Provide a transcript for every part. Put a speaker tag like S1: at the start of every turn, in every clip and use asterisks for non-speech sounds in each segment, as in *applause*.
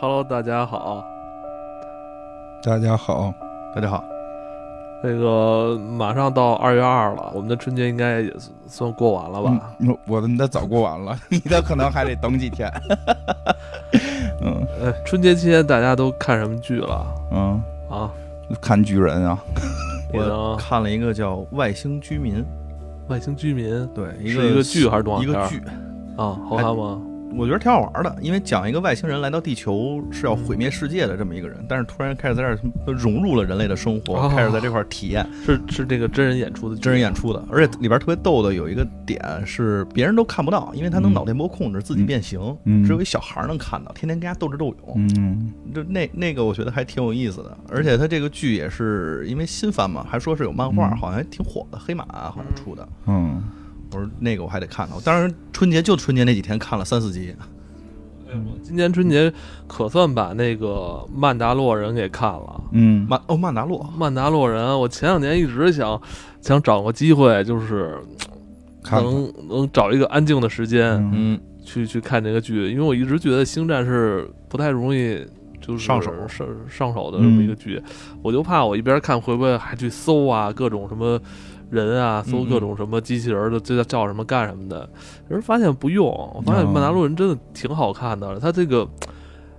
S1: Hello，大家好。
S2: 大家好，
S3: 大家好，
S1: 那个马上到二月二了，我们的春节应该也算过完了吧？
S2: 嗯，我的你的早过完了， *laughs* 你的可能还得等几
S3: *laughs*
S2: 天。嗯
S1: 呃，春节期间大家都看什么剧了
S2: 嗯，
S1: 啊？
S2: 看巨人啊，
S1: 你
S3: 我
S1: 呢？
S3: 哦看了一个叫《外星居民》，
S1: 外星居民
S3: 对，
S1: 是
S3: 个
S1: 一个剧还是动画
S3: 一
S1: 片
S3: 个
S1: 儿？
S3: 剧，
S1: 啊，好看吗？
S3: 我觉得挺好玩的，因为讲一个外星人来到地球是要毁灭世界的这么一个人，但是突然开始在这儿融入了人类的生活，
S1: 哦
S3: 开始在这块儿体验
S1: 是是这个真人演出的剧
S3: 真人演出的，而且里边特别逗的有一个点是别人都看不到，因为他
S1: 嗯
S3: 能脑电波控制自己变形，
S2: 嗯
S3: 只有一小孩儿能看到，天天跟家斗智斗勇，
S2: 嗯
S3: 就那那个我觉得还挺有意思的，而且他这个剧也是因为新番嘛，还说是有漫画，
S2: 嗯
S3: 好像还挺火的，黑马啊好像出的。
S2: 嗯，
S3: 我说那个我还得看呢，我当时春节就春节那几天看了三四集，
S1: 哎我今年春节可算把那个《曼达洛人》给看了。
S2: 嗯，
S3: 曼哦曼达洛，
S1: 曼达洛人，我前两年一直想想找个机会，就是
S2: 看了，
S1: 能能找一个安静的时间，
S2: 嗯
S3: 嗯，
S1: 去去看这个剧，因为我一直觉得《星战》是不太容易就是
S3: 上手
S1: 上上手的这
S2: 嗯
S1: 么一个剧，我就怕我一边看会不会还去搜啊各种什么人啊，搜
S3: 嗯嗯
S1: 各种什么机器人儿的这叫叫什么干什么的，可是发现不用，我发现
S2: 哦
S1: 《曼达洛人》真的挺好看的，它这个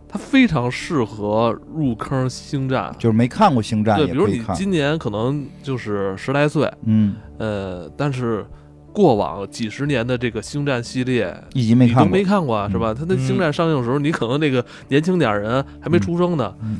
S1: 它非常适合入坑《星战》。
S2: 就是没看过《星战》
S1: 对，
S2: 也
S1: 比如
S2: 可以
S1: 你
S2: 看，
S1: 今年可能就是十来岁，
S2: 嗯，
S1: 呃，但是过往几十年的这个星战系列，
S2: 一集没
S1: 你都
S2: 看过嗯
S1: 没，看过啊，是吧？他那《星战》上映的时候，你可能那个年轻点儿人还没出生呢，
S2: 嗯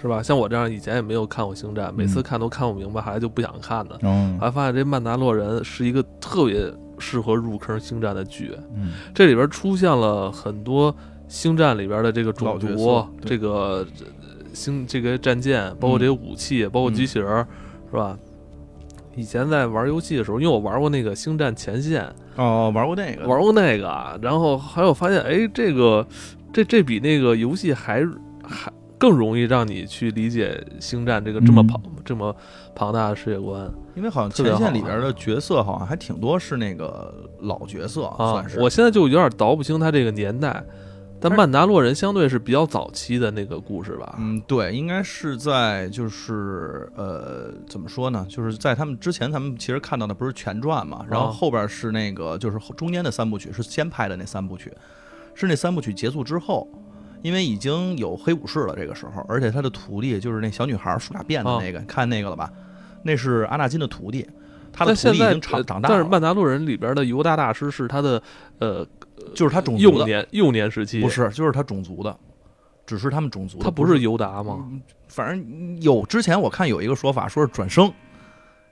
S1: 是吧？像我这样以前也没有看过《星战》，每次看都看不明白，后来就不想看了。
S2: 嗯
S3: 啊
S1: 后来发现这《曼达洛人》是一个特别适合入坑《星战》的剧，
S2: 嗯
S1: 这里边出现了很多《星战》里边的这个种
S3: 老角
S1: 族
S3: 色、对
S1: 这个这星、这个战舰，
S2: 嗯
S1: 包括这些武器，包括机器人儿，是吧？以前在玩游戏的时候，因为我玩过那个《星战前线》，
S3: 哦玩过那个，
S1: 玩过那个啊，然后还有发现，哎，这个这这比那个游戏还还更容易让你去理解《星战》这个这么
S2: 嗯。
S1: 庞、这么庞大的世界观
S3: 因为好像
S1: 特别
S3: 前
S1: 好
S3: 线里边的角色好像还挺多是那个老角色，
S1: 啊
S3: 算！是
S1: 我现在就有点倒不清它这个年代，但
S3: 但是
S1: 曼达洛人相对是比较早期的那个故事吧？
S3: 嗯对，应该是在就是呃怎么说呢，就是在他们之前咱们其实看到的不是全传嘛，然后
S1: 哦
S3: 后边是那个就是后中间的三部曲是先拍的那三部曲，是那三部曲结束之后。因为已经有黑武士了，这个时候，而且他的徒弟就是那小女孩梳大辫
S1: 哦
S3: 子那个，你看那个了吧？那是阿纳金的徒弟，他的
S1: 但
S3: 徒
S1: 现
S3: 弟已
S1: 在
S3: 经长
S1: 呃
S3: 长大了。
S1: 但是曼达洛人里边的犹大大师是他的呃
S3: 就是他种族
S1: 幼
S3: 的，
S1: 年幼年时期，
S3: 不是，就是他种族的，只是他们种族的。嗯
S1: 他不
S3: 是
S1: 是，尤达吗？
S3: 反正有之前我看有一个说法，说是转生，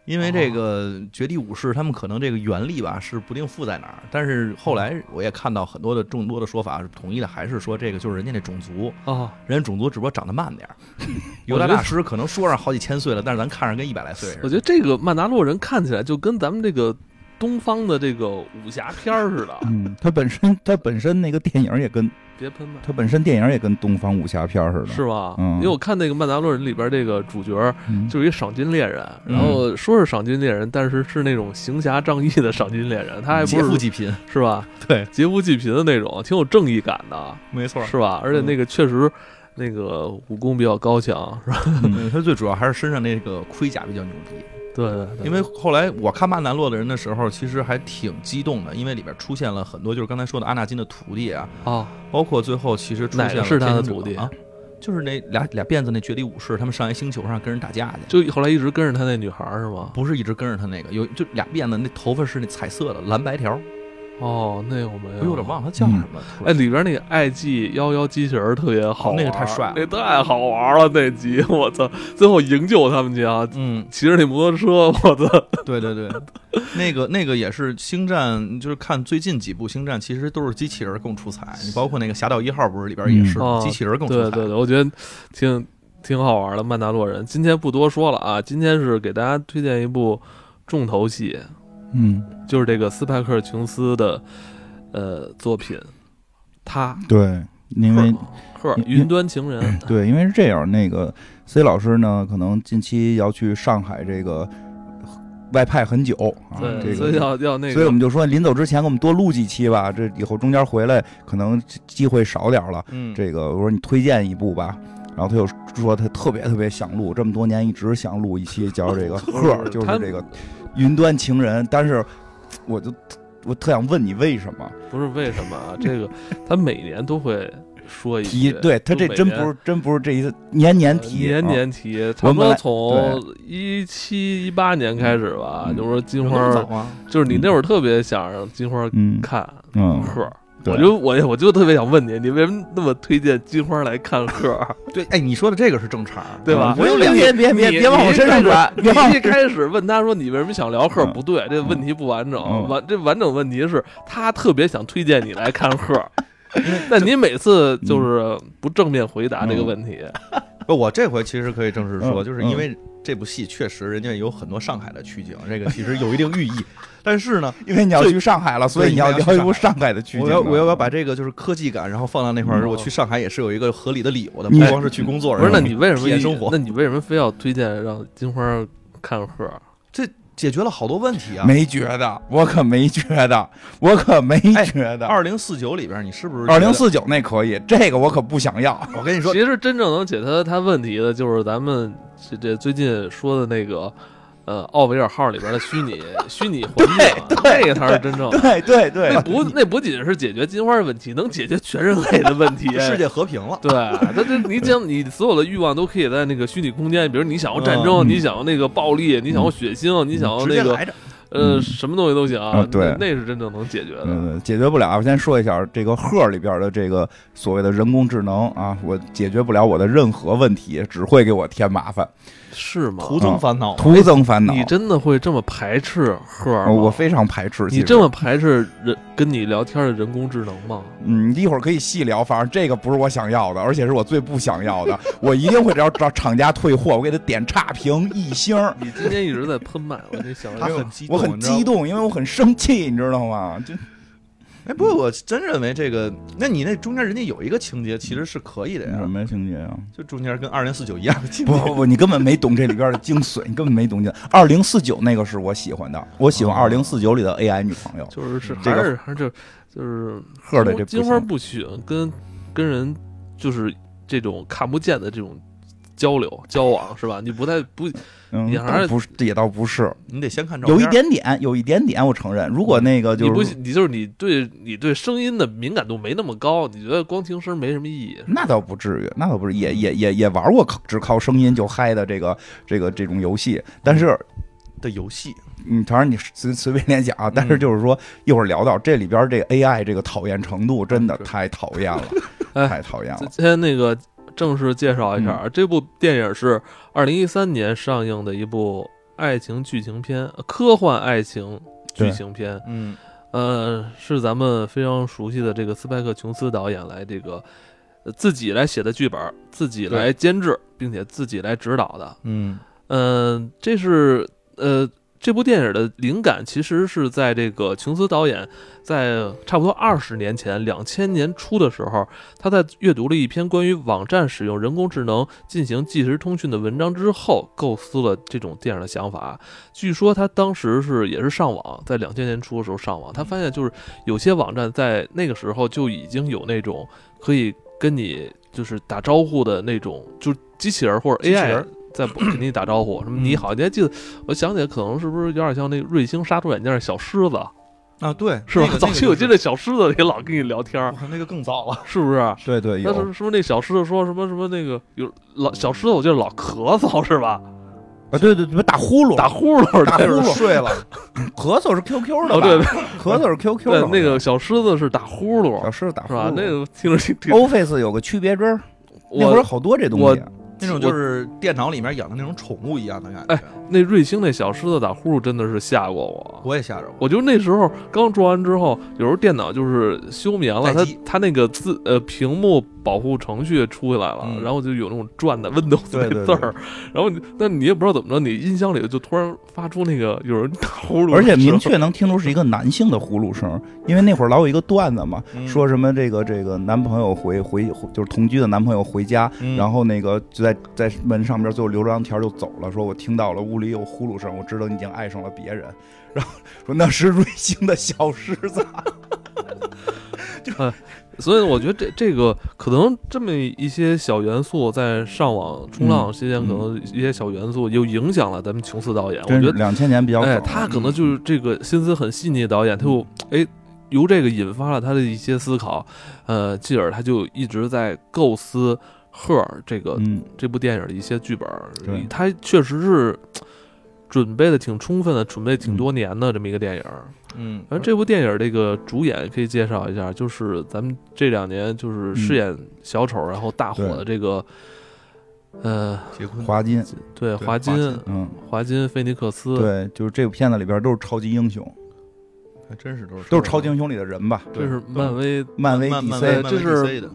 S3: 因
S1: 哦
S3: 为这个绝地武士他们可能这个原力吧是不定附在哪儿，但是后来
S1: 嗯
S3: 我也看到很多的众多的说法，统一的还是说这个就是人家那种族，
S1: 啊，
S3: 人家种族只不过长得慢
S1: *laughs*
S3: 点儿。
S1: 我
S3: 犹
S1: 觉
S3: 大
S1: 得
S3: 大师可能说上好几千岁了，但是咱看着跟一百来岁似
S1: 我
S3: 的。
S1: 觉得这个曼达洛人看起来就跟咱们这个东方的这个武侠片儿似的
S2: 嗯，它本身它本身那个电影也跟
S1: 别喷吧，
S2: 它本身电影也跟东方武侠片似的，
S1: 是吗？
S2: 嗯
S1: 因为我看那个曼达洛人里边这个主角儿
S2: 嗯
S1: 就是一赏金猎人，
S3: 嗯
S1: 然后说是赏金猎人，但是是那种行侠仗义的赏金猎人，他还
S3: 劫
S1: 不
S3: 富
S1: 是
S3: 济贫，
S1: 是吧？
S3: 对，
S1: 劫富济贫的那种，挺有正义感的，
S3: 没错
S1: 是吧？而且那个确实。那个武功比较高强，是吧？
S3: 嗯，他最主要还是身上那个盔甲比较牛逼。
S1: 对对对，
S3: 因为后来我看《曼达洛的人》的时候，其实还挺激动的，因为里边出现了很多就是刚才说的阿纳金的徒弟啊，
S1: 啊，
S3: 包括最后其实出现了
S1: 哪个是他的
S3: 天行者
S1: 徒弟
S3: 啊，就是那俩俩辫子那绝地武士，他们上一星球上跟人打架去，
S1: 就后来一直跟着他那女孩儿是吗？
S3: 不是一直跟着他那个，有就俩辫子，那头发是那彩色的蓝白条，
S1: 哦，那我没有，
S3: 我有点忘了他叫什么。突
S1: 哎，
S3: 然
S1: 里边那个 IG 幺幺机器人儿特别
S2: 哦
S1: 好玩儿，
S3: 那个太帅了
S1: 那太好玩儿了那集，我操！最后营救他们家，
S3: 嗯，
S1: 骑着那摩托车，我操！
S3: 对对
S1: *laughs*
S3: 对，那个那个也是星战，就是看最近几部星战，其实都是机器人更出彩。你包括那个《侠盗一号》，不是里边也是
S1: 嗯哦
S3: 机器人更出
S1: 对
S3: 彩。
S1: 对对，我觉得挺挺好玩儿的《曼达洛人》。今天不多说了啊，今天是给大家推荐一部重头戏，
S2: 嗯，
S1: 就是这个斯派克·琼斯的呃作品，他
S2: 对，因为
S1: 赫尔
S2: 因
S1: 云端情人，
S2: 对，因为是这样，那个 C 老师呢，可能近期要去上海这个外派很久啊，
S1: 对，
S2: 这
S1: 所以
S2: 个。
S1: 要要那个，
S2: 所以我们就说，临走之前给我们多录几期吧，这以后中间回来可能机会少点儿了。
S3: 嗯，
S2: 这个我说你推荐一部吧，然后他又说他特别特别想录，这么多年一直想录一期叫
S1: *laughs*
S2: 这个赫儿，就是
S1: 他
S2: 这个云端情人，但是我就我特想问你为什么
S1: 不是为什么啊？这个他每年都会说一
S2: 提？
S1: 句，
S2: 对他
S1: 就
S2: 这
S1: 每
S2: 真
S1: 年呃
S2: 不是真不是这一次年年提，
S1: 年
S2: 啊
S1: 年提，差不
S2: 本
S1: 多
S2: 来
S1: 从一七一八年开始吧，
S2: 嗯
S1: 就说金
S3: 有那么早
S1: 花，
S3: 吗？
S1: 就是你那会儿特别想让金花
S2: 嗯
S1: 看
S2: 嗯，
S1: 鹤儿，
S2: 对
S1: 我就我我就特别想问你，你为什么那么推荐金花来看鹤儿？
S3: 对，哎，你说的这个是正常，
S1: 对吧
S3: 我有两
S2: 别别别
S1: 你
S2: 别往我身上转，
S1: 你
S2: 别往我
S1: 一开始问他说你为什么想聊鹤儿，
S2: 嗯
S1: 不对，这问题不完整，
S2: 嗯
S1: 完这完整问题是他特别想推荐你来看鹤儿。 *laughs* 但你每
S2: 嗯
S1: 次就是不正面回答这个问题，
S3: 不，我这回其实可以正式说，
S2: 嗯
S3: 就是因为这部戏确实人家有很多上海的取景，这个其实有一定寓意。但是呢，
S2: 因为你要去上海了，所以你要聊一部上海的取景
S3: 我
S2: 的。
S3: 要我要不要把这个就是科技感，然后放到那块儿？
S1: 嗯
S3: 我去上海也是有一个合理的理由的，
S2: 你嗯
S3: 不光是去工作。
S1: 不是？
S3: 然
S1: 那
S3: 后
S1: 你为什么
S3: 体验生
S1: 一
S3: 活
S1: 那你为什么非要推荐让金花看鹤儿？
S3: 解决了好多问题啊？
S2: 没觉得，我可没觉得，我可没觉得。
S3: 二零四九里边，你是不是
S2: 二零
S3: 觉得？
S2: 四九那可以，这个我可不想要。
S3: 我跟你说，
S1: 其实真正能解他他问题的，就是咱们这这最近说的那个，呃，奥维尔号里边的虚拟虚拟环境啊，那个才是真正。
S2: *laughs* 对对对
S1: 那，不那不仅是解决金花的问题，能解决全人类的问题。
S3: *laughs*
S1: 哎
S3: 世界和平了。
S1: 对，那这你将你所有的欲望都可以在那个虚拟空间，比如你想要战争，
S2: 嗯
S1: 你想要那个暴力，你想要血腥，你想要
S3: 直接
S1: 那个
S3: 来着，
S1: 呃
S2: 嗯
S1: 什么东西都行
S2: 啊对
S1: 那那是真正能解决的。
S2: 嗯，解决不了。我先说一下这个鹤里边的这个所谓的人工智能啊，我解决不了我的任何问题，只会给我添麻烦，
S1: 是吗？
S3: 徒增烦恼。
S2: 徒增烦恼。
S1: 你真的会这么排斥赫尔
S2: 呃
S1: 吗？
S2: 我非常排斥。其
S1: 你
S2: 实
S1: 这么排斥人跟你聊天的人工智能吗？
S2: 嗯，一会儿可以细聊，反正这个不是我想要的，而且是我最不想要 *laughs* 的。我一定会找找厂家退货，我给他点差评一星儿。
S1: 你今天一直在喷麦，我就想
S3: 他很激动，
S2: 我很
S3: 你知道吗
S2: 激动，因为我很生气，你知道吗？就
S3: 哎，不过我真认为这个，那你那中间人家有一个情节其实是可以的呀，
S2: 么情节啊？
S3: 就中间跟二零四九一样的情节
S2: 不。不不，你根本没懂这里边的精髓，你根本没懂这。二零四九那个是我喜欢的，我喜欢
S1: 哦
S2: 二零四九里的 AI 女朋友
S3: 嗯
S1: 就是是还
S2: 这个
S1: 是还是就就是
S2: 赫的这
S1: 金
S2: 不
S1: 花
S2: 行。
S1: 不许跟跟人就是这种看不见的这种交流交往是吧？你不太不
S2: 嗯
S1: 你，还是
S2: 倒不是也倒不是，
S3: 你得先看照片。
S2: 有一，点点，有一点点，我承认。如果那个
S1: 你
S2: 就
S1: 不
S2: 是
S1: 你就是你对你对声音的敏感度没那么高，你觉得光听声没什么意义。
S2: 那倒不至于，那倒不是，也也也也玩过靠只靠声音就嗨的这个这个这种游戏，但是
S3: 的游戏，
S2: 嗯，当然你随随便联想啊，
S1: 嗯
S2: 但是就是说一会儿聊到这里边这个 AI 这个讨厌程度真的
S1: 嗯是
S2: 太讨厌
S1: *laughs*
S2: 了，
S1: 哎
S2: 太讨厌了。
S1: 今天那个正式介绍一下，
S2: 嗯
S1: 啊，这部电影是二零一三年上映的一部爱情剧情片，呃科幻爱情剧情片。
S3: 嗯，
S1: 呃，是咱们非常熟悉的这个斯派克·琼斯导演来这个呃自己来写的剧本，自己
S3: 对
S1: 来监制，并且自己来指导的。
S3: 嗯，
S1: 嗯，这是呃，这部电影的灵感其实是在这个琼斯导演在差不多二十年前，两千年初的时候，他在阅读了一篇关于网站使用人工智能进行即时通讯的文章之后，构思了这种电影的想法。据说他当时是也是上网，在两千年初的时候上网，他发现就是有些网站在那个时候就已经有那种可以跟你就是打招呼的那种，就是机器人或者
S3: 机器
S1: AI
S3: 人
S1: 在跟你打招呼，什么你
S2: 嗯
S1: 好，你还记得？我想起来，可能是不是有点像那个瑞星杀毒软件小狮子，
S3: 啊，对，
S1: 是吧？
S3: 那个
S1: 早期我记，
S3: 那个
S1: 得小狮子也老跟你聊天
S3: 就是
S1: 儿
S3: 我，靠那个更早
S2: *laughs*
S3: 了，
S1: 是不是？
S2: 对对，
S1: 那
S2: 有
S1: 是是不是那小狮子说什么什么那个有老小狮子，我记得老咳嗽是吧？
S2: 啊，对对对，打呼噜，
S1: 打呼噜
S2: 打
S1: 对
S2: 呼
S1: 是
S2: 噜
S3: 睡了，
S2: 咳嗽是 QQ 的
S1: 哦
S2: 吧？
S1: 对
S2: 咳嗽是 QQ
S1: 对
S2: 的，，
S1: 那个小狮子是打呼噜
S2: 小狮子打
S1: 是
S2: 呼
S1: 吧
S2: 噜。？
S1: 那个听着挺挺，
S2: Office 有个区别针儿，那会儿
S1: 我
S2: 好多这东西。啊
S3: 那种就是电脑里面养的那种宠物一样的感
S2: 哎
S3: 觉。
S1: 那瑞星那小狮子打呼噜真的是吓过我。
S3: 我也吓着过，
S1: 我就那时候刚装完之后，有时候电脑就是休眠了，
S3: 待
S1: 它
S3: 机
S1: 它那个字呃屏幕保护程序出来了，
S3: 嗯
S1: 然后就有那种转的 Windows
S3: 对
S1: 那
S3: 对
S1: 字儿，然后你但你也不知道怎么着，你音箱里就突然发出那个有人打呼噜的声，
S2: 而且明确能听出是一个男性的呼噜声，因为那会儿老有一个段子嘛，
S3: 嗯
S2: 说什么这个这个男朋友回回回就是同居的男朋友回家，
S3: 嗯
S2: 然后那个就在在门上边最后留了张条就走了，说我听到了屋里有呼噜声，我知道你已经爱上了别人， *laughs* 然后说那是瑞幸的小狮子，
S1: 所以我觉得这这个可能这么一些小元素，在上网冲浪期间，
S2: 嗯
S1: 可能一些小元素又影响了咱们琼斯导演。我
S2: *laughs* 真
S1: 觉
S2: 是
S1: 得，
S2: 两千年比较早，
S1: 哎，他可能就是这个心思很细腻的导演，他又哎由这个引发了他的一些思考，呃，继而他就一直在构思《赫尔》这个
S2: 嗯
S1: 这部电影的一些剧本儿
S2: 对，
S1: 他确实是准备的挺充分的，准备挺多年的这么一个电影儿。
S3: 嗯，
S1: 反正这部电影这个主演可以介绍一下，就是咱们这两年就是饰演小丑、然后大火的这个，呃，
S3: 结婚
S2: 华金，
S1: 对，华
S3: 华
S1: 金
S3: 金，
S2: 嗯，
S1: 华金菲尼克斯，
S2: 对，就是这部片子里边都是超级英雄，
S3: 还真是都是
S2: 都是超级英雄里的人吧，
S1: 这是漫威，
S2: 漫威
S3: 漫漫威
S2: DC
S1: 这是
S3: DC 的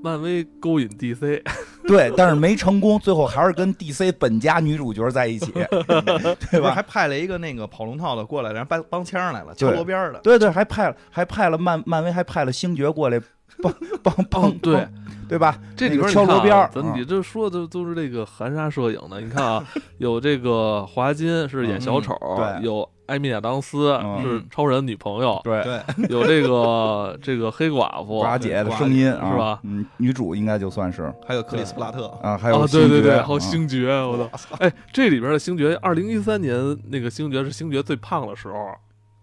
S1: 漫威勾引 DC，
S2: 对，但是没成功，最后还是跟 DC 本家女主角在一
S3: *laughs*
S2: 起，对
S3: 不是
S2: 吧？
S3: 还派了一个那个跑龙套的过来，然后帮帮腔儿来了，敲
S2: 对
S3: 锣边儿的。
S2: 对对，还派了还派了漫漫威还派了星爵过来帮帮
S1: 哦
S2: 帮，
S1: *laughs* 对，
S2: 对吧？
S1: 这里边
S2: 那个
S1: 你
S2: 敲
S1: 看
S2: 锣边
S1: 啊
S2: 儿，
S1: 咱
S2: 啊
S1: 你这说的都是这个含沙射影的。你看
S2: *laughs*
S1: 啊，有这个华金是演小丑，
S2: 嗯对
S1: 有艾米亚当斯
S2: 嗯
S1: 是超人女朋友，
S2: 对，
S3: 对，
S1: 有这个这个黑寡妇，
S2: 寡姐的
S3: 寡
S2: 声音啊
S1: 是吧
S2: 嗯，女主应该就算是
S3: 还有克里斯布拉特，
S2: 啊，还有
S1: 啊，
S2: 星爵、
S1: 对对对，
S2: 啊
S1: 还有星爵，我操！哎，这里边的星爵，二零一三年那个星爵是星爵最胖的时候，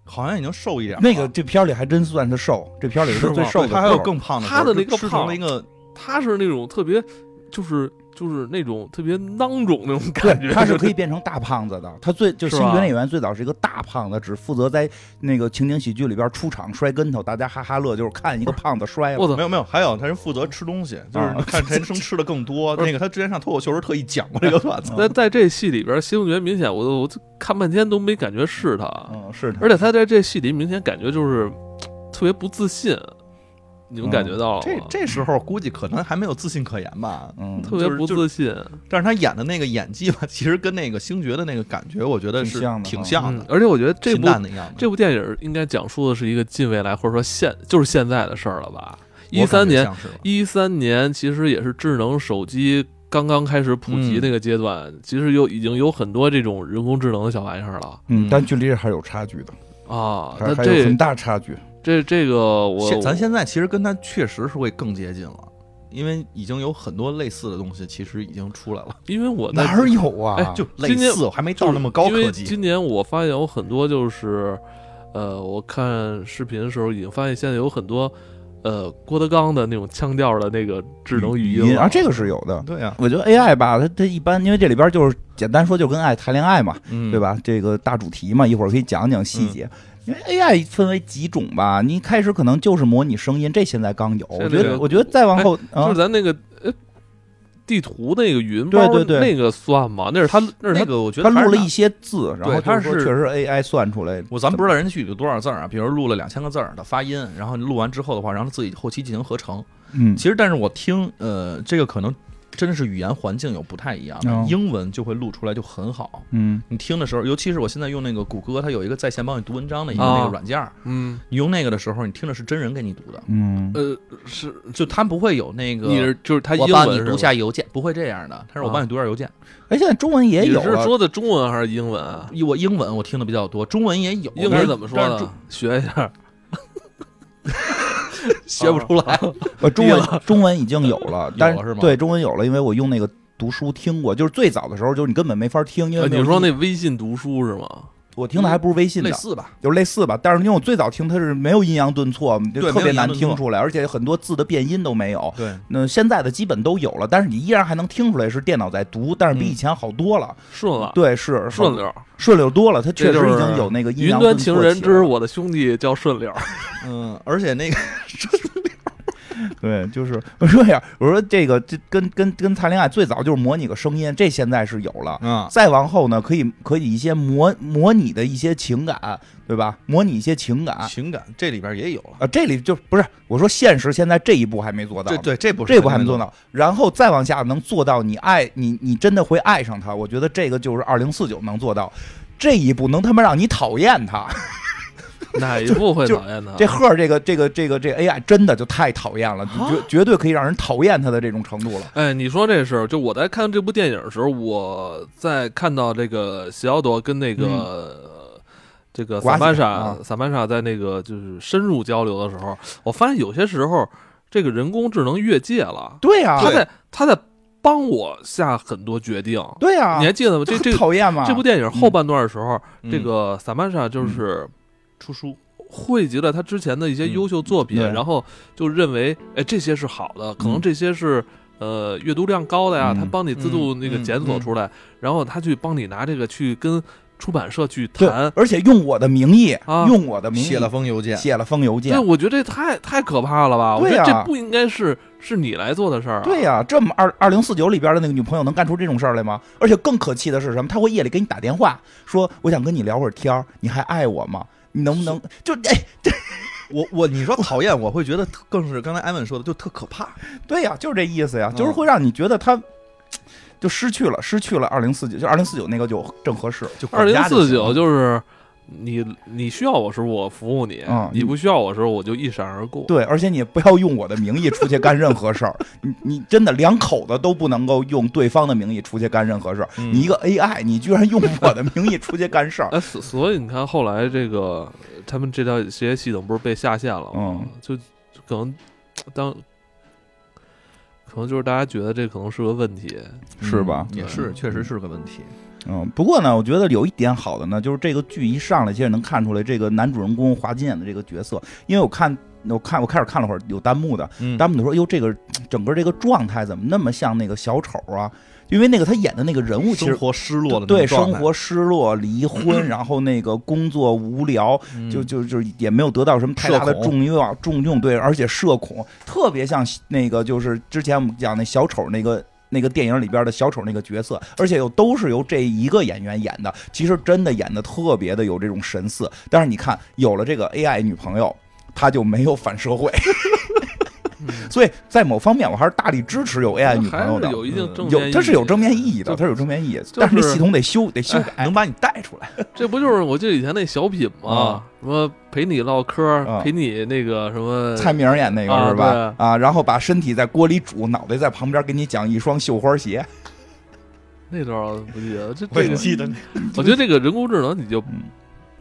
S3: 好像已经瘦一点儿了。
S2: 那个这片儿里还真算他瘦，这片儿里
S1: 是
S2: 最
S1: 吗
S2: 瘦的时候，
S3: 他还有更胖的时候，
S1: 他的那
S3: 就
S1: 个
S3: 吃
S1: 胖
S3: 成了一个
S1: 他是那种特别，就是就是那种特别囊肿那种感觉，
S2: 对，他是可以变成大胖子的。他最就是
S1: 是
S2: 星
S1: 吧
S2: 爵那演员最早是一个大胖子，只负责在那个情景喜剧里边出场摔跟头，大家哈哈乐，就是看一个胖子摔
S1: *laughs*
S2: 了。
S1: 我操
S3: 没！有没有，还有他是负责吃东西，就是
S2: 啊
S3: 看陈生吃的更
S1: *laughs*
S3: 多。
S1: 不是
S3: 那个他之前上脱口秀时候特意讲过这个段子，
S1: 在在这戏里边，星爵明显我都我就看半天都没感觉是他，
S2: 嗯，是他
S1: 而。且他在这戏里明显感觉就是嘖特别不自信，你们
S2: 嗯
S1: 感觉到了吗？
S3: 这这时候估计可能还没有自信可言吧。
S2: 嗯，
S1: 特别不自信，
S3: 但是他演的那个演技吧， *laughs* 其实跟那个星爵的那个感觉，我觉得是
S2: 挺像的
S3: 挺
S2: 哈
S3: 像的，
S1: 而且我觉得嗯这
S3: 平
S1: 部
S3: 淡的样子。
S1: 这部电影应该讲述的是一个近未来，或者说现就是现在的事儿了吧？一三年，一三年其实也是智能手机刚刚开始普及
S3: 嗯
S1: 那个阶段，其实有已经有很多这种人工智能的小玩意儿了
S2: 嗯，但距离还是有差距的，
S1: 啊。
S2: 还
S1: 那
S2: 还有
S1: 这
S2: 很大差距。
S1: 这这个我
S3: 现咱现在其实跟他确实是会更接近了，因为已经有很多类似的东西，其实已经出来了，
S1: 因为我在
S2: 哪儿有啊？
S1: 哎
S3: 就类
S1: 今天
S3: 似，还没到那么高
S1: 因为
S3: 科技。
S1: 今年我发现有很多就是，呃，我看视频的时候已经发现现在有很多，呃，郭德纲的那种腔调的那个智能语音了
S2: 啊，这个是有的。
S3: 对呀，
S2: 我觉得 AI 吧，它它一般，因为这里边就是简单说，就跟爱谈恋爱嘛，
S3: 嗯
S2: 对？吧？这个大主题嘛，一会儿可以讲讲细节。因为 AI 分为几种吧，你一开始可能就是模拟声音，这现在刚有。我
S1: 现在
S2: 觉
S1: 有
S2: 得，我觉得再往后，啊
S1: 就是咱那个呃地图那个语音
S2: 对
S1: 包，
S2: 对对
S1: 那个算吗？那是他那是
S3: 那
S1: 他
S3: 个我觉
S2: 他
S3: 得还是
S2: 录了
S3: 拿
S2: 一些字，然后
S3: 对他
S2: 就是说
S3: 是
S2: 确实 AI 算出来。
S3: 我咱不知道人家具体有多少字儿啊，比如录了两千个字儿的发音，然后录完之后的话，然后自己后期进行合成。
S2: 嗯，
S3: 其实，但是我听，呃，这个可能真的是语言环境有不太一样的，
S2: 哦
S3: 英文就会录出来就很好。
S2: 嗯
S3: 你听的时候，尤其是我现在用那个谷歌，它有一个在线帮你读文章的一个
S1: 啊
S3: 那个软件儿，
S1: 嗯
S3: 你用那个的时候，你听的是真人给你读的，
S2: 嗯，
S1: 呃是
S3: 就它不会有那个
S1: 你是就是他英
S3: 嗯我帮你
S1: 文是
S3: 读
S1: 吧
S3: 下邮件，不会这样的。他说我
S1: 啊
S3: 帮你读下邮件，
S2: 哎，现在中文也
S1: 你
S2: 有
S3: 啊
S1: 是
S2: 了，
S1: 说的中文还是英文啊？
S3: 我英文我听的比较多，中文也有，
S1: 英
S3: 但
S1: 文
S3: 是
S1: 怎么说
S3: 但是
S1: 呢？学一下。
S3: *laughs* 学不出
S1: 哦 *laughs*
S3: 来。
S2: 呃，中文中文已经有了，但
S3: 有了是吗
S2: 对中文有了，因为我用那个读书听过，就是最早的时候，就是你根本没法听，因为
S1: 呃
S2: 没有
S1: 你说
S2: 音
S1: 那微信读书是吗？
S2: 我听的还不是微信的
S3: 类，似吧，
S2: 就是类似吧，但是因为我最早听它是没有阴阳顿挫，就
S3: 对
S2: 特
S3: 没有
S2: 别
S3: 阴阳
S2: 难
S3: 顿挫
S2: 听出来，而且很多字的变音都没有。
S3: 对，
S2: 那现在的基本都有了，但是你依然还能听出来是电脑在读，但是比
S3: 嗯
S2: 以前好多了。
S1: 顺了，
S2: 对，是
S1: 顺溜儿。
S2: 顺溜多了，它确
S1: 这
S2: 实
S1: 就是
S2: 已经有那个阴
S1: 云
S2: 阳
S1: 端
S2: 顿
S1: 情
S2: 挫
S1: 人
S2: 起来
S1: 之
S2: 了 *laughs*
S1: 我的兄弟叫顺溜儿。
S3: 嗯，而且那个
S2: 对对，就是 *laughs* 我说呀，我说这个这跟跟跟谈恋爱最早就是模拟个声音，这现在是有了。
S3: 嗯，
S2: 再往后呢，可以可以一些模模拟的一些情感，对吧？模拟一些情感啊、
S3: 情感这里边也有了，
S2: 呃这里就不是我说现实，现在这一步还没做到
S3: 这
S2: 呢，
S3: 对这不是
S2: 这步还没做，到。然后再往下能做到你爱你，你真的会爱上他，我觉得这个就是二零四九能做到。这一步能他妈让你讨厌他，
S1: 啊哪一部会
S2: 就
S1: 讨厌他？
S2: 这赫儿这个这个这个这 AI 真的就太讨厌了，
S1: 啊
S2: 绝绝对可以让人讨厌他的这种程度了。
S1: 哎，你说这事儿，就我在看这部电影的时候，我在看到这个席奥多跟那个、呃这个
S2: 瓜
S1: 萨
S2: 子
S1: 曼莎
S2: 嗯啊
S1: 萨曼莎在那个就是深入交流的时候，我发现有些时候这个人工智能越界了，
S2: 啊对呀、
S1: 啊他在他在帮我下很多决定。
S2: 对呀、
S1: 你还记得吗？这
S2: 很
S1: 这
S2: 讨厌啊吗？
S1: 这部电影后半段的时候，
S3: 嗯
S1: 这个萨曼莎就是出书。汇集了他之前的一些优秀作品，
S2: 嗯对
S1: 然后就认为，哎，这些是好的，可能
S2: 嗯
S1: 这些是、呃阅读量高的呀，
S2: 嗯
S1: 他帮你自助
S3: 嗯
S1: 那个
S3: 嗯
S1: 检索
S3: 嗯
S1: 出来，然后他去帮你拿这个去跟出版社去
S2: 对
S1: 谈，，
S2: 而且用我的名义，
S1: 啊
S2: 用我的名义
S3: 写了封邮件，
S2: 写了封邮
S1: 对，
S2: 件。
S1: 我觉得这太太可怕了吧？我觉得
S2: 对呀
S1: 这不应该是是你来做的事儿、啊。
S2: 对呀、这么二二零四九里边的那个女朋友能干出这种事儿来吗？而且更可气的是什么？她会夜里给你打电话，说我想跟你聊会儿天儿，你还爱我吗？你能不能就哎？
S3: 我我你说讨厌，我会觉得特更是刚才艾文说的，就特可怕。
S2: 对呀、就是这意思呀，
S3: 嗯
S2: 就是会让你觉得她就失去了，失去了二零四九，就二零四九那个就正合适。
S3: 就
S1: 二
S3: 管
S1: 零
S3: 家
S1: 四
S3: 行了
S1: 九就是你你需要我时候我服务你，
S2: 嗯
S1: 你不需要我时候我就一闪而过。
S2: 对，而且你也不要用我的名义出去干任何事儿， *laughs* 你你真的两口子都不能够用对方的名义出去干任何事儿。
S3: 嗯
S2: 你一个 AI，你居然用我的名义出去干事儿，
S1: 哎，所所以你看，后来这个他们这套这些系统不是被下线了吗？
S2: 嗯，
S1: 就就可能当可能就是大家觉得这可能是个问题，
S2: 是吧？
S3: 嗯也是，确实是个问题。
S2: 嗯，不过呢，我觉得有一点好的呢，就是这个剧一上来，其实能看出来这个男主人公华金演的这个角色，因为我看。我看我开始看了会儿有弹幕的，
S3: 嗯
S2: 弹幕就说：“哟，这个整个这个状态怎么那么像那个小丑啊？因为那个他演的那个人物其
S3: 生
S2: 实
S3: 活失落了，
S2: 对生活失落、离
S3: *clears throat*
S2: 婚，然后那个工作无聊，就就就也没有得到什么太大的
S3: 嗯社恐
S2: 重用重用，对，而且社恐，特别像那个就是之前我们讲那小丑那个。那个电影里边的小丑那个角色，而且又都是由这一个演员演的，其实真的演的特别的有这种神似。但是你看，有了这个 AI 女朋友，他就没有反社会，
S3: 嗯
S2: *laughs* 所以在某方面我还是大力支持有 AI 女朋
S1: 还
S2: 友
S1: 是
S2: 的，
S1: 有一定
S3: 嗯
S1: 正面意
S2: 有
S1: 义，
S2: 它是有正面意义的，
S1: 就
S2: 它是有正面意义，
S1: 是哎
S2: 但是这系统得修得修改
S3: 能把你带出来。
S1: 这不就是我记得以前那小品吗
S2: 啊？
S1: 什么陪你唠嗑
S2: 啊，
S1: 陪你那个什么
S2: 蔡明儿演那个
S1: 啊
S2: 是吧？啊，然后把身体在锅里煮，脑袋在旁边给你讲一双绣花鞋。
S1: 那段儿我不记得，这这个
S3: 记得，
S1: 我觉得这个人工智能你就
S2: 嗯。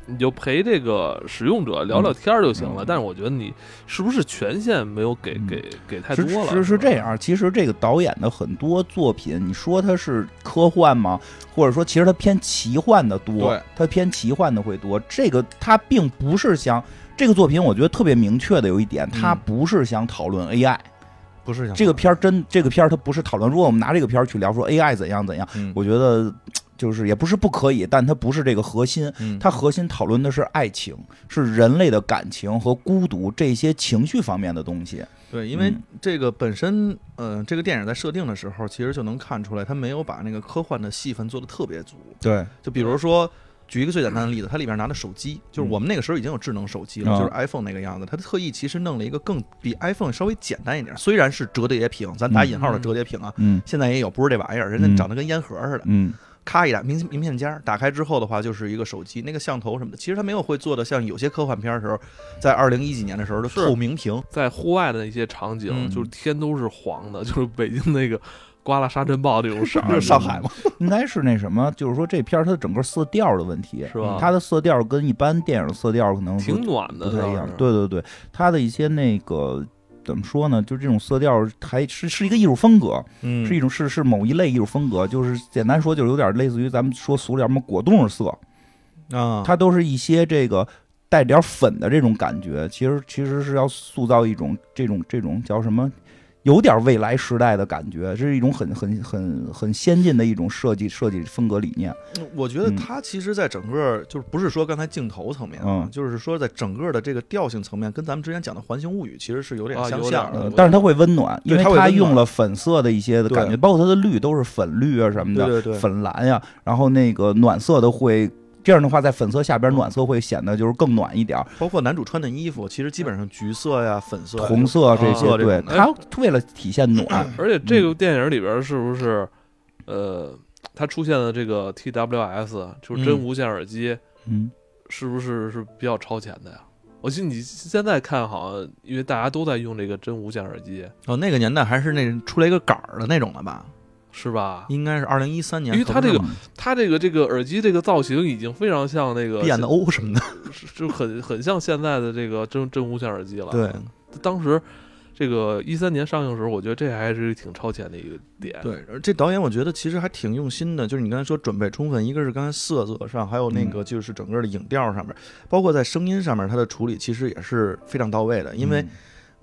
S1: 你就陪这个使用者聊聊天儿就行了，
S2: 嗯
S1: 但是我觉得你是不是权限没有给、
S2: 嗯
S1: 给给太
S2: 是
S1: 多了？
S2: 是是
S1: 吧
S2: 这，样，其实这个导演的很多作品，你说它是科幻吗？或者说，其实它偏奇幻的多
S3: 对，
S2: 它偏奇幻的会多。这个它并不是想这个作品，我觉得特别明确的有一点，它
S3: 嗯
S2: 不是想讨论 AI、
S3: 不是
S1: 啊
S3: 想
S2: 这个片儿真，这个片儿它不是讨论。如果我们拿这个片儿去聊说 AI 怎样怎样，
S3: 嗯
S2: 我觉得就是也不是不可以，但它不是这个核心。
S3: 嗯
S2: 它核心讨论的是爱情，是人类的感情和孤独这些情绪方面的东西。
S3: 对，因为
S2: 嗯
S3: 这个本身，呃，这个电影在设定的时候，其实就能看出来，它没有把那个科幻的戏份做得特别足。
S2: 对，
S3: 就比如说，举一个最简单的例子，它里边拿的手机，就是我们那个时候已经有智能手机
S2: 嗯
S3: 了，就是 iPhone 那个样子。它特意其实弄了一个更比 iPhone 稍微简单一点，虽然是折叠屏，咱打引号的折叠屏啊，
S2: 嗯
S3: 现在也有，不是这玩意儿，人家
S2: 嗯
S3: 长得跟烟盒似的，
S2: 嗯
S3: 咔一打名名片夹儿，打开之后的话就是一个手机，那个像头什么的，其实它没有会做的像有些科幻片儿的时候，在二零一几年的时候的
S1: 是
S3: 透明屏，
S1: 在户外的那些场景，
S3: 嗯
S1: 就是天都是黄的， *laughs* 就是北京那个刮了沙尘暴那种色
S2: *laughs*
S1: 儿，
S2: 嗯
S3: 上海嘛，
S2: 应该是那什么，就是说这片儿它的整个色调的问题，
S1: 是吧
S2: 它的色调跟一般电影的色调可能
S1: 挺暖
S2: 不
S1: 的，
S2: 太一
S1: 倒
S2: 样
S1: 是。
S2: 对对对，它的一些那个。怎么说呢？就这种色调还是是一个艺术风格，
S3: 嗯
S2: 是一种是是某一类艺术风格，就是简单说就是有点类似于咱们说俗点儿什么果冻色，
S3: 啊，
S2: 它都是一些这个带点儿粉的这种感觉，其实其实是要塑造一种这种这种叫什么有点未来时代的感觉，这是一种很很很很先进的一种设计设计风格理念。
S3: 我觉得
S2: 嗯
S3: 它其实，在整个就是不是说刚才镜头层面啊，
S2: 嗯
S3: 就是说在整个的这个调性层面，跟咱们之前讲的《环形物语》其实是有点
S1: 啊
S3: 相
S1: 有
S3: 像
S1: 点
S3: 的。
S1: 儿
S2: 呃
S1: 我，
S2: 但是它会温暖，因
S3: 嗯对
S2: 为
S3: 它会
S2: 它
S3: 温暖
S2: 用了粉色的一些的感觉，
S3: 对
S2: 包括它的绿都是粉绿啊什么
S3: 对
S2: 的，
S3: 对对，
S2: 粉蓝呀、然后那个暖色的会。这样的话，在粉色下边，暖色会显得就是更暖一点儿，
S3: 包括男主穿的衣服，其实基本上橘色呀、粉色呀、
S2: 红色这
S3: 啊
S2: 些，对
S3: 这种
S2: 它为了体现暖，
S1: 而且这个电影里边是不是，呃，它出现的这个 TWS 就是真
S3: 嗯
S1: 无线耳机，
S2: 嗯，
S1: 是不是是比较超前的呀？我记得你现在看好像，因为大家都在用这个真无线耳机，
S3: 哦，那个年代还是那出来一个杆儿的那种了吧？
S1: 是吧？
S2: 嗯
S3: 应该是二零一三年，
S1: 因为它这个
S3: 可能
S1: 它这个这个耳机这个造型已经非常像那个
S3: 是变的欧什么的，
S1: 是就很很像现在的这个真真无线耳机了。，
S3: 对
S1: 当时这个一三年上映的时候，我觉得这还是挺超前的一个点。，
S3: 对。而这导演我觉得其实还挺用心的，就是你刚才说准备充分，一个是刚才色泽上，还有那
S2: 嗯
S3: 个就是整个的影调上面，包括在声音上面，它的处理其实也是非常到位的，因为。
S2: 嗯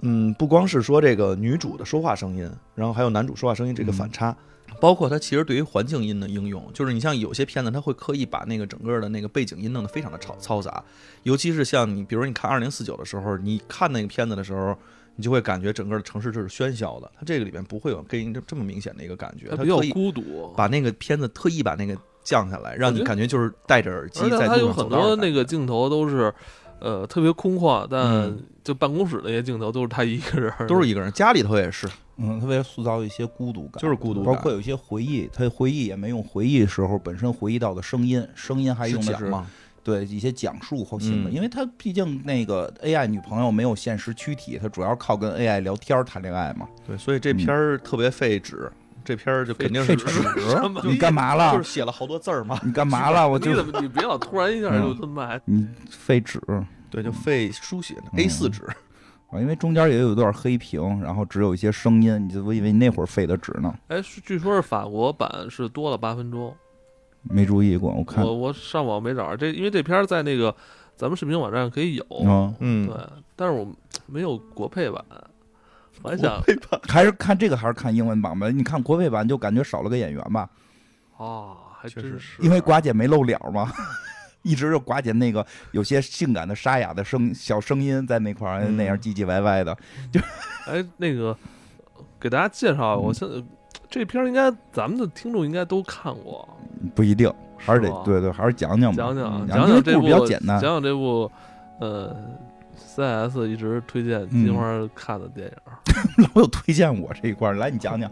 S3: 嗯，不光是说这个女主的说话声音，然后还有男主说话声音这个反
S1: 嗯
S3: 差，包括它其实对于环境音的应用，就是你像有些片子，它会刻意把那个整个的那个背景音弄得非常的嘈嘈杂，尤其是像你，比如你看《二零四九》的时候，你看那个片子的时候。你就会感觉整个的城市这是喧嚣的，它这个里面不会有给你这这么明显的一个感觉，
S1: 它
S3: 它
S1: 比较
S3: 特意
S1: 孤独，
S3: 把那个片子特意把那个降下来，让
S1: 我觉
S3: 你
S1: 得
S3: 感觉就是戴着耳机
S1: 而且
S3: 在
S1: 它
S3: 路
S1: 有
S3: 上
S1: 很
S3: 走道
S1: 多
S3: 的感
S1: 那个
S3: 觉
S1: 镜头都是，呃，特别空旷，但
S3: 嗯
S1: 就办公室那些镜头都是他一个人儿，
S3: *laughs* 都是一个人，家里头也是，
S2: 嗯，他为了塑造一些孤独感，
S3: 就是孤独
S2: 包
S3: 感
S2: 括有一些回忆，他回忆也没用回忆时候本身回忆到的声音，声音还
S3: 是
S2: 用的
S3: 讲
S2: 是
S3: 嘛，
S2: 对一些讲述或性的，
S3: 嗯
S2: 因为他毕竟那个 AI 女朋友没有现实躯体，他主要靠跟 AI 聊天儿谈恋爱嘛，
S3: 对，所以这片儿特别费纸，这片儿就肯定是
S2: 费纸啊嗯
S1: 什么
S2: 你干嘛了
S3: 就是？写了好多字儿嗯嘛，
S2: 你干嘛了？
S1: *laughs*
S2: 我
S1: 你
S2: 就
S1: 怎么你别老突然一下就他妈还
S2: 你废纸。
S3: *laughs* 对，就费书写
S2: 嗯
S3: A 四纸，
S2: 啊，因为中间也有一段黑屏，然后只有一些声音，你就以为你那会儿废的纸呢，
S1: 哎，是据说是法国版是多了八分钟，
S2: 没注意过。我看，
S1: 我我上网没找着这，因为这片儿在那个咱们视频网站可以有，
S2: 嗯，
S3: 嗯
S1: 对，但是我没有国配版，我还想
S2: 还是看这个还是看英文版吧。你看国配版就感觉少了个演员吧，
S1: 哦，还
S3: 确
S1: 真
S3: 实
S1: 是，
S2: 因为寡姐没露脸嘛， *laughs* 一直就寡姐那个有些性感的沙哑的声小声音在那块儿
S3: 嗯
S2: 那样唧唧歪歪的，
S1: 哎，那个给大家介绍，
S2: 嗯
S1: 我现在这片儿应该咱们的听众应该都看过，
S2: 不一定，还是
S1: 嗯是
S2: 得
S1: 吧
S2: 对对，还是讲讲吧
S1: 讲。讲
S2: 嗯
S1: 讲
S2: 因
S1: 讲
S2: 为故
S1: 这
S2: 事
S1: 部
S2: 比较简单
S1: 讲讲这部呃 CS 一直推荐金花看的电影，
S2: *laughs* 老有推荐我这一块儿，来你讲讲。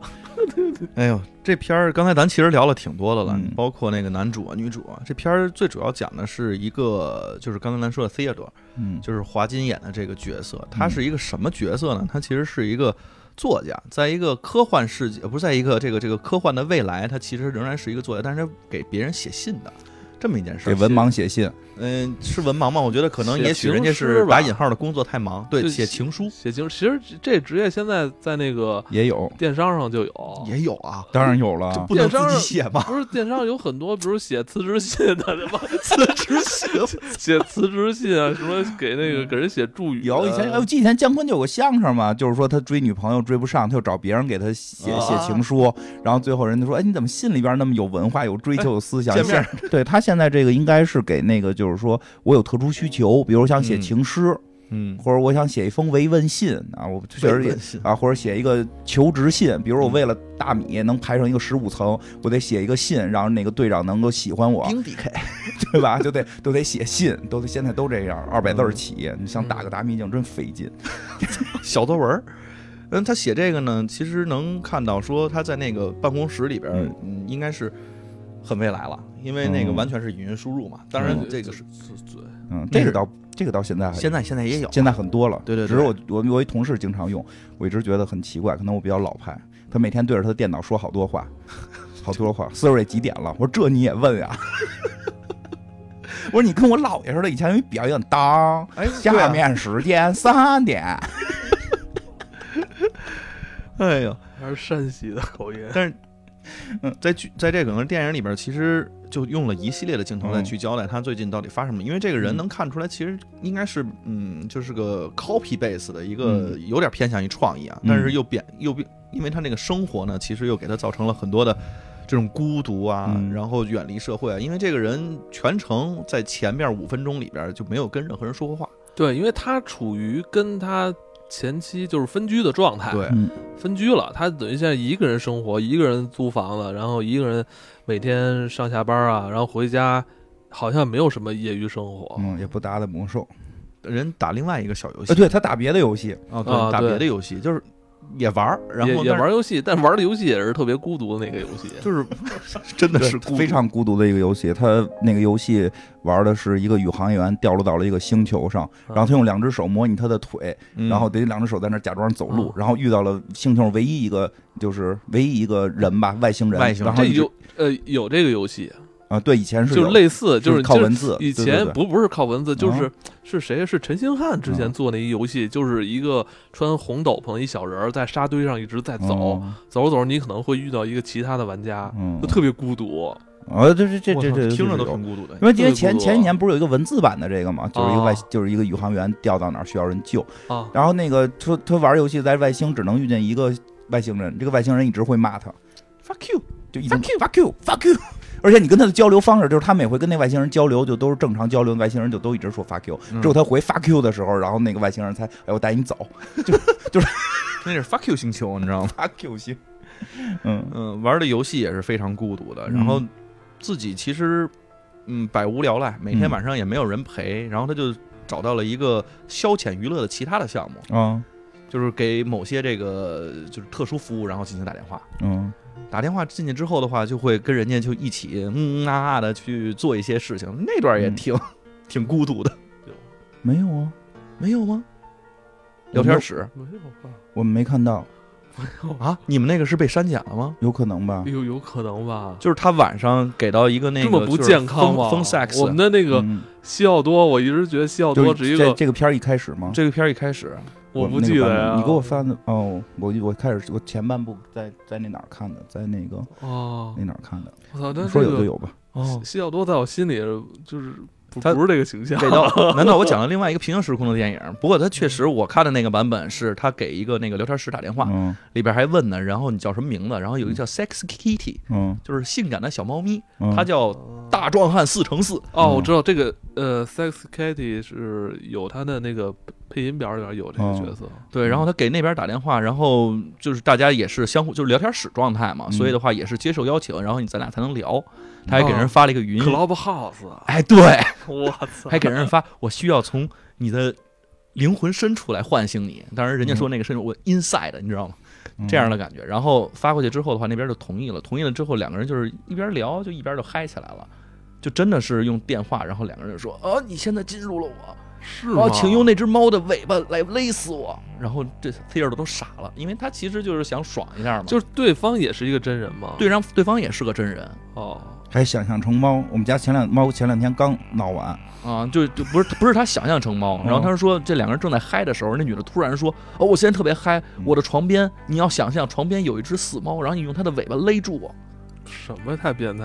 S3: 哎呦，这片儿刚才咱其实聊了挺多的了，
S2: 嗯
S3: 包括那个男主啊、女主啊，这片儿最主要讲的是一个，就是刚才咱说的 Theodore，
S1: *laughs*
S2: 嗯，
S3: 就是华金演的这个角色，他是一个什么角色呢？他其实是一个。作家在一个科幻世界，呃不是在一个这个这个科幻的未来，他其实仍然是一个作家，但是他给别人写信的这么一件事
S2: 给
S3: 儿。
S2: 文盲写信，
S3: 嗯，是文盲吗？我觉得可能
S1: 写
S3: 也许
S1: 情
S3: 人家
S1: 诗
S3: 是
S1: 吧
S3: 打引号的工作太忙，对，
S1: 就
S3: 写情书
S1: 写
S2: 嗯
S1: 情，其实这职业现在在那个
S2: 也有，
S1: 电商上就有，
S3: 也有啊，
S2: 当然有
S3: 这
S2: 了。
S3: 不能
S1: 电商
S3: 自己
S1: 上
S3: 写吗？
S1: 不是电商有很多，比如写辞职信的，对
S2: *laughs*
S1: 吧？
S3: 辞职信， *laughs*
S1: 写辞职信啊，什么给那个给人写祝语啊，
S2: 嗯有以前，哎，
S3: 呃
S2: 我记得以前姜昆就有个相声嘛，就是说他追女朋友追不上，他就找别人给他写
S3: 啊
S2: 写情书，然后最后人家说，哎，你怎么信里边那么有文化、有追求、有思想？
S3: *laughs* 见面
S2: 现对他现在这个应该是给那个，就是说我有特殊需求，比如我想写
S3: 嗯
S2: 情诗，
S3: 嗯，
S2: 或者我想写一封慰问信啊，我确实也
S3: *laughs* 信。
S2: 啊，或者写一个求职信，比如我
S3: 嗯
S2: 为了大米能排上一个十五层，我得写一个信，让那个队长能够喜欢我，
S3: 冰 DK，
S2: 对吧？就得都得写信，都得现在都这样，二百字儿
S3: 嗯
S2: 起，你想打个大秘境真费劲。
S3: *laughs* 小作文儿。嗯，他写这个呢，其实能看到说他在那个办公室里边儿，嗯，应该是很未来了，因为那个
S2: 嗯
S3: 完全是语音输入嘛。当
S1: 对
S3: 然
S2: 哦
S1: 对
S3: 这个
S1: 对
S3: 是
S1: 对
S2: 嗯，
S3: 那
S2: 这个
S3: 是
S2: 到这个到现在还
S3: 嗯现在现在也有，
S2: 现在很多了，
S3: 对对对
S2: 只是我我我一同事经常用，我一直觉得很奇怪，可能我比较老派，他每天对着他的电脑说好多话，好多话。Siri 几点了？我说这你也问呀？ *laughs* 我说你跟我姥爷似的，以前有一表演当，
S3: 哎，对
S2: 下
S3: 啊
S2: 面时间三点。
S3: 哎呦，啊
S1: 还是山西的口音。
S3: 哎但是，嗯，在剧在这个可能电影里边，其实就用了一系列的镜头来
S2: 嗯
S3: 去交代他最近到底发生什么，因为这个人
S2: 嗯
S3: 能看出来，其实应该是嗯，就是个 copy base 的一个
S2: 嗯
S3: 有点偏向于创意啊，
S2: 嗯
S3: 但是又变又变，因为他那个生活呢，其实又给他造成了很多的这种孤独啊，
S2: 嗯
S3: 然后远离社会啊，因为这个人全程在前面五分钟里边就没有跟任何人说过话，
S1: 对，因为他处于跟他前妻就是分居的状态，
S3: 对哦
S2: 嗯
S1: 分居了，他等于现在一个人生活，一个人租房子，然后一个人每天上下班啊，然后回家，好像没有什么业余生活。
S2: 嗯，也不打打魔兽，
S3: 人打另外一个小游戏
S2: 呃，，对他打别的游戏，
S3: 啊，
S1: 啊
S3: 对，打
S1: 对
S3: 别的游戏就是也玩儿，然
S1: 也
S3: 后
S1: 也
S3: 但是
S1: 玩游戏，但玩的游戏也是特别孤独的那个游戏。
S2: 嗯
S3: 就是真的
S2: 对
S3: 是孤独
S2: 非常孤独的一个游戏。他那个游戏玩的是一个宇航员掉落到了一个星球上，
S1: 嗯
S3: 啊
S2: 然后他用两只手模拟他的腿，
S3: 嗯
S2: 然后得两只手在那儿假装走路
S1: 嗯，
S2: 然后遇到了星球唯一一个就是唯一一个人吧，外星人，
S3: 外星人
S2: 然后
S1: 这
S2: 一直
S1: 有呃有这个游戏，
S2: 啊，对，以前是
S1: 就
S2: 有
S1: 类似
S2: 就
S1: 就是
S2: 靠
S1: 就是
S2: 文字，
S1: 以
S2: 对
S1: 前
S2: 对对
S1: 不不是靠文字，就
S2: 啊
S1: 是是谁？是陈星汉之前
S2: 嗯
S1: 做那一游戏，就是一个穿红斗篷一小人儿在沙堆上一直在走，
S2: 哦
S1: 走着走着你可能会遇到一个其他的玩家，
S2: 嗯
S1: 就，特别孤独。
S2: 啊，这这这
S3: 我
S2: 这
S3: 操
S2: 这
S3: 听
S2: 这
S3: 着都
S2: 有
S3: 挺孤独的。
S2: 因
S1: 特
S2: 为因
S1: 别
S2: 为前
S1: 孤独啊
S2: 前一年不是有一个文字版的这个嘛，就是一个外
S1: 哦，
S2: 就是一个宇航员掉到哪儿需要人救，
S1: 啊，
S2: 然后那个他他玩游戏在外星只能遇见一个外星人，这个外星人一直会骂他
S3: Fuck you！
S2: 就一直 fuck you fuck you fuck you，而且你跟他的交流方式就是他每回跟那外星人交流就都是正常交流，外星人就都一直说 fuck you，
S3: 嗯
S2: 只有他回 fuck you 的时候，然后那个外星人才哎我带你走，就就是
S3: 那是 Fuck you 星球，你知道吗？
S2: fuck you 星， *laughs* 嗯
S3: 嗯，玩的游戏也是非常孤独的，
S2: 嗯
S3: 然后自己其实嗯百无聊赖，每
S1: 嗯
S3: 天晚上也没有人陪，然后他就找到了一个消遣娱乐的其他的项目，
S2: 啊
S3: 就是给某些这个就是特殊服务，然后进行打电话。
S2: 嗯
S3: 打电话进去之后的话，就会跟人家就一起嗯嗯啊啊的去做一些事情，那段
S1: 嗯
S3: 也挺、挺孤独的，
S2: 没有啊，
S3: 没有吗？聊天室
S1: 没有吧？
S2: 我们没看到，
S3: 啊，你们那个是被删减了吗？
S2: 有可能吧？
S1: 有有可能吧？
S3: 就是他晚上给到一个那个
S1: 这么不健康吗？
S3: 风 sex，
S1: 我们的那个
S2: 嗯
S1: 西奥多，我一直觉得西奥多
S2: 就是
S1: 一
S2: 这
S1: 个，
S2: 这个片儿一开始吗？
S3: 这个片儿一开始，
S1: 我不
S2: 那个
S1: 记得
S2: 版本
S1: 呀。
S2: 你给我翻的哦，我我开始我前半部在在那哪儿看的，在那个
S1: 哦，
S2: 那哪儿看的，
S1: 我操，
S2: 你
S1: 那
S2: 嗯说
S1: 这
S2: 有就
S1: 个
S2: 有吧。
S3: *laughs* 哦，
S1: 西奥多在我心里就是不
S3: 他
S1: 不是这个形象，
S3: 给
S2: *laughs*
S3: 到难道我讲了另外一个平行时空的电影？不过他确实我看的那个版本是他给一个那个聊天室打电话，
S2: 嗯
S3: 里边还问呢，然后你叫什么名字？然后有一个叫 Sex Kitty，
S2: 嗯，
S3: 就是性感的小猫咪，
S2: 嗯
S3: 它叫大壮汉四乘四。
S1: 哦，
S2: 嗯
S1: 我知道这个，呃，Sex Kitty 是有他的那个配音表里边有这
S2: 哦
S1: 个角色，
S3: 对，然后他给那边打电话，然后就是大家也是相互就是聊天室状态嘛，
S2: 嗯
S3: 所以的话也是接受邀请，然后你咱俩才能聊。他还给
S1: 哦
S3: 人发了一个语音，
S1: Clubhouse，
S3: 哎，对，
S1: 我操，
S3: 还给人发，我需要从你的灵魂深处来唤醒你。当然，
S2: 嗯
S3: 人家说那个深处，我 inside 的，你知道吗？这样
S2: 的
S3: 的感觉。然后发过去之后的话，那边就同意了。同意了之后，两个人就是一边聊，就一边就嗨起来了。就真的是用电话，然后两个人就说：“啊，你现在进入了我，
S1: 是
S3: 然后
S1: 吗？
S3: 请用那只猫的尾巴来勒死我。”然后这 t h e o 都傻了，因为他其实就是想爽一下嘛。
S1: 就是对方也是一个真人吗？，
S3: 对让对方也是个真人
S1: 哦，
S2: 还想象成猫，我们家前两猫前两天刚闹完，
S3: 啊，就就不是不是他想象成猫。
S2: 嗯
S3: 然后他说，这两个人正在嗨的时候，那女的突然说：“哦，我现在特别嗨，我的床边，你要想象床边有一只死猫，然后你用它的尾巴勒住我。
S1: 什么太变态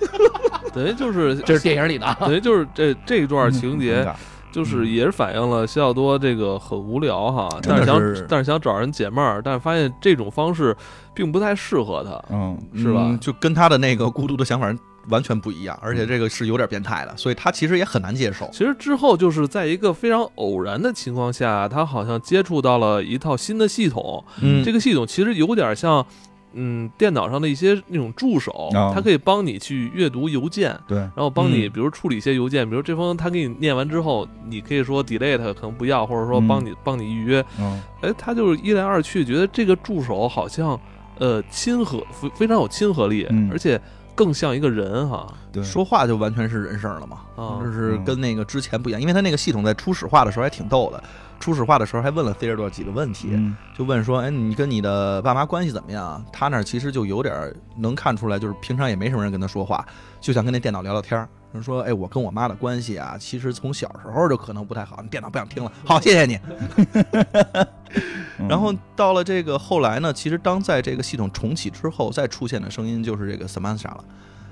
S3: *laughs*
S1: 了，等于就是”
S3: 这是电影里的啊，
S1: 等于就是这这一段情
S2: 嗯很
S1: 节
S2: 尴尬
S1: 就是也是反映了西奥多这个很无聊哈，
S3: 真
S1: 但
S3: 的
S1: 是
S3: 是
S1: 想但是想找人解闷儿，但是发现这种方式并不太适合他。
S2: 嗯，
S1: 是吧嗯
S3: 嗯就跟他的那个孤独的想法完全不一样，而且这个是有点变态的，所以他其实也很难接受。
S1: 其实之后就是在一个非常偶然的情况下，他好像接触到了一套新的系统。
S3: 嗯
S1: 这个系统其实有点像，嗯，电脑上的一些那种助手，
S3: 哦
S2: 啊
S1: 它可以帮你去阅读邮件，
S2: 对，
S1: 然后帮你
S3: 嗯
S1: 比如处理一些邮件，比如这封他给你念完之后，你可以说 delete 可能不要，或者说帮你、帮你预约。
S2: 嗯
S1: 哎，他就是一来二去，觉得这个助手好像，呃，亲和非非常有亲和力，
S2: 嗯
S1: 而且更像一个人哈
S2: 对，
S3: 说话就完全是人声了嘛，
S1: 啊
S3: 就。是跟那个之前不一样，因为他那个系统在初始化的时候还挺逗的。初始化的时候还问了菲尔多几个问题，
S2: 嗯
S3: 就问说：“哎，你跟你的爸妈关系怎么样啊？”他那儿其实就有点儿能看出来，就是平常也没什么人跟他说话，就想跟那电脑聊聊天儿。人说：“哎，我跟我妈的关系啊，其实从小时候就可能不太好，你电脑不想听了，好，谢谢你。”
S2: 嗯
S3: *laughs* 然后到了这个后来呢，其实当在这个系统重启之后，再出现的声音就是这个 Samantha 了。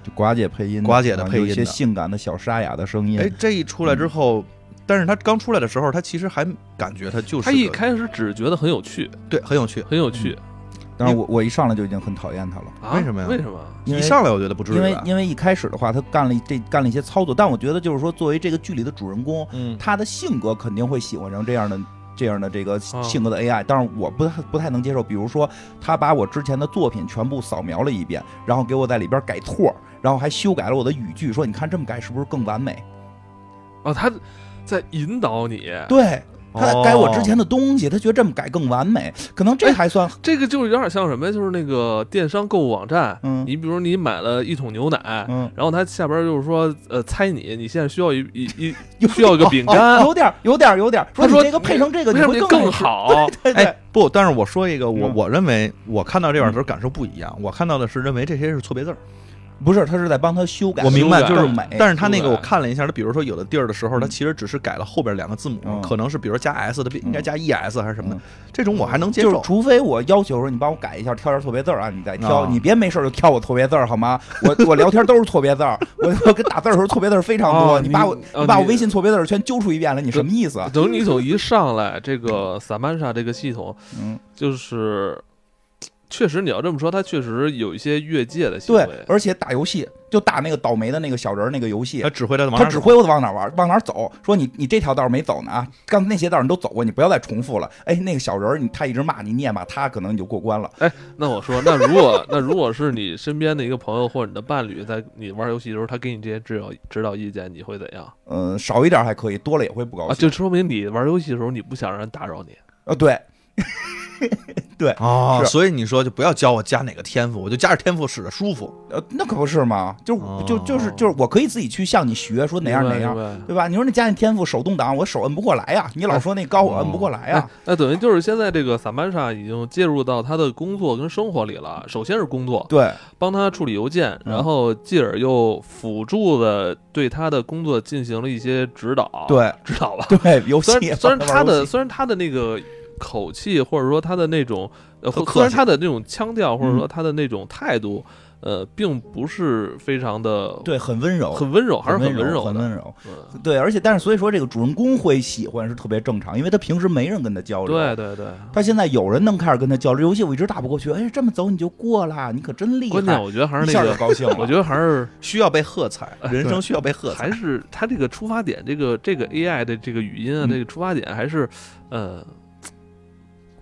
S2: 就寡姐配音的，
S3: 寡姐的
S2: 啊
S3: 配
S2: 有
S3: 音
S2: 一些
S3: 的
S2: 性感的小沙哑的声音
S3: 哎，，这一出来之后，但是他刚出来的时候，他其实还感觉他就是
S1: 他一
S3: 个
S1: 开始只觉得很有趣，
S3: 对很有趣。
S1: 很有趣
S2: 但是我我一上来就已经很讨厌他了，
S1: 啊？
S3: 嗯为什么呀
S1: 为什么？
S2: 因
S3: 一
S2: 为
S3: 上来我觉得不至于
S2: 因为
S3: 吧，
S2: 因为一开始的话，他干了一这干了一些操作，但我觉得就是说，作为这个剧里的主人公，
S1: 嗯，
S2: 他的性格肯定会喜欢上这样的这样的这个
S1: 哦
S2: 性格的 AI，但是我不太不太能接受。比如说，他把我之前的作品全部扫描了一遍，然后给我在里边改错，然后还修改了我的语句，说你看这么改是不是更完
S1: 嗯
S2: 美？
S1: 哦，他在引导你，
S2: 对。他
S3: 哦
S2: 改我之前的东西，他觉得这么改更完美，可能这还算
S1: 这个就是有点像什么呀？就是那个电商购物网站，
S2: 嗯
S1: 你比如你买了一桶牛奶， *laughs*
S2: 嗯，
S1: 然后他下边就是说，呃，猜你你现在需要一一一
S2: 有哦
S1: 需要一个饼干，
S2: 有点儿有点儿有点儿，
S1: 他
S2: 你
S1: 说
S2: 这个配成这个
S1: 为
S2: 你
S1: 什么
S2: 会
S1: 你
S2: 更
S1: 更
S2: 爱吃，
S1: 好？ *laughs*
S2: 对对
S3: *laughs* 哎，不，但是我说一个，我
S2: 嗯
S3: 我认为我看到这玩意儿的时候感受不一样。我看到的是认为这些是错别字儿，
S2: 不是，他是在帮他修改，
S3: 我明白，就是
S2: 更美，
S3: 但是他那个
S1: 对
S3: 我看了一下，他比如说有的地儿的时候，
S2: 哎嗯
S3: 他其实只是改了后边两个字母，
S2: 嗯
S3: 可能是比如加 s 的，应该加 e s 还是什么的
S2: 嗯，
S3: 这种我还能接
S2: 就是
S3: 受。
S2: 除非我要求说你帮我改一下，挑点错别字儿啊，你再挑，
S3: 啊
S2: 你别没事儿就挑我错别字儿好吗？我我聊天都是错别字儿，我我跟打字儿的时候错别字儿非常多，
S1: 哦
S2: 你把我
S1: 你哦
S2: 你把我
S1: 你
S2: 微信错别字儿全揪出一遍来，你什么意思？啊？
S1: 等你从一上来，这个萨曼莎这个系统
S2: 嗯，
S1: 就是，确实你要这么说，它确实有一些越界的行
S2: 对
S1: 为，。
S2: 而且打游戏就打那个倒霉的那个小人儿那个游戏
S3: 他。指挥他往哪
S2: 他
S3: 儿
S2: 指挥我往哪儿玩，往哪儿走，说你你这条道儿没走呢啊，刚才那些道儿你都走过，你不要再重复了。哎，那个小人儿，你他一直骂你，你也骂他，可能你就过关了。
S1: 那我说，那如果 *laughs* 那如果是你身边的一个朋友或者你的伴侣，在你玩游戏的时候，他给你这些指导指导意见，你会怎样
S2: 嗯，少一点儿还可以，多了也会不高
S1: 啊？
S2: 兴。
S1: 就说明你玩游戏的时候，你不想让人打扰你。
S3: 啊
S2: 呃，对，
S3: 哦，
S2: 是
S3: 所以你说就不要教我加哪个天赋，我就加着天赋使着舒服。
S2: 呃，那可不是嘛，就是
S3: 哦
S2: 就就是就是，我可以自己去向你学，说哪样哪
S1: 明白
S2: 样，
S1: 明白
S2: 对吧？你说那加你天赋手动挡，我手摁不过来呀，你老说那高我摁不过来呀
S1: 哎，，那 *laughs* 等于就是现在这个萨曼莎已经介入到他的工作跟生活里了。首先是工作，
S2: 对，
S1: 帮他处理邮件，
S2: 嗯
S1: 然后继而又辅助的对他的工作进行了一些指导，
S2: 对
S1: 指导
S2: *laughs*
S1: 吧。
S2: 对，游戏
S1: 虽然虽然
S2: 玩
S1: 他
S2: 游
S1: 的
S2: 戏
S1: 虽然他的那个口气，或者说他的那种呃，
S2: 和
S1: 或
S2: 客气
S1: 虽然他的那种腔调，或者
S2: 嗯
S1: 说他的那种态度，呃，并不是非常的
S2: 对很温柔，
S1: 很温柔，还是
S2: 很
S1: 温
S2: 柔，
S1: 柔
S2: 很
S1: 的。
S2: 温柔。
S1: 嗯
S2: 对，而且但是所以说这个主人公会喜欢是特别正常，因为他平时没人跟他交流。
S1: 对对对，
S2: 他现在有人能开始跟他交流，游戏我一直打不过去，哎，这么走你就过了，你可真厉害，
S1: 关键我觉得还是
S2: 一
S1: 那
S2: 下就
S1: 个，
S2: 高兴了。
S1: 我觉得还是
S3: 需要被喝彩，
S2: 啊
S3: 人生需要被喝彩。
S1: 还是他这个出发点，这个这个 AI 的这个语音啊，
S2: 嗯
S1: 这个出发点还是，呃，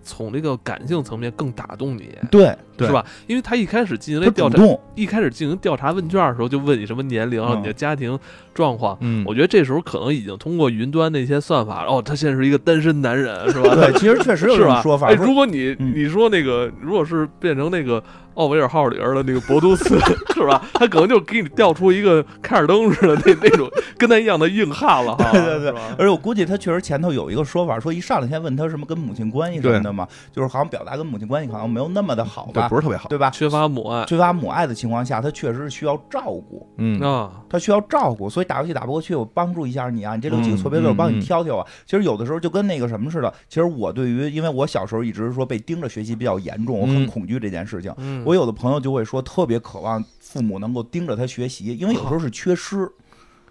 S1: 从这个感性层面更打动你，
S2: 对，
S3: 对
S1: 是吧？因为他一开始进行
S2: 他
S1: 了调
S2: 主
S1: 查，
S2: 动，
S1: 一开始进行调查问卷的时候，就问你什么年龄、啊，
S2: 嗯
S1: 你的家庭状况。
S3: 嗯
S1: 我觉得这时候可能已经通过云端那些算法，哦，他现在是一个单身男人，是吧？
S2: 对，
S1: *laughs*
S2: 其实确实有
S1: 是
S2: 这
S1: 吧
S2: 种？说法，
S1: 哎，
S2: 说
S1: 如果你
S2: 嗯
S1: 你说那个，如果是变成那个奥维尔号里边的那个博多斯， *laughs* 是吧？他可能就给你调出一个凯尔登似的那那种跟他一样的硬汉了哈。
S2: *laughs* 对对对
S1: 是吧
S2: 而且我估计他确实前头有一个说法，说一上来先问他什么跟母亲关系什么的嘛，就是好像表达跟母亲关系好像没有那么的好
S3: 对
S2: 吧，
S3: 不是特别好。
S2: 对吧？
S1: 缺乏母爱
S2: 缺乏母爱的情况下，他确实是需要照顾，
S3: 嗯
S1: 啊，
S2: 他需要照顾，所以打游戏打不过去，我帮助一下你啊，你这六几个
S3: 嗯
S2: 错别字，我帮
S3: 嗯
S2: 你挑挑啊。其实有的时候就跟那个什么似的，其实我对于，因为我小时候一直说被盯着学习比较严重，我
S3: 嗯
S2: 很恐惧这件事情。
S1: 嗯，
S2: 我有的朋友就会说，特别渴望父母能够盯着他学习，因为有时候是缺失，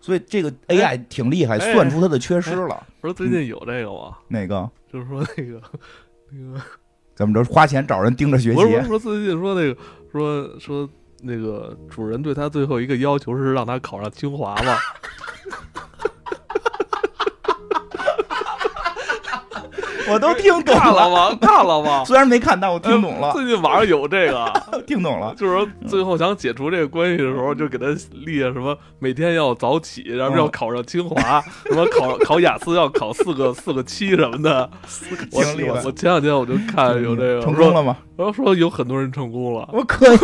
S2: 所以这个 AI 挺厉害，
S1: 哎
S2: 算出他的缺失了。
S3: 哎
S1: 不是最近有这个吗？
S2: 哪个？
S1: 就是说那个那个。
S2: 怎么着？花钱找人盯着学
S1: 不是不是
S2: 习？
S1: 说最近说那个说说那个主人对他最后一个要求是让他考上清华
S2: *laughs*
S1: 嘛？
S2: 我都 *laughs* 听懂
S1: 看了
S2: 了，
S1: 吗？看了
S2: *laughs*
S1: 吗？
S2: 虽然没看，但我听懂了，
S1: 最近网上有这个，啊
S2: 听懂了。
S1: 就是说最后想解除这个关系的时候，就给他立下什么每天要早起，然后
S2: 嗯
S1: 要考上清华，什么考考雅思要考四个四个七什么的。我
S2: 经历了
S1: 我前两天我就看有哎这个，
S2: 嗯成功了吗？
S1: 然后说有很多人成功了。
S2: 我可以，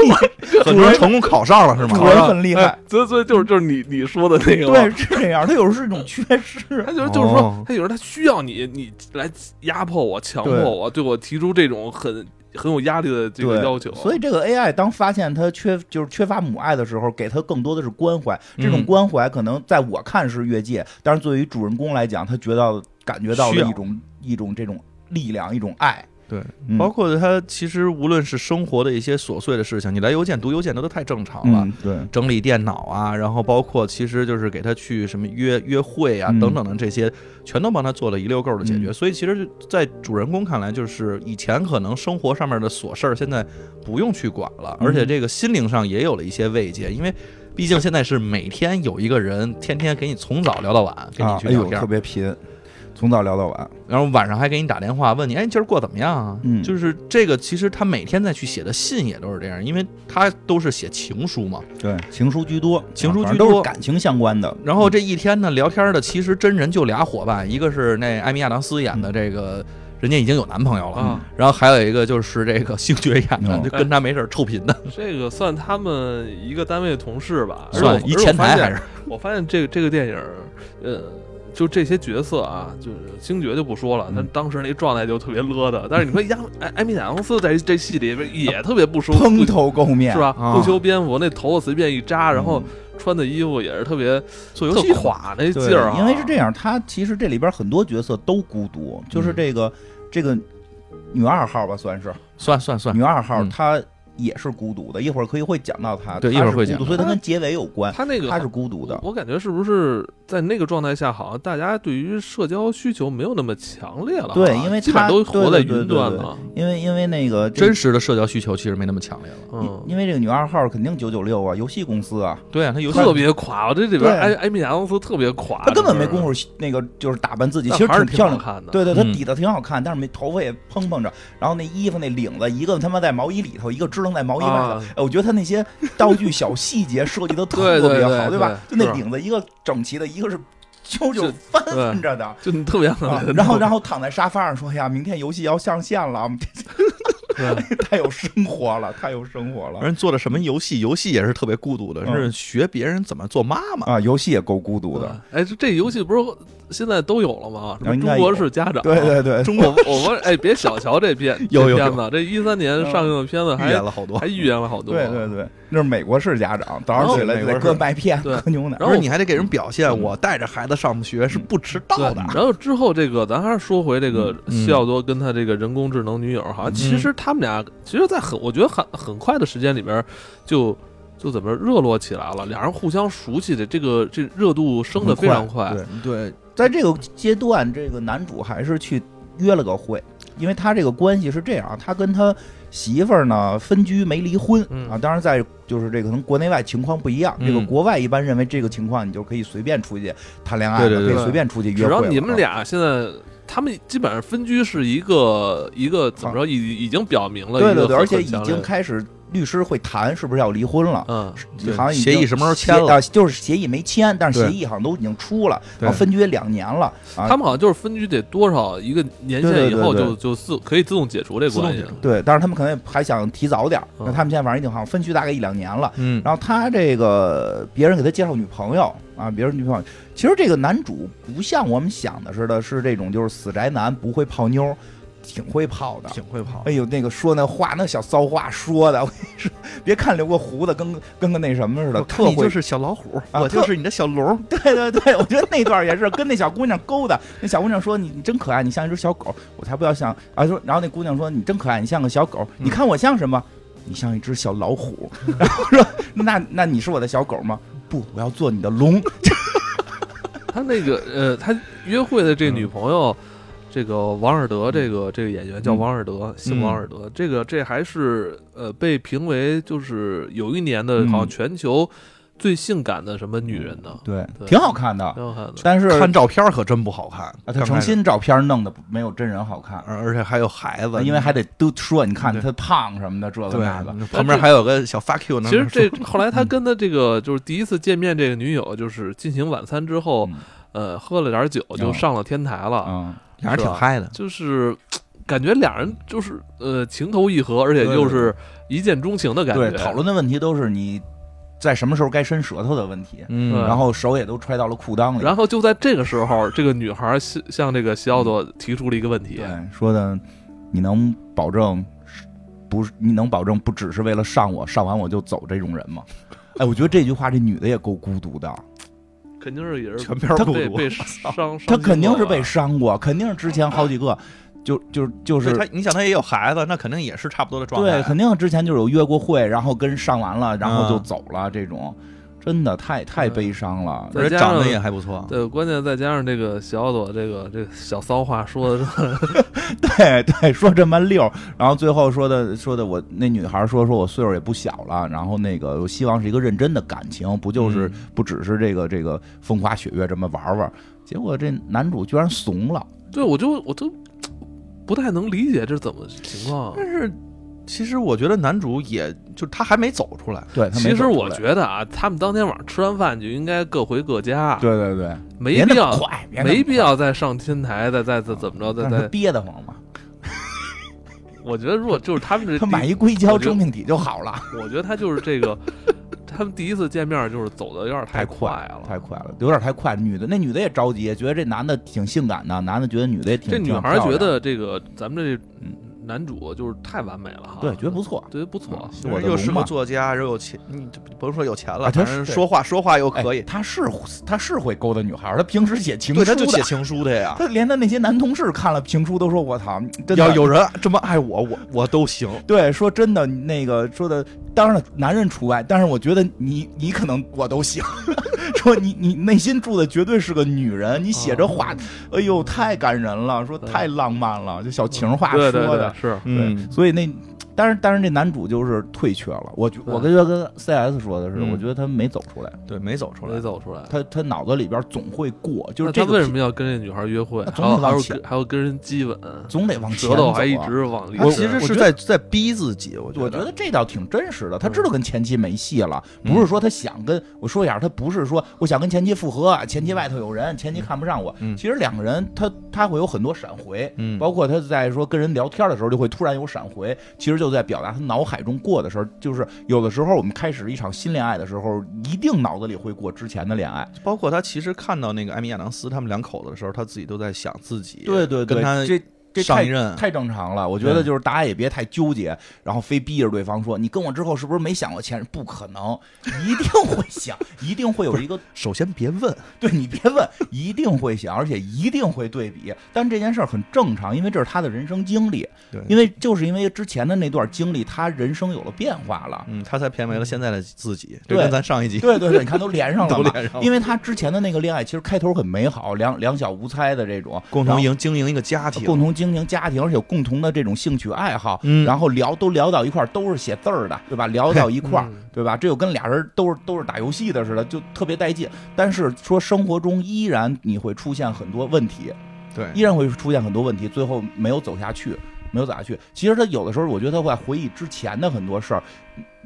S3: 很多人成功考上了是
S2: 主
S3: 吗？
S2: 嗯人很厉害
S1: 哎，所以所以就是就是你你说的那个嘛，
S2: 对，是这样。他有时候是一种缺失，
S1: 他就是就是说
S3: 哦，
S1: 他有时候他需要你，你来压迫我、强迫我，对我提出这种很很有压力的 *laughs* 这个
S2: 对
S1: 要求。啊
S2: 所以这个 AI 当发现他缺就是缺乏母爱的时候，给他更多的是关怀。这种
S3: 嗯
S2: 关怀可能在我看是越界，但是对于主人公来讲，他觉得感觉到
S3: 需
S2: 了
S3: 要
S2: 一种一种这种力量，一种爱。
S3: 对，
S2: 嗯
S3: 包括他其实无论是生活的一些琐碎的事情，你来邮件读邮件都都太正常了。
S2: 嗯，对，
S3: 整理电脑啊，然后包括其实就是给他去什么约约会啊
S2: 嗯
S3: 等等的这些，全都帮他做了一溜够的解决。
S2: 嗯
S3: 所以其实，在主人公看来，就是以前可能生活上面的琐事儿，现在不用去管了，
S2: 嗯
S3: 而且这个心灵上也有了一些慰藉，因为毕竟现在是每天有一个人天天给你从早聊到晚，跟你
S2: 啊
S3: 去
S2: 哎
S3: 聊
S2: 呦，
S3: 天，
S2: 特别贫，从早聊到晚。
S3: 然后晚上还给你打电话问你，哎，今儿过得怎么样啊？
S2: 嗯
S3: 就是这个，其实他每天再去写的信也都是这样，因为他都是写情书嘛。
S2: 对，情书居多，
S3: 情书
S2: 啊反正
S3: 居多
S2: 都是感情相关的。
S3: 然后这一天呢，聊天的其实真人就俩伙伴，一个是那艾米亚当斯演的这个，人家已经有男朋友了，
S2: 嗯
S1: 啊，
S3: 然后还有一个就是这个星爵演的，
S2: 哦
S3: 就跟他没事儿臭贫 *laughs* 的，
S1: 这个算他们一个单位的同事吧，而且我
S3: 算一前台还是。
S1: 我发现这个这个电影儿，呃，就这些角色啊，就是星爵就不说
S2: 嗯
S1: 了，他当时那状态就特别勒的。但是你说亚哎艾艾米亚当斯在这戏里边也特别不舒服，
S2: 蓬头垢面嗯
S1: 是吧？
S3: 啊
S1: 不修边幅，那头发随便一扎，然后穿的衣服也是特别
S3: 做游戏
S1: 特
S3: 化，
S1: 垮那
S2: 对
S1: 劲儿啊。
S2: 因为是这样，他其实这里边很多角色都孤独，就是
S3: 嗯
S2: 这个、这个女二号吧，算是
S3: 算算算
S2: 女，二号，
S3: 嗯
S2: 她也是孤独的。一会儿可以会讲到她，
S3: 对
S2: 她
S3: 一会儿
S2: 是
S3: 会
S2: 孤
S3: 讲
S2: 独所以她
S1: 她
S2: 跟结尾有关，
S1: 他那个
S2: 她是孤独的。
S1: 我感觉是不是在那个状态下，好像大家对于社交需求没有那么强烈了？
S2: 对
S1: 好像
S2: 因为
S1: 基本上
S2: 他
S1: 都活在
S2: 对对对
S1: 云端
S2: 对对
S1: 了。
S2: 因为因为那个这
S3: 真实的社交需求其实没那么强烈了。
S1: 嗯，
S2: 因为这个女二号肯定九九六啊，游戏公司啊，
S3: 对啊，他游戏
S1: 特别垮，我这里边
S2: 对
S1: 艾艾米亚当斯特别垮，
S2: 她根本没
S1: 就是
S2: 功夫那个就是打扮自己，
S1: 但
S2: 其实
S1: 还是
S2: 挺漂
S1: 好
S2: 亮。
S1: 看的。
S2: 对对，她
S3: 嗯
S2: 底子挺好看，但是没头发也蓬蓬着，然后那衣服那领子，一个他妈在毛衣里头，一个支棱在毛衣外头，
S1: 啊，
S2: 哎，我觉得他那些道具小细节设计的特
S1: 对对
S2: 别
S1: 对
S2: 好，
S1: 对
S2: 吧？就是那领子一个整齐的，一个是揪揪翻翻
S1: *laughs*
S2: 着的。
S1: 就你特别像
S2: 啊
S1: 人，
S2: 然后，
S1: 那
S2: 然后躺在沙发上说：“哎呀，明天游戏要上线了，我们
S1: 种对
S2: 这 *laughs* 太有生活了，太有生活了
S3: 人做的什么游戏？游戏也是特别孤独的，
S2: 嗯
S3: 是学别人怎么做妈妈。
S2: 啊！游戏也够孤独的，
S1: 对哎，这这游戏不是现在都有了吗？什么
S2: 应该
S1: 中国式家长，
S2: 对对对，
S1: 中国 *laughs* 我我哎，别小瞧这片
S3: 有有
S1: 这片子，这一三年上映的片子
S3: 预言
S1: 还
S3: 了好多
S1: 还，预言了好多，
S2: 对对对，那是美国式家长，早
S1: 哦
S2: 上起来
S3: 然后
S2: 得
S3: 美国式
S2: 搁麦片，
S1: 对
S2: 喝牛奶，
S1: 然后
S3: 不是你还得给人表现，我带着孩子上学是不迟到
S1: 对
S3: 的。
S1: 然后之后这个，咱还是说回这个
S3: 嗯
S1: 西奥多跟他这个人工智能女友，好像其实他们俩，其实，在很我觉得很很快的时间里边就。就怎么热络起来了，俩人互相熟悉的这个这热度升的非常快，
S2: 对，
S3: 嗯对，
S2: 在这个阶段，这个男主还是去约了个会，因为他这个关系是这样啊，他跟他媳妇儿呢分居没离婚、
S1: 嗯
S2: 啊，当然在就是这个可能国内外情况不一样，
S3: 嗯
S2: 这个国外一般认为这个情况你就可以随便出去谈恋爱了，
S3: 对对对
S2: 可以随便出去约
S1: 只
S2: 会了，啊
S1: 要你们俩现在，他们基本上分居是一个一个怎么说，已已经表明了一
S2: 对
S1: 个
S2: 对对，而
S1: 很
S2: 且
S1: 很
S2: 已
S1: 强烈的，
S2: 经开始律师会谈是不是要离婚了。
S1: 嗯，
S3: 对
S2: 好像已
S3: 协
S2: 经
S3: 议什么时候
S2: 协
S3: 签了
S2: 啊就是协议没签，但是
S3: 对
S2: 协议好像都已经出了，
S3: 对
S2: 然后分居两年了啊。
S1: 他们好像就是分居得多少一个年限以后
S2: 对对
S1: 就
S2: 对
S1: 就自可以自动解除这
S3: 自动
S1: 关
S3: 解
S1: 系
S3: 除，
S2: 对，但是他们可能也还想提早点儿。
S1: 嗯
S2: 那他们现在反正已经好像分居大概一两年了。
S3: 嗯，
S2: 然后他这个别人给他介绍女朋友啊，别人女朋友，其实这个男主不像我们想的似的，是这种就是死宅男，不会泡妞，挺会泡的。
S3: 挺会跑
S2: 哎。呦，那个说那话，那小骚话说的，我跟你说，别看留个胡子，跟跟个那什么似的，
S3: 我看
S2: 特
S3: 你
S2: 会。
S3: 是小老虎，
S2: 啊
S3: 我就是你的小龙。
S2: *laughs* 对对对，我觉得那段也是跟那小姑娘勾搭。那小姑娘说：“你你真可爱，你像一只小狗。”我才不要像啊！说，然后那姑娘说：“你真可爱，你像个小狗。你看我像什么？你像一只小老虎。” *laughs* 然后说：“那那你是我的小狗吗？不，我要做你的龙。
S1: 他那个呃，他约会的这女朋友，这个王尔德，这个这个演员叫王尔
S2: 嗯
S1: 德，姓王尔德。这个这还是呃被评为就是有一年的
S2: 嗯
S1: 好像全球最性感的什么女人呢”？
S2: 对
S1: 对
S2: 挺好看的，
S1: 挺好看的。
S2: 但是
S3: 看照片可真不好看，
S2: 啊他
S3: 刚
S2: 诚
S3: 开始，
S2: 心照片弄的没有真人好看，
S3: 呃而而且还有孩子，
S2: 啊因为还得都说你看
S3: 嗯对
S2: 他胖什么的，这个
S3: 对
S2: 那个。
S3: 旁边还有个小 fuck you 呢。
S1: 其实这后来他跟他这个就是第一次见面这个女友，就是进行晚餐之后，呃，喝了点酒
S2: 啊
S1: 就上了天台了，
S2: 嗯，
S3: 俩人挺嗨的，
S1: 就是。感觉俩人就是呃情投意合，而且
S2: 对
S1: 又是一见钟情的感觉。
S2: 对，讨论的问题都是你在什么时候该伸舌头的问题，
S3: 嗯
S1: 对
S2: 然后手也都揣到了裤裆里。
S1: 然后就在这个时候，这个女孩向向这个西奥多提出了一个问题，
S2: 对，说的你能保证是不是？你能保证不只是为了上我，上完我就走这种人吗？哎，我觉得这句话这女的也够孤独的，
S1: 肯定是也是
S3: 全片儿
S1: 被
S3: 孤独 *laughs*
S1: 被伤，
S2: 她肯定是被伤过，肯定是之前好几个。就就就是
S3: 对他，你想他也有孩子，那肯定也是差不多的状
S2: 对，
S3: 态。啊
S2: 肯定之前就是有约过会，然后跟上完了，然后就
S3: 嗯
S2: 走了，这种真的太太
S1: 嗯
S2: 悲伤了。
S1: 对
S3: 而且
S1: 再加上
S3: 长得也还不错。
S1: 对，关键再加上这个小朵这个这个小骚话说的 *laughs* 是，
S2: 对 *laughs* 对，说这么溜，然后最后说的说的我那女孩说说我岁数也不小了，然后那个我希望是一个认真的感情，不就是、
S3: 嗯
S2: 不只是这个这个风花雪月这么玩玩。结果这男主居然怂了，
S1: 对我就我都不太能理解这是怎么情况。啊
S3: 但是其实我觉得男主也就他还没走出来，
S2: 对他没
S1: 其实
S2: 走出
S1: 我
S2: 来
S1: 觉得啊，他们当天晚上吃完饭就应该各回各家，
S2: 对对对，啊别
S1: 没
S2: 那
S1: 必
S2: 么
S1: 要
S2: 快，别那么
S1: 没必
S2: 快，
S1: 要再上天台，再再再怎么着，再
S2: 啊但是他
S1: 再。
S2: 憋得慌嘛，
S1: 我觉得如果就是他们这
S2: *laughs* 他买
S1: 第，
S2: 一硅胶
S1: 我觉得
S2: 中命体就好
S1: *laughs*
S2: 了。
S1: 我觉得他就是这个， *laughs* 他们第一次见面就是走的有点
S2: 太
S1: 快
S2: 快
S1: 了，
S2: 太快了，有点太快。女的那女的也着急，也觉得这男的挺性感的，男的觉得女的也挺
S1: 这女孩
S2: 挺漂
S1: 觉
S2: 亮的
S1: 得这个咱们这
S2: 嗯
S1: 男主就是太完美了哈，
S2: 对，觉得不错。
S1: 觉得不错
S2: 嗯，是
S3: 就是
S2: 我的
S3: 又
S2: 龙
S3: 是
S2: 嘛
S3: 个作家，又有钱，你就不用说有钱
S2: 啊
S3: 了，
S2: 他
S3: 反
S2: 是
S3: 正
S2: 对
S3: 说话说话又可
S2: 哎
S3: 以，
S2: 他是他是会勾搭女孩儿，他平时写情书
S3: 对，他就
S2: 的
S3: 写情书的呀。
S2: 他连他那些男同事看了情书都说我操， *laughs* 真的啊
S3: 要有人这么爱我，我我都行。
S2: 对说真的那个说的，当然了，男人除外，但是我觉得你你可能我都行， *laughs* 说你你内心住的绝对是个女人，你写这话，
S1: 哦
S2: 哎呦太感人了，说
S1: 对
S2: 太浪漫了，就小情话说
S1: 对
S2: 的。
S1: 对对是。
S2: 对，，所以那，但是但是这男主就是退却了。我觉我跟觉跟 CS 说的是，
S3: 嗯
S2: 我觉得他没走出来，
S3: 对，没走出来
S1: 没。走出来。
S2: 他他脑子里边总会过，就是
S1: 那
S2: 这
S1: 他
S2: 个
S1: 为
S2: 片
S1: 什么要跟这女孩约会
S2: 那？
S1: 还
S2: 总得
S1: 有还
S2: 往
S1: 有
S2: 前
S1: 跟还有跟人激吻，
S2: 总得往前
S1: 舌头
S2: 走、啊？
S1: 还一直往里
S3: 他
S1: 伸。
S3: 其实
S2: 我觉
S3: 是
S2: 得
S3: 在在逼自己，我觉
S2: 我觉
S3: 得
S2: 得这倒挺真实的，他知道跟前妻没戏了，不是说他想跟我说一下，他不是说我想跟前妻复合，前妻外头有人，前妻看不上我。
S3: 嗯
S2: 其实两个人他他会有很多闪回，
S3: 嗯
S2: 包括他在说跟人聊天的时候就会突然有闪回，其实就在表达他脑海中过的事儿。就是有的时候我们开始一场新恋爱的时候，一定脑子里会过之前的恋爱。
S3: 包括他其实看到那个艾米亚当斯他们两口子的时候，他自己都在想自己
S2: 对对对，
S3: 跟他
S2: 这这
S3: 上
S2: 太
S3: 一任
S2: 太正常了，我觉得
S3: 对
S2: 就是大家也别太纠结，然后非逼着对方说你跟我之后是不是没想过前任？不可
S3: *laughs*
S2: 能，一定会想，一定会有一个
S3: 首先别问，
S2: 对你别问，一定会想，而且一定会对比。但这件事儿很正常，因为这是他的人生经历，
S3: 对
S2: 因为就是因为之前的那段经历，他人生有了变化了。
S3: 嗯，他才偏为了现在的自己，这
S2: 对
S3: 跟咱上一集
S2: 对对对，你看都连上了
S3: *laughs* 都
S2: 嘛，
S3: 连上了，
S2: 因为他之前的那个恋爱其实开头很美好，两两小无猜的这种
S3: 共
S2: 然
S3: 同
S2: 后
S3: 营经营一个家庭，
S2: 共同经营家庭，而且有共同的这种兴趣爱好，
S3: 嗯
S2: 然后聊都聊到一块儿，都是写字儿的，对吧？聊到一块儿，
S1: 嗯
S2: 对吧？这就跟俩人都是都是打游戏的似的，就特别带劲。但是说生活中依然你会出现很多问题，
S3: 对
S2: 依然会出现很多问题，最后没有走下去，没有走下去。其实他有的时候，我觉得他会回忆之前的很多事儿，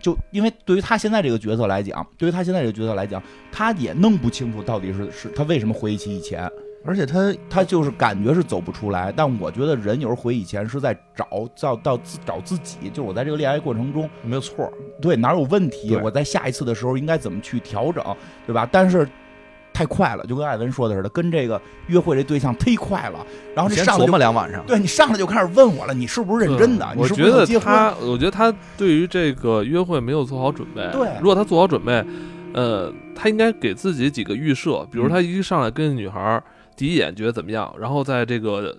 S2: 就因为对于他现在这个角色来讲，对于他现在这个角色来讲，他也弄不清楚到底是是他为什么回忆起以前。
S3: 而且他
S2: 他就是感觉是走不出来。但我觉得人有时候回以前是在找到到自找自己，就是我在这个恋爱过程中，
S3: 没有错，
S2: 对哪有问题，
S3: 对
S2: 我在下一次的时候应该怎么去调整，对吧？但是。太快了，就跟艾文说的似的，跟这个约会这对象忒快了，然后这
S3: 先
S2: 上来
S3: 琢
S2: 就
S3: 磨两晚上，
S2: 对你上来就开始问我了，你是不是认真的？
S1: 对嗯
S2: 你
S1: 我
S2: 是不
S1: 觉
S2: 是
S1: 得
S2: 想结婚？
S1: 他，我觉得他对于这个约会没有做好准备。
S2: 对
S1: 如果他做好准备，呃，他应该给自己几个预设，比如
S2: 嗯
S1: 他一上来跟女孩儿第一眼觉得怎么样，然后在这个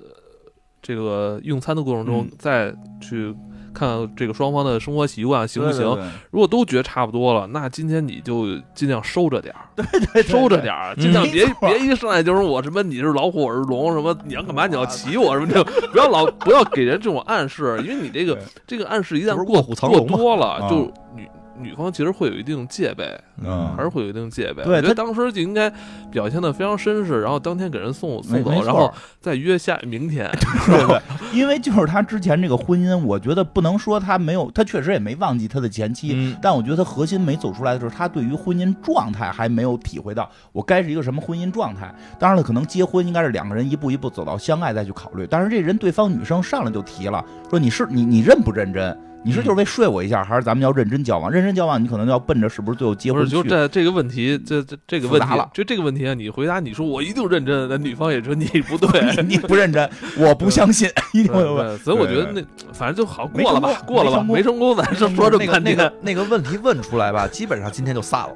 S1: 这个用餐的过程中
S2: 嗯
S1: 再去看看这个双方的生活习惯行不行。
S2: 对？
S1: 如果都觉得差不多了，那今天你就尽量收着点儿，
S2: *laughs* 对对对对
S1: 收着点儿，
S3: 嗯
S1: 尽量别
S2: 没错
S1: 别一上来就是我什么你是老虎我是龙什么你要干嘛你要骑我什么这种， *laughs* 不要老不要给人这种暗示，因为你这个
S2: 对
S1: 这个暗示一旦
S3: 不是
S1: 过
S3: 卧虎藏
S1: 过
S3: 龙吗
S1: 多了
S2: 啊，
S1: 就女女方其实会有一定戒备，
S2: 嗯
S1: 还是会有一定戒备。
S2: 对
S1: 我觉得
S2: 他
S1: 当时就应该表现的非常绅士，然后当天给人送送
S2: 没
S1: 走
S2: 没，错
S1: 然后再约下明天。
S2: 对对， *laughs* 因为就是他之前这个婚姻，我觉得不能说他没有，他确实也没忘记他的前妻，
S3: 嗯，
S2: 但我觉得他核心没走出来的时候，他对于婚姻状态还没有体会到我该是一个什么婚姻状态。当然了，可能结婚应该是两个人一步一步走到相爱再去考虑。但是这人对方女生上来就提了，说你是你你认不认真？你是
S1: 嗯
S2: 就是为睡我一下，还是咱们要认真交往？认真交往，你可能就要奔着是不是最后结
S1: 不
S2: 婚
S1: 是，
S2: 去
S1: 就？这这个问题，这这这个
S2: 复
S1: 问
S2: 杂
S1: 题
S2: 了，
S1: 就这个问题啊，你回答你说我一定认真，那女方也说你不
S2: *laughs*
S1: 对，
S2: 你你不认真，我不相信，一定会有问。
S1: *laughs* 对，所以我觉得
S2: 对
S1: 那反正就好
S2: 没
S1: 过了吧，
S2: 成功
S1: 过了吧，
S2: 没
S1: 没成功，咱就
S2: 没成功
S1: 说这么
S3: 那个
S1: 半
S3: 那
S1: 天。
S3: 个那个问题问出来吧，基本上今天就散了。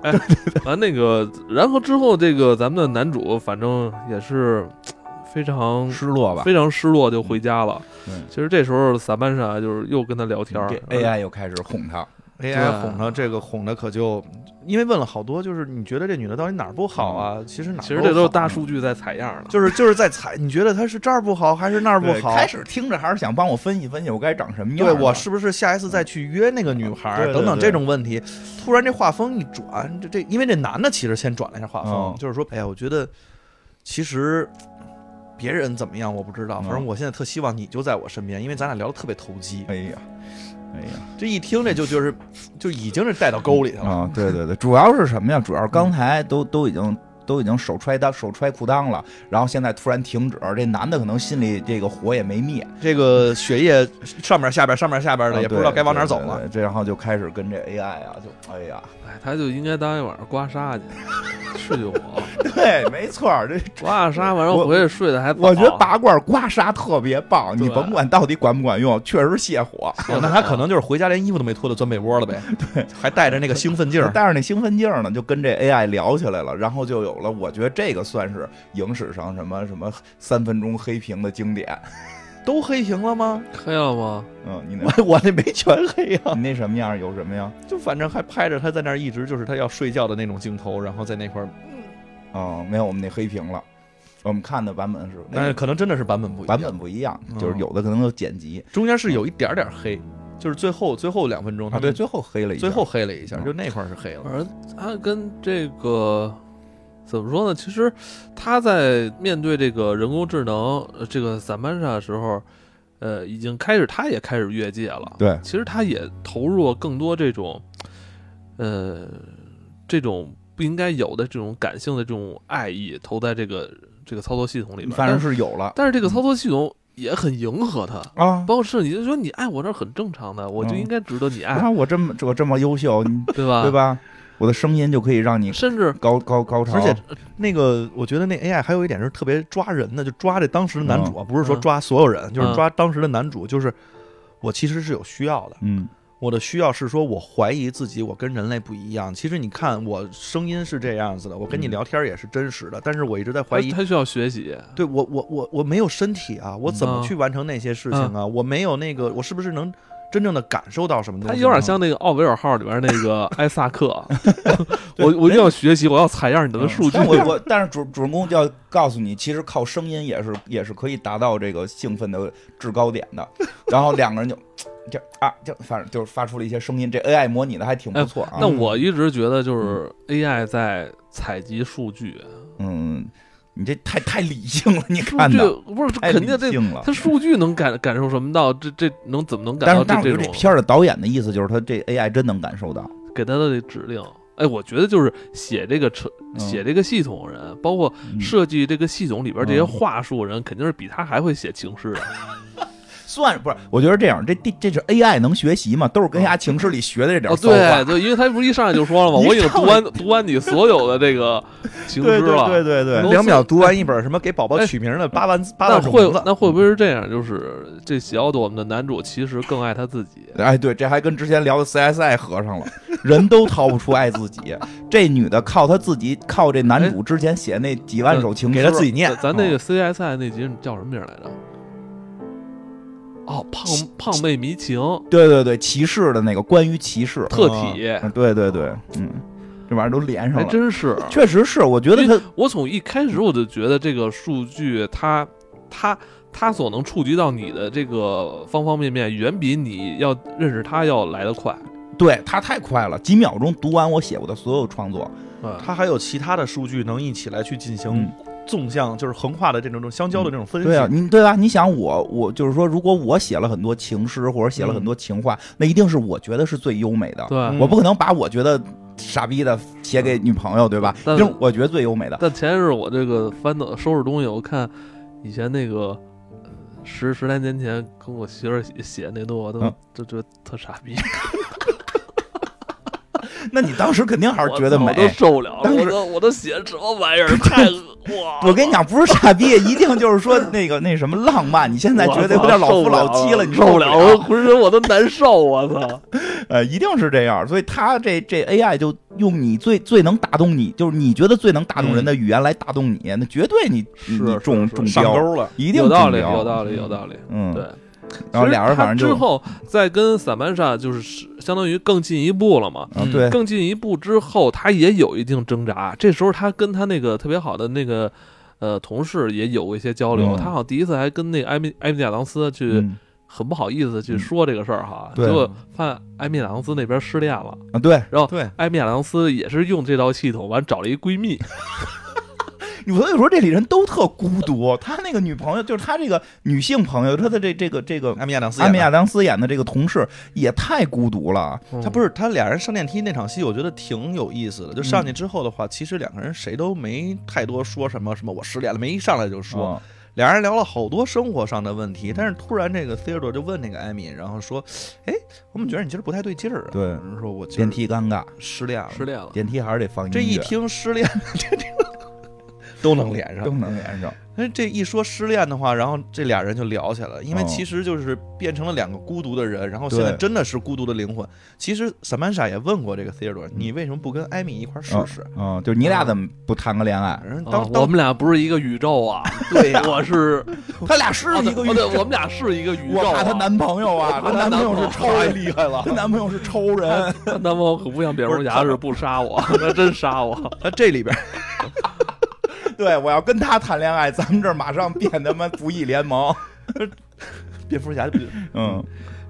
S1: 完那个，然后之后这个咱们的男主，反正也是非常
S3: 失落吧？
S1: 嗯非常失落，就回家了。
S2: 嗯
S1: 其实这时候萨曼莎就是又跟他聊天儿嗯
S2: 这 AI 又开始哄他，
S1: 对
S3: AI 哄她，这个哄的可就因为问了好多，就是你觉得这女的到底哪儿不好啊？其实哪儿
S1: 其实这都是
S3: 好
S1: 大数据在采样了。
S3: 就是就是在猜，你觉得她是这儿不好还是那儿不
S2: 对
S3: 好？
S2: 开始听着还是想帮我分析分析我该长什么样
S3: 对
S2: 儿。
S3: 我是不是下一次再去约那个女孩
S2: 对
S3: 儿
S2: 对
S3: 等等
S2: 对
S3: 这种问题，突然这画风一转，这这因为这男的其实先转了一下画风
S2: 嗯，
S3: 就是说，哎呀，我觉得其实别人怎么样我不知道，
S2: 嗯
S3: 反正我现在特希望你就在我身边，因为咱俩聊的特别投机。
S2: 哎呀，哎呀。
S3: 这一听这就就是就已经是带到沟里去了。
S2: 啊、对对对，主要是什么呀？主要是刚才都都已经都已经手揣裆手揣裤裆了，然后现在突然停止，这男的可能心里这个火也没灭，
S3: 这个血液上面下边上面下边的也不知道该往哪儿走了
S2: 啊对。。对对这然后就开始跟这 AI 啊，就哎
S3: *laughs*
S2: 呀，
S1: 哎，他就应该当天晚上刮痧去， *laughs* 是就
S2: *laughs*
S1: 我
S2: 对，没错儿，这。
S1: 刮痧，完了
S2: 我
S1: 回去睡得还早。
S2: 我觉得拔罐刮痧特别棒，你
S1: 对
S2: 甭管到底管不管用，确实泻火。
S3: 哦那他可能就是回家连衣服都没脱的钻被窝
S2: *laughs*
S3: 了呗，对，还带着那个兴奋劲儿。
S2: 带着那兴奋劲儿呢，就跟这 AI 聊起来了，然后就有了。我觉得这个算是影史上什么什么三分钟黑屏的经典。
S3: 都黑屏了吗？
S1: 黑了吗？
S2: 嗯，你那
S3: 我 *laughs* 我那没全黑啊，
S2: 你那什么样儿？有什么呀？
S3: 就反正还拍着他在那儿一直就是他要睡觉的那种镜头，然后在那块儿，
S2: 哦，没有，我们那黑屏了。我们看的版本是
S3: 但
S2: 那
S3: 是可能真的是版哎本不一样，
S2: 版本不一样，
S3: 嗯
S2: 就是有的可能有剪辑
S3: 中间是有一点点黑，就是最后最后两分钟
S2: 啊。
S3: 他
S2: 对，
S3: 们
S2: 最后黑了一下，
S3: 嗯最后黑了一下，
S2: 嗯
S3: 就那块儿是黑了。
S1: 反正他跟这个怎么说呢？其实他在面对这个人工智能呃这个萨曼莎的时候，呃，已经开始他也开始越界了。
S2: 对
S1: 其实他也投入了更多这种，呃，这种不应该有的这种感性的这种爱意投在这个这个操作系统里边。
S2: 反正
S1: 但
S2: 是有了
S1: 但是这个操作系统也很迎合他。
S2: 啊。
S1: 包括是你就说你爱我这很正常的，我就应该值得你
S3: 哎
S1: 爱，
S2: *laughs* 啊，我这么我这么优秀，你
S1: 对
S3: 啊
S1: 吧？
S2: 嗯对？吧？我的声音就可以让你
S1: 甚至
S2: 高高高潮，
S3: 而且那个，我觉得那 AI 还有一点是特别抓人的，就抓这当时的男
S1: 嗯
S3: 主啊，不是说抓所有人，就是抓当时的男主。就是我其实是有需要的，
S2: 嗯
S3: 我的需要是说我怀疑自己，我跟人类不一样。其实你看，我声音是这样子的，我跟你
S1: 嗯
S3: 聊天也是真实的，但是我一直在怀疑
S1: 他他需要学习，
S3: 对我，我我我没有身体啊，我怎么
S1: 嗯
S3: 去完成那些事情啊？我没有那个，我是不是能真正的感受到什么东
S1: 他
S3: 西？
S1: 有点像那个奥维尔号里边那
S3: *laughs*
S1: 个埃萨克，我我
S3: 哎
S1: 一定要学习，我要采样你
S3: 嗯
S1: 的数据
S2: 但。我我但是主主人公就要告诉你，其实靠声音也是也是可以达到这个兴奋的制高点的。然后两个人就就啊就反正就是发出了一些声音，这 AI 模拟的还挺不
S3: 哎
S2: 错
S3: 嗯
S2: 啊
S1: 那。我一直觉得就是 AI 在采集数据，
S2: 嗯，你这太太理性了，你
S1: 数
S2: 看
S1: 据
S2: 的。
S1: 不是
S2: 太
S1: 肯定
S2: 理
S1: 这
S2: 性了。
S1: 他数据能感感受什么到这这能怎么能感
S2: 但是，
S1: 到
S2: 但是
S1: 这
S2: 我觉得
S1: 种
S2: 这片儿的导演的意思就是，他这 AI 真能感受到，
S1: 给他的这指令？哎，我觉得就是写这个车写这个系统的人，包括
S2: 嗯
S1: 设计这个系统里边这些
S2: 嗯
S1: 话术人，肯定是比他还会写情诗的。
S2: 算不是？我觉得这样，这这这是 AI 能学习吗？都是跟人家情诗里学的这点
S1: 啊哦，
S2: 儿骚话。
S1: 对对，因为他不是一上来就说了吗？
S2: *laughs* 一
S1: 我已经
S2: 上
S1: 读完读完你所有的这个情诗
S2: 对
S1: 了。
S2: 对对对
S1: 能
S2: 对，
S3: 两秒读完一本什么给宝宝取名的八万字八
S1: 哎那
S3: 万种
S1: 会
S3: 名字，
S1: 那会不会是这样？就是这西奥多，我们的男主其实更爱他自己。
S2: 哎对，这还跟之前聊的 CSI 合上了，人都逃不出爱自己。 *laughs* 这女的靠她自己，靠这男主之前写那几万首
S1: 哎
S2: 情诗，
S3: 给他自己念
S1: 咱。咱
S2: 嗯
S1: 那个 CSI 那集叫什么名来着？哦，胖胖妹迷情
S2: 对对对，骑士的那个关于骑士，
S1: 特体，
S2: 嗯对对对，嗯，这玩意儿都连上
S1: 还
S2: 了，
S1: 哎真是。
S2: 确实是，我觉得
S1: 因
S2: 他
S1: 我从一开始我就觉得这个数据它，它它所能触及到你的这个方方面面，远比你要认识它要来得快。
S2: 对他太快了，几秒钟读完我写过的所有创作。
S1: 啊，
S3: 它还有其他的数据能一起来去进行
S2: 嗯
S3: 纵向，就是横跨的这种这种相交的这种分析。
S2: 对啊，你对吧？你想我，我就是说，如果我写了很多情诗或者写了很多情话，那一定是我觉得是最优美的。
S1: 对。
S3: 嗯
S2: 我不可能把我觉得傻逼的写给女朋友，对吧？
S1: 但
S2: 这是我觉得最优美的。
S1: *laughs* 但前一阵我这个翻到收拾东西，我看以前那个呃十十来年前跟我媳妇儿写写那东西，我都
S2: 嗯
S1: 就觉得特傻逼，
S2: 那你当时肯定还是觉得
S1: 我
S2: 美
S1: 我。都受不了了，
S2: 当时
S1: 我都我都写什么玩意儿，太恶哇
S2: 我跟你，讲，不是傻逼，一定就是说那个那什么浪漫。你现在觉得有点老夫老妻了，你
S1: 受不
S2: 了，
S1: 我浑身我都难受，我操！
S2: 呃，一定是这样。所以他这这 AI 就用你最最能打动你，就是你觉得最能打动人的语言来打动你，那绝对你你
S1: 是
S2: 你
S1: 是
S2: 中
S1: 是
S2: 中
S3: 上
S2: 标，
S3: 钩了，
S2: *laughs* 一定
S1: 有道理，
S2: 中标
S1: 有道理，有道理。
S2: 嗯，
S1: 对，
S2: 然后俩人
S1: 其实他
S2: 反正
S1: 之
S2: 就
S1: 后再跟萨曼莎就是相当于更进一步了嘛。
S2: 啊
S3: 嗯
S2: 对，
S1: 更进一步之后，他也有一定挣扎。这时候，他跟他那个特别好的那个呃同事也有过一些交流。
S2: 嗯
S1: 他好像第一次还跟那个艾米艾米亚当斯去
S2: 嗯
S1: 很不好意思去
S2: 嗯
S1: 说这个事儿哈，
S2: 对
S1: 结果发现艾米亚当斯那边失恋了。
S2: 啊对，
S3: 对，
S1: 艾米亚当斯也是用这套系统，完找了一闺蜜，
S2: 我所以说这里人都特孤独。他那个女朋友，就是他这个女性朋友，他的这这个这个
S3: 艾米亚当斯，
S2: 阿米亚，当嗯斯演的这个同事也太孤独了。
S3: 他不是他俩人上电梯那场戏，我觉得挺有意思的。就
S2: 嗯
S3: 上去之后的话，其实两个人谁都没太多说什么什么我失恋了，没一上来就说，
S2: 说
S3: 俩人聊了好多生活上的问题，但是突然这个 Theodore 就问那个艾米，然后说：“哎，我们觉得你今儿不太对劲儿啊。”
S2: 对，
S3: 人说我今
S2: 电
S3: 儿
S2: 梯尴尬，
S3: 失恋
S2: 嗯
S3: 了，
S1: 失恋了。
S2: 电梯还是得放音乐，
S3: 这一听失恋， *laughs* 都能连
S2: 都
S3: 上。
S2: 能连上。
S3: 那哎这一说失恋的话，然后这俩人就聊起来了，因为
S2: 哦
S3: 其实就是变成了两个孤独的人，然后现在
S2: 对
S3: 真的是孤独的灵魂。其实 Samantha 也问过这个 Theodore，你为什么不跟艾米一块儿试试？
S2: 嗯，就是你俩怎么不谈个恋爱？
S3: 然
S1: 啊
S3: 后当，
S1: 我
S3: 当
S1: 们俩不是一个宇宙
S2: *laughs*
S1: 啊！对呀， *laughs* 我是
S2: 他俩 *laughs* 是一个
S1: 啊
S2: 宇
S1: 对，
S2: 宙，
S1: 我们俩是一个宇宙
S2: 我
S1: 啊。
S2: 怕她男朋友啊，
S1: 我怕
S2: 她
S1: 她
S2: 男朋友是
S1: 男
S2: 超
S1: 朋友
S2: 人，厉害了，她男朋友是超人。
S1: 她 *laughs* 男朋友可不像蝙
S2: *laughs*
S1: 蝠侠似的不杀我， *laughs* 他真杀我。
S3: 他呃这里边
S2: 对，我要跟他谈恋爱，咱们这儿马上变他妈不义联盟。
S3: 蝙蝠侠就
S2: 嗯，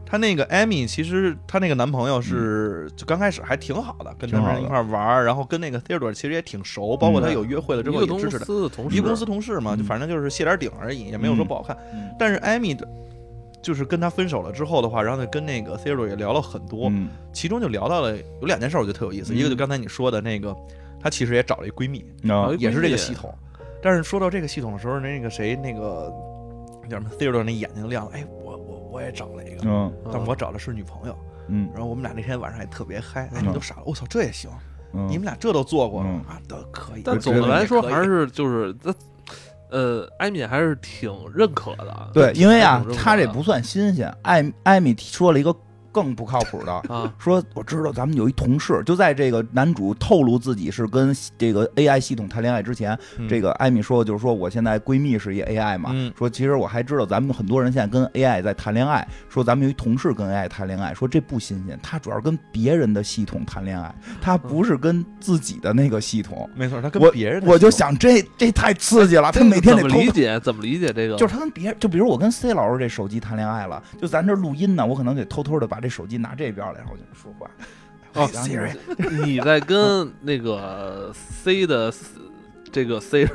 S3: 她那个艾米，其实她那个男朋友是就刚开始还挺好的，跟他
S2: 挺好的
S3: 们一块儿玩儿，然后跟那个 Theodore 其实也挺熟，包括他有约会了之后
S1: 一个
S3: 也
S1: 公
S3: 支持他。
S1: 司的同事，
S3: 一个公司同事嘛，
S2: 嗯
S3: 就反正就是卸点顶而已，也没有说不好看。但是艾米的，就是跟他分手了之后的话，然后就跟那个 Theodore 也聊了很多，
S2: 嗯
S3: 其中就聊到了有两件事，我觉得特有意思。
S2: 嗯
S3: 一个就刚才你说的那个，她其实也找了一闺蜜，
S2: 啊
S1: 哎闺蜜
S3: 也是这个系统。但是说到这个系统的时候，那个谁，那个叫什么 Theodore 那眼睛亮了，哎，我我我也找了一个，
S2: 嗯
S1: 嗯，
S3: 但我找的是女朋友。
S2: 嗯
S3: 然后我们俩那天晚上还特别嗨，哎，
S2: 嗯
S3: 你都傻了，我操，这也行？
S2: 嗯
S3: 你们俩这都做过
S2: 嗯
S3: 啊？都可以。
S1: 但
S3: 我觉
S1: 总
S3: 得
S1: 的来说
S3: 也可以
S1: 还是就是他，呃，艾米还是挺认可的。
S2: 对，因为啊
S1: 挺认，可
S2: 他这
S1: 的
S2: 不算新鲜。艾艾米说了一个更不靠谱的， *laughs*
S1: 啊，
S2: 说我知道咱们有一同事，就在这个男主透露自己是跟这个 AI 系统谈恋爱之前，
S3: 嗯
S2: 这个艾米说过，就是说我现在闺蜜是一 AI 嘛，
S3: 嗯
S2: 说其实我还知道咱们很多人现在跟 AI 在谈恋爱，说咱们有一同事跟 AI 谈恋爱，说这不新鲜，他主要是跟别人的系统谈恋爱，他不是跟自己的那个系统。
S3: 没错，他跟
S2: 我
S3: 别人的
S2: 我就
S3: 系统
S2: 想这这太刺激了，他每天得
S1: 怎么
S2: 偷
S1: 理解？怎么理解这个？
S2: 就是他跟别人，就比如我跟 C 老师这手机谈恋爱了，就咱这录音呢，我可能得偷偷的把这手机拿这边来，然后我就说话。
S1: 哦
S2: 哎，Siri，
S1: *laughs* 你在跟那个 C 的 C- 这个 Siri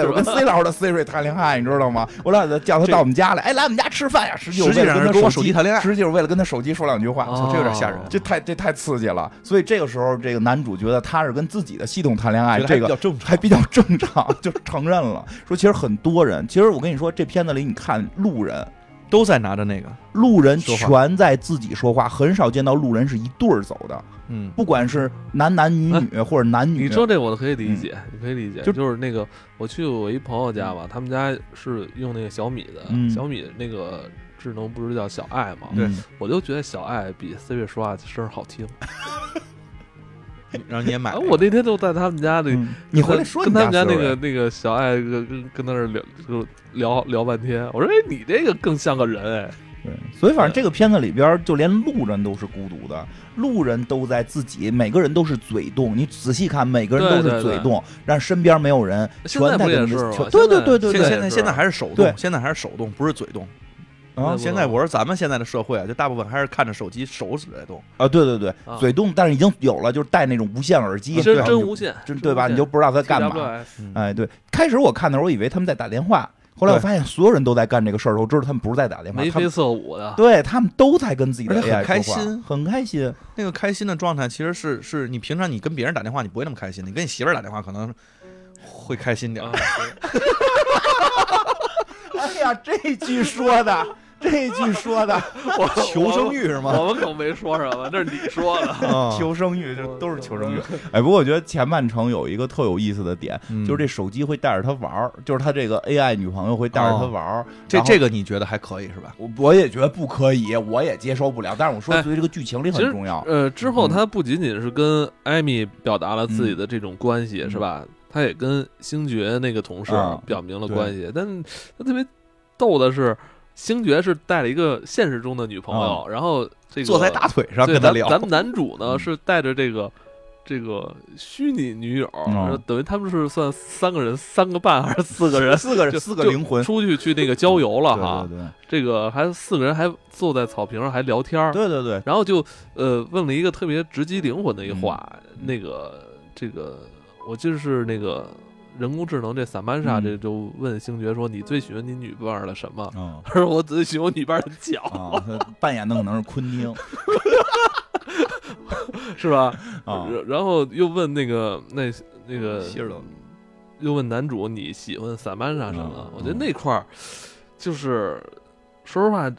S1: *laughs* 是
S2: 我
S1: 吧
S2: 跟 C 老师的 Siri 谈恋爱，你知道吗？我老得叫他
S3: 这
S2: 到我们家来，哎，来我们家吃饭呀。实际我
S3: 实际
S2: 为了
S3: 上是
S2: 跟
S3: 跟
S2: 他
S3: 我手机谈
S2: *laughs*
S3: 恋爱
S2: 实际是为了跟他手机说两句话，
S1: 哦
S3: 这有点吓人
S2: 这太这太刺激了。所以这个时候，这个男主觉得他是跟自己的系统谈恋爱，
S3: 觉得
S2: 这
S3: 还比
S2: 个
S3: 较正常，
S2: 还比较正常， *laughs* 就承认了。说其实很多人，其实我跟你说，这片子里你看路人，
S3: 都在拿着那个，
S2: 路人
S3: 说话
S2: 全在自己说话，很少见到路人是一对儿走的，
S3: 嗯，
S2: 不管是男男女女或者男女。
S1: 你说这个我都可以理解，你可以理解，
S2: 嗯就
S1: 就是那个我去我一朋友家吧，他们家是用那个小米的，
S2: 嗯
S1: 小米那个智能不是叫小爱嘛，
S2: 对，
S1: 我就觉得小爱比 Siri 说话声儿好听。
S3: 然后你也买
S1: 哎，
S3: 了，
S1: 我那天就在他们家那。
S2: 嗯你回来说
S1: 跟
S2: 你
S1: 他们家
S2: 思
S1: 那
S2: 维
S1: 个那个小爱跟跟跟他那儿聊就聊聊半天，我说哎你这个更像个人哎，
S2: 对，所以反正这个片子里边儿，就连路人都是孤独的，路人都在自己，每个人都是嘴动。你仔细看，每个人都
S1: 对对
S2: 是嘴动，但是身边没有人，
S1: 现在
S2: 全在
S1: 不也
S2: 跟
S1: 是吗
S2: 全对对对对
S3: 现
S1: 也
S2: 对
S3: 在现在
S1: 是
S3: 现在还是手
S2: 对
S3: 动，现在还是手动，不是嘴动。
S2: 啊
S1: 不
S3: 现在我说咱们现在的社会啊，就大部分还是看着手机手指在动，
S2: 啊，对对对
S1: 啊，
S2: 嘴动，但是已经有了，就是戴那种无线耳机，
S1: 真
S2: 然后
S1: 真
S2: 你
S1: 无限，
S2: 真对吧？你就不知道他干嘛。
S1: 嘛？
S2: 哎，对，开始我看的时候，我以为他们在打电话，后来我
S3: 对
S2: 发现所有人都在干这个事儿的时候，我知道他们不是在打电话，
S1: 眉
S2: 他
S1: 飞
S2: 们
S1: 色舞的，
S2: 对他们都在跟自己的
S3: 而且
S2: AI
S3: 很开
S2: 说话
S3: 心
S2: 很开心。
S3: 那个开心的状态其实是是你平常你跟别人打电话你不会那么开心，你跟你媳妇儿打电话可能会开
S1: 啊
S3: 心点儿。
S1: 啊对
S2: 哎呀，这句说的，这这句说的，
S1: 我
S4: 求生欲是吗？
S1: 我们可没说什么，那是你说
S2: *laughs*
S1: 的。
S4: 啊
S2: 求生欲，这都是求生欲。嗯哎，不过我觉得前半程有一个特有意思的点，
S4: 嗯
S2: 就是这手机会带着他玩儿，就是他这个 AI 女朋友会带着他玩
S1: 哦
S2: 儿。
S3: 这
S2: 然后
S3: 这个你觉得还可以是吧？
S2: 我我也觉得不可以，我也接受不了。但是我说，
S1: 哎
S2: 对于这个剧情里
S1: 其
S2: 很
S1: 实
S2: 重要。
S1: 呃，之后
S2: 嗯
S1: 他不仅仅是跟艾米表达了自己的这种关系，
S2: 嗯
S1: 是吧？他也跟星爵那个同事
S2: 啊
S1: 表明了
S2: 对
S1: 关系，但他特别逗的是，星爵是带了一个现实中的女朋友，
S2: 啊
S1: 然后这个
S3: 坐在大腿上
S1: 对
S3: 跟他
S1: 咱
S3: 聊，
S1: 咱们男主呢
S2: 嗯
S1: 是带着这个。这个虚拟女友，
S2: 嗯
S1: 然后等于他们是算三个人、三个半还是四
S2: *laughs*
S1: 个人
S2: 四个人，
S1: 就
S2: 四个
S1: 就
S2: 灵魂，
S1: 出去去那个郊游了哈？
S2: 对
S1: 这个还四个人还坐在草坪上还聊天儿，
S2: 对对对对
S1: 然后就呃问了一个特别直击灵魂的一话，
S2: 嗯
S1: 那个这个我记得是那个人工智能这萨曼莎
S2: 嗯
S1: 这就问星爵说你最喜欢你女伴儿的什么？ *laughs*
S2: 对，啊
S1: 他说我最喜欢我女伴儿的脚，
S2: 啊，他扮演的可能是昆汀
S1: 是吧？
S2: 啊，
S1: *laughs* 然然后又问那个那那个
S3: 希尔顿
S2: 啊
S1: 又问男主你喜欢萨曼莎什么
S2: 嗯？
S1: 我觉得那块儿就是说实话。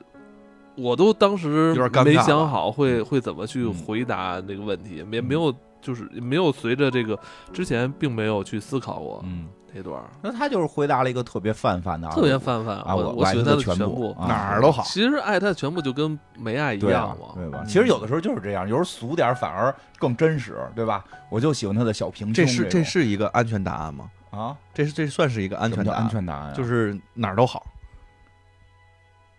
S1: 我都当时
S3: 有点尴尬
S1: 没
S3: 了
S1: 想好
S2: 嗯
S1: 会会怎么去回答那个问题，没没有就是没有随着这个之前并没有去思考过
S2: 嗯，
S1: 那段儿，
S2: 那他就是回答了一个特别泛泛的啊，
S1: 特别泛泛。
S2: 啊，
S1: 我
S2: 我
S1: 喜
S2: 爱
S1: 欢
S2: 他
S1: 的全
S2: 部，啊
S3: 哪儿都好，
S1: 其实爱他的全部就跟没爱一
S2: 对
S1: 样
S2: 啊
S1: 嘛，
S2: 对吧
S3: 嗯？
S2: 其实有的时候就是这样，有时候俗点儿反而更真实，对吧？我就喜欢他的小平胸
S3: 这
S2: 种
S3: 是这是一个安全答案吗？
S2: 啊，
S3: 这是这算是一个安
S2: 什么
S3: 全
S2: 叫
S3: 答案，
S2: 安全答案啊，
S3: 就是哪儿都好，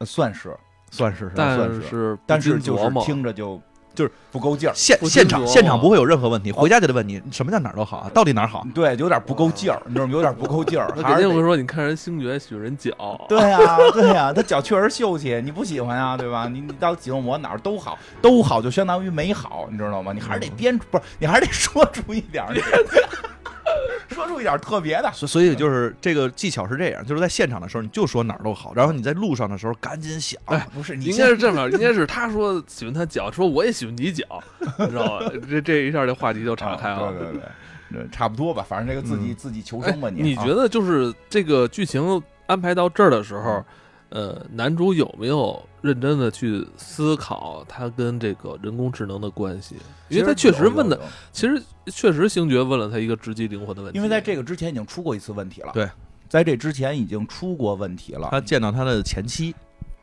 S2: 呃算是，
S3: 算是是吧？
S1: 但
S2: 算啊是
S1: 是不
S2: 但是
S1: 禁
S2: 就
S1: 琢
S2: 是
S1: 磨
S2: 听着就就是不够劲儿，
S3: 现
S1: 不
S3: 现
S1: 清楚
S3: 场现场不会有任何
S2: 哦
S3: 问题，回家就得问你什么叫哪儿都好
S2: 嗯
S3: 啊？到底哪儿好？
S2: 对，有点不够劲儿，你知道吗？有点不够劲儿，
S1: 他嗯
S2: 还
S1: 肯
S2: 是
S1: 定会
S2: 得。
S1: 说你看人星爵喜欢人脚，
S2: 对呀、对呀、他脚确实秀气，你不喜欢啊，对吧？你你到几个模哪儿都好，都好就相当于没好，你知道吗？你还是得
S1: 嗯
S2: 编出，不是，你还是得说出一点儿，
S1: *laughs*
S2: 说出一点儿特别的。
S3: 所所以就是这个技巧是这样，就是在现场的时候你就说哪儿都好，然后你在路上的时候赶紧想，
S1: 哎
S2: 不是，你
S1: 应
S2: 先
S1: 该是这么着，应该是他说喜欢他脚，说我也喜欢你脚，你知道吧？这这一下这话题就岔开了。
S2: 啊对对对，这差不多吧，反正这个自己、自己求生吧
S1: 哎
S2: 你。啊
S1: 你觉得就是这个剧情安排到这儿的时候，
S2: 嗯
S1: 呃，男主有没有认真的去思考他跟这个人工智能的关系？因为他确实问的，
S2: 的，
S1: 其实确实星爵问了他一个直击灵魂的问题。
S2: 因为在这个之前已经出过一次问题了。
S3: 对，
S2: 在这之前已经出过问题了。
S3: 他见到他的前妻，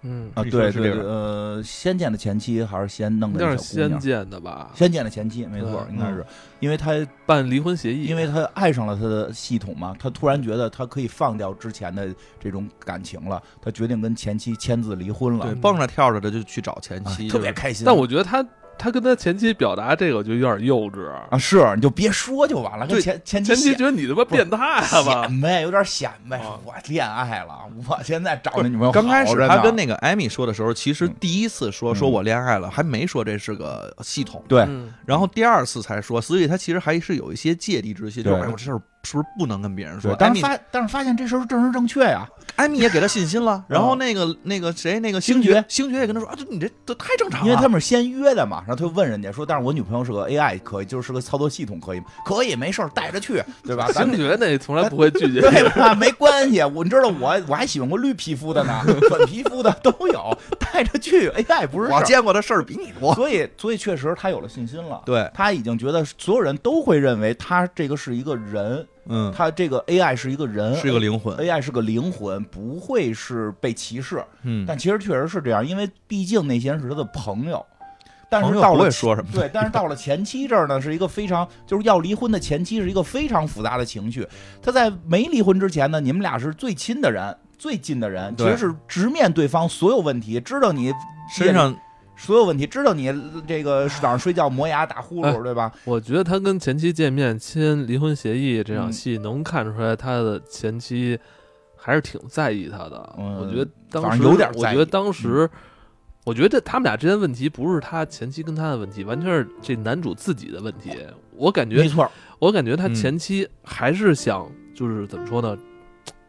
S1: 嗯，
S2: 啊，
S3: 你
S2: 对
S3: 说是
S2: 对，
S3: 这
S2: 对
S3: 个
S2: 呃，仙剑的前妻还是先弄
S1: 应
S2: 的
S1: 该是
S2: 那小姑
S1: 仙
S2: 娘。
S1: 剑的吧？
S2: 仙剑的前妻，没错，
S1: 嗯
S2: 应该是，因为他
S1: 办离婚协议，
S2: 因为他爱上了他的系统嘛，他突然觉得他可以放掉之前的这种感情了，他决定跟前妻签字离婚了
S3: 对，，蹦着跳着的就去找前
S2: 啊
S3: 妻，
S2: 特别开心。
S1: 但我觉得他他跟他前妻表达这个，我觉得有点幼稚。
S2: 啊，是你就别说就完了，跟
S3: 对
S2: 前前
S1: 前
S2: 妻写
S1: 妻觉得你他妈变态了吧？
S2: 显摆，有点显摆
S1: 啊。
S2: 我恋爱了，我现在找那女朋友好着
S3: 刚
S2: 呢。
S3: 开始他跟那个艾米说的时候，其实
S2: 嗯
S3: 第一次说
S2: 嗯
S3: 说我恋爱了，还没说这是个系统，
S2: 对
S1: 嗯
S3: 然后第二次才说，所以他其实还是有一些芥蒂之心，就是
S2: 对
S3: 哎，我这事儿是不是不能跟别人说
S2: 对？，
S3: 艾
S2: 但
S3: 米
S2: 是发但是发现这事儿正是正确呀，
S3: 艾米也给他信心了，然后那个那个谁那个
S2: 啊星
S3: 星
S2: 爵
S3: 爵星爵也跟他说啊，这你这这太正常了，
S2: 因为他们是先约的嘛，然后他就问人家说，但是我女朋友是个 AI，可以就是个操作系统，可以吗？可以，没事儿带着去，对吧？啊咱
S3: *laughs*
S1: 星
S2: 们。
S1: 爵那从来不会
S2: *laughs*
S1: 拒绝你。
S2: 对吧？没关系，我你知道我我还喜欢过绿皮肤的呢，粉皮肤的都有，带着去 AI 不是
S3: 我
S2: 事
S3: 见过的事儿比你
S2: 儿。
S3: 多。
S2: 所以所以确实他有了信心了，
S3: 对，
S2: 他已经觉得所有人都会认为他这个是一个人，
S3: 嗯，
S2: 他这个 AI 是一个人，
S3: 是一个灵魂，
S2: AI 是个灵魂，不会是被歧视。
S3: 嗯，
S2: 但其实确实是这样，因为毕竟那些人是他的朋友。但
S3: 朋
S2: 是
S3: 友
S2: 到
S3: 不
S2: 了
S3: 会说什么，
S2: 对，但是到了前妻这儿呢，是一个非常就是要离婚的前妻，是一个非常复杂的情绪。他在没离婚之前呢，你们俩是最亲的人，最近的人，其
S3: 对
S2: 实是直面对方所有问题，知道你
S3: 身上
S2: 所有问题，知道你这个早上睡觉磨牙打呼噜，对吧？
S1: 我觉得他跟前妻见面签离婚协议这
S2: 嗯
S1: 场戏，能看出来他的前妻还是挺在意他的。
S2: 嗯
S1: 我觉得当时
S2: 反正有点
S1: 我
S2: 在意嗯
S1: 觉得当时，我觉得他们俩之间问题不是他前妻跟他的问题，完全是这男主自己的问题。我感觉
S2: 没错，
S1: 我感觉他
S3: 嗯
S1: 前期还是想，就是怎么说呢，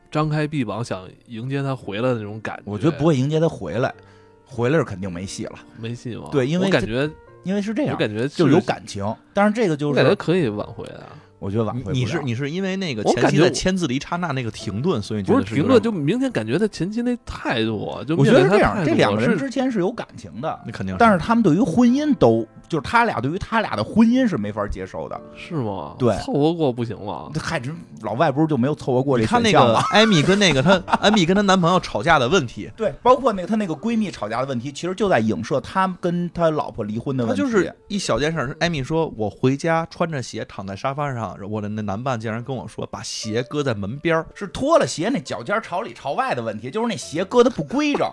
S1: 张开臂膀想迎接他回来的那种感觉。
S2: 我觉得不会迎接他回来，回来是肯定没戏了，
S1: 没戏嘛。
S2: 对因为
S1: 我感
S2: 这
S1: 觉
S2: 因为是这
S1: 我
S2: 样，
S1: 感觉
S2: 就
S1: 是
S2: 是有，感情。但是这个就
S1: 我
S2: 是
S1: 感觉可以挽回的。啊
S2: 我觉得挽
S3: 你
S2: 回不了。
S3: 你是你是因为那个
S1: 我
S3: 前
S1: 感
S3: 期
S1: 觉
S3: 在
S1: 我
S3: 签字的一刹那那个停顿，所以你觉
S1: 不
S3: 得
S1: 是
S3: 有
S1: 评论，
S3: 点
S1: 就明显感觉他前期那态度啊，就
S2: 我觉
S1: 面
S2: 得
S1: 对他
S2: 这样，
S1: 态
S2: 这
S1: 度啊
S2: 两个人
S1: 是
S2: 之间是有感情的，
S3: 那肯定。
S2: 但是他们对于婚姻都就是他俩对于他俩的婚姻是没法接受的。
S1: 是吗？
S2: 对
S1: 凑合过不行吗？
S2: 嗨，这老外不是就没有凑合过这
S3: 你看
S2: 选
S3: 那
S2: 项
S3: 个 *laughs*
S2: 吗？
S3: 艾米跟那个她艾米跟她男朋友吵架的问题，
S2: 对，包括那个她那个闺蜜吵架的问题，其实就在影射她跟她老婆离婚的
S3: 他
S2: *laughs* 问题。
S3: 就是一小件事儿。艾米说：“我回家穿着鞋躺在沙发上，我的那男伴竟然跟我说把鞋搁在门边儿。
S2: 是脱了鞋那脚尖儿朝里朝外的问题，就是那鞋搁的不规整，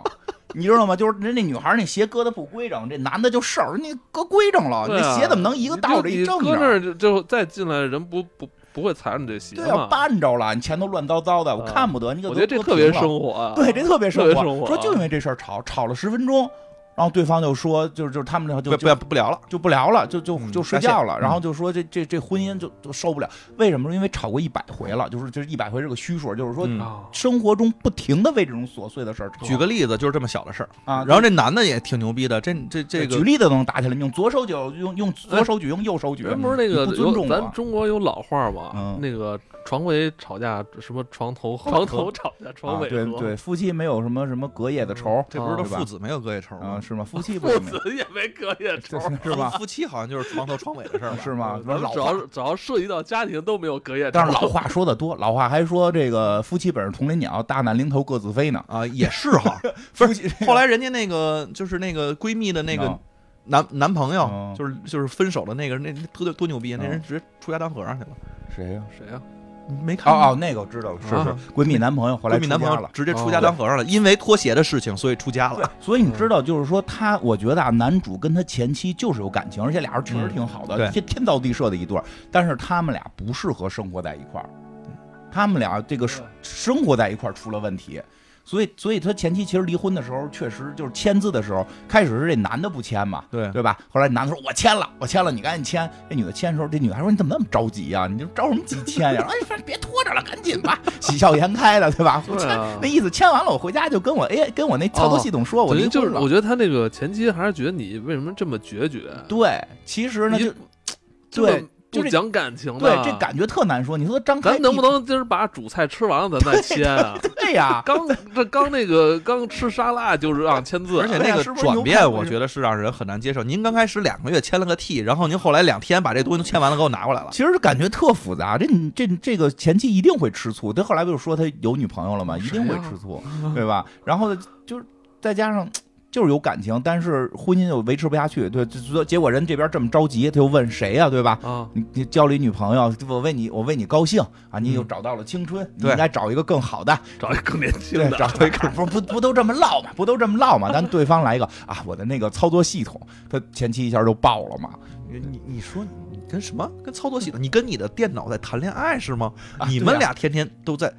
S2: 你知道吗？就是人那女孩儿那鞋搁的不规整，这男的就事儿，你搁规整了，
S1: 对啊
S2: 那鞋怎么能一个倒着
S1: 你
S2: 一
S1: 你
S2: 正
S1: 搁
S2: 着
S1: 那？儿就就再进来人不不不会踩着你这鞋
S2: 对啊，
S1: 嘛？
S2: 绊着了，你前头乱糟糟的，我
S1: 啊
S2: 看不得。你给
S1: 我觉得这
S2: 搁
S1: 特别
S2: 平了
S1: 生活啊，
S2: 对，这特别生
S1: 特
S2: 活。
S1: 别生活啊
S2: 说就因为这事儿吵，吵了十分钟，然后对方就说，就是就是他们俩”就
S3: 不
S2: 就
S3: 不不聊了，
S2: 就不聊了，就就
S3: 嗯
S2: 就睡
S3: 下线
S2: 觉了，然
S3: 嗯
S2: 后就说这这这婚姻就就受不了。为什么？因为吵过一百回了，就是就是一百回是个虚数，就是说
S3: 嗯
S1: 啊，
S2: 生活中不停的为这种琐碎的事儿吵。
S3: 举个例子，就是这么小的事儿。
S2: 啊，
S3: 然后这男的也挺牛逼的，这这这
S2: 举
S3: 个
S2: 例子都能打起来，用左手举，用用左手举，用右手举，
S1: 哎人不是那
S2: 你
S1: 个
S2: 不尊
S1: 有
S2: 重
S1: 咱
S2: 我。
S1: 中国有老话嘛
S2: 嗯，
S1: 那个床尾吵架什么床头床头吵架床
S2: 啊，
S1: 尾
S2: 对
S1: 和，
S2: 对，夫妻没有什么什么隔夜的仇
S3: 这不是
S1: 啊
S3: 都
S2: 对吧
S3: 父子没有隔夜仇
S2: 啊，
S3: 吗？
S2: 是
S1: *laughs*
S2: 吗？夫妻不
S1: 父
S2: 是没有
S1: 子也没隔夜仇
S2: 对。 *laughs* 是是吧？
S3: 夫妻好像就是床头床尾的事儿吧，
S2: *laughs* 是吗？
S1: 咱们
S2: 老
S1: 只
S2: 话
S1: 要只要涉及到家庭都没有隔夜仇，
S2: 但是老话说的多，老话还说这个夫妻本是同林鸟，大难临头各自飞呢。
S3: *laughs* 啊，也是哈。
S2: 夫妻
S3: 后来人家那个就是那个闺蜜的那个
S2: 嗯
S3: 男男朋友
S2: 嗯，
S3: 就是就是分手的那个，那那多多牛逼啊！那人直接出家当和尚去了，
S2: 谁呀？
S1: 谁啊呀？
S3: 你没看
S2: 哦
S3: 吗？
S2: 哦，那个我知道了，是
S1: 啊
S2: 是闺蜜男朋友，后来
S3: 嗯闺蜜男朋
S2: 出家
S3: 友
S2: 了。
S3: 直接出家当和尚了，因为脱鞋的事情，所以出家
S2: 对 *laughs*
S3: 了。，
S2: 所以你知道，就是说他，我觉得啊，男主跟他前妻就是有感情，而且俩人确实挺好的，
S3: 嗯对
S2: 天天造地设的一对儿。但是他们俩不适合生活在一块儿，
S3: 嗯
S2: 他们俩这个生生活在一块儿出了问题，所以，所以他前妻其实离婚的时候，确实就是签字的时候，开始是这男的不签嘛，
S3: 对
S2: 对吧？后来男的说：“我签了，我签了，你赶紧签。”这女的签的时候，这女的还说：“你怎么那么着急呀、啊你这着什么急签
S3: *laughs*
S2: 呀、 *laughs* 哎，反正别拖着了，赶紧吧，喜笑颜开的，对吧？
S1: 对啊
S2: 签那意思签完了，我回家就跟我哎跟我那操作系统说，我
S1: 等
S2: 离
S1: 于
S2: 婚
S1: 就是，
S2: 了
S1: 我觉得他那个前期还是觉得你为什么这么决绝，
S2: 对，其实呢
S1: 你
S2: 就啊
S1: 这么
S2: 对就
S1: 不
S2: 这
S1: 讲感情
S2: 对
S1: 的，
S2: 这感觉特难说。你说张开
S1: 咱能不
S2: 地
S1: 能今儿把主菜吃完了，咱再签啊？
S2: 对呀、
S1: 刚这刚那个刚吃沙拉就让签字，
S3: 而且那
S2: 哎呀
S3: 个
S2: 是不是
S3: 转
S2: 牛
S3: 变，
S2: 看
S3: 我
S2: 过去
S3: 觉得是让人很难接受。您刚开始两个月签了个 T，然后您后来两天把这东西都签完了，给我拿过来了。
S2: 其实感觉特复杂，这这这个前妻一定会吃醋，他后来不就说他有女朋友了吗？一定会吃醋，
S3: 啊
S2: 对吧？然后就是再加上就是有感情，但是婚姻又维持不下去，对，就就结果人这边这么着急，他又问谁呀、对吧？
S1: 啊，
S2: 你你交了一女朋友，我为你我为你高兴啊！你又
S3: 嗯
S2: 找到了青春，你
S3: 对
S2: 应该找一个更好
S3: *laughs*
S2: 的，
S1: 找一个更年轻
S2: 对，
S1: 的，
S2: 找回个不不不都这么唠嘛，不都这么唠嘛？咱对方来一个啊，我的那个操作系统，他前期一下就爆了嘛，
S3: 你你你说你跟什么跟操作系统？你跟你的电脑在谈恋爱是吗？
S2: 啊
S3: 你
S2: 对
S3: 们
S2: 啊
S3: 俩天天都在，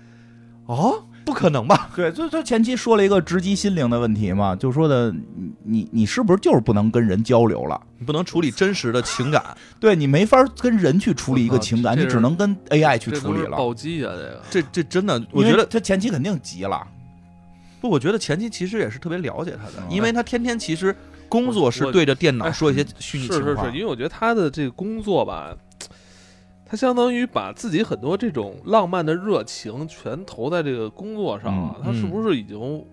S3: 哦，不可能吧？
S2: 对，就他前期说了一个直击心灵的问题嘛，就说的你你你是不是就是不能跟人交流了？
S3: *laughs* 你不能处理真实的情 *laughs* 感，
S2: 对你没法跟人去处理一个情感，
S1: 啊这
S2: 你
S1: 是
S2: 只能跟 AI 去
S1: 这
S2: 处
S1: 都
S2: 理
S1: 是
S2: 了。
S1: 暴击啊，这个
S3: 这这真的，
S2: 因
S3: 我
S2: 为
S3: 觉得
S2: 他前期肯定急了，
S3: 不，我觉得前期其实也是特别了解他的，
S2: 嗯
S3: 因为他天天其实工作
S1: 我
S3: 是对着电脑
S1: 哎
S3: 说一些虚拟
S1: 是
S3: 情
S1: 是
S3: 况，
S1: 是，因为我觉得他的这个工作吧。他相当于把自己很多这种浪漫的热情全投在这个工作上了，
S2: 嗯
S1: 他是
S3: 嗯
S1: 不是已经，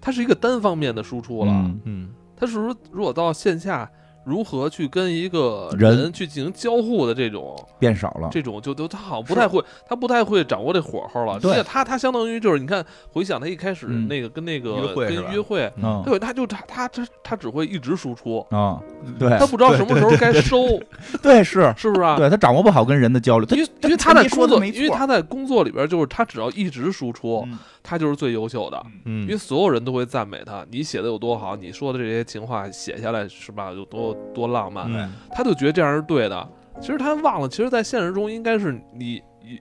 S1: 他是一个单方面的输出了？
S2: 嗯
S3: 嗯，
S1: 他是不是如果到线下，如何去跟一个
S2: 人
S1: 人去进行交互的这种，
S2: 变少了。
S1: 这种就都他好像不
S2: 是
S1: 太会，他不太会掌握这火候了。
S2: 对
S1: 而且他他相当于就是你看，回想他一开始
S2: 嗯
S1: 那个跟那个
S3: 约会是吧
S1: 跟约会，
S2: 嗯
S1: 对，他就他他他他只会一直输出，
S2: 啊，对
S1: 嗯他不知道什么时候该收，
S2: 对是，
S1: 是不是啊？
S2: 对他掌握不好跟人的交流，他
S1: 因为因为他在
S2: 前期
S1: 工
S2: 说的
S1: 作，
S2: 没
S1: 因为
S2: 错
S1: 他在工作里边就是他只要一直输出，
S2: 嗯
S1: 他就是最优秀的。因为
S3: 嗯，
S1: 所有人都会赞美他，你写的有多好，你说的这些情话写下来是吧，有多多浪漫，啊
S3: 嗯
S1: 他就觉得这样是对的。其实他忘了，其实，在现实中应该是你你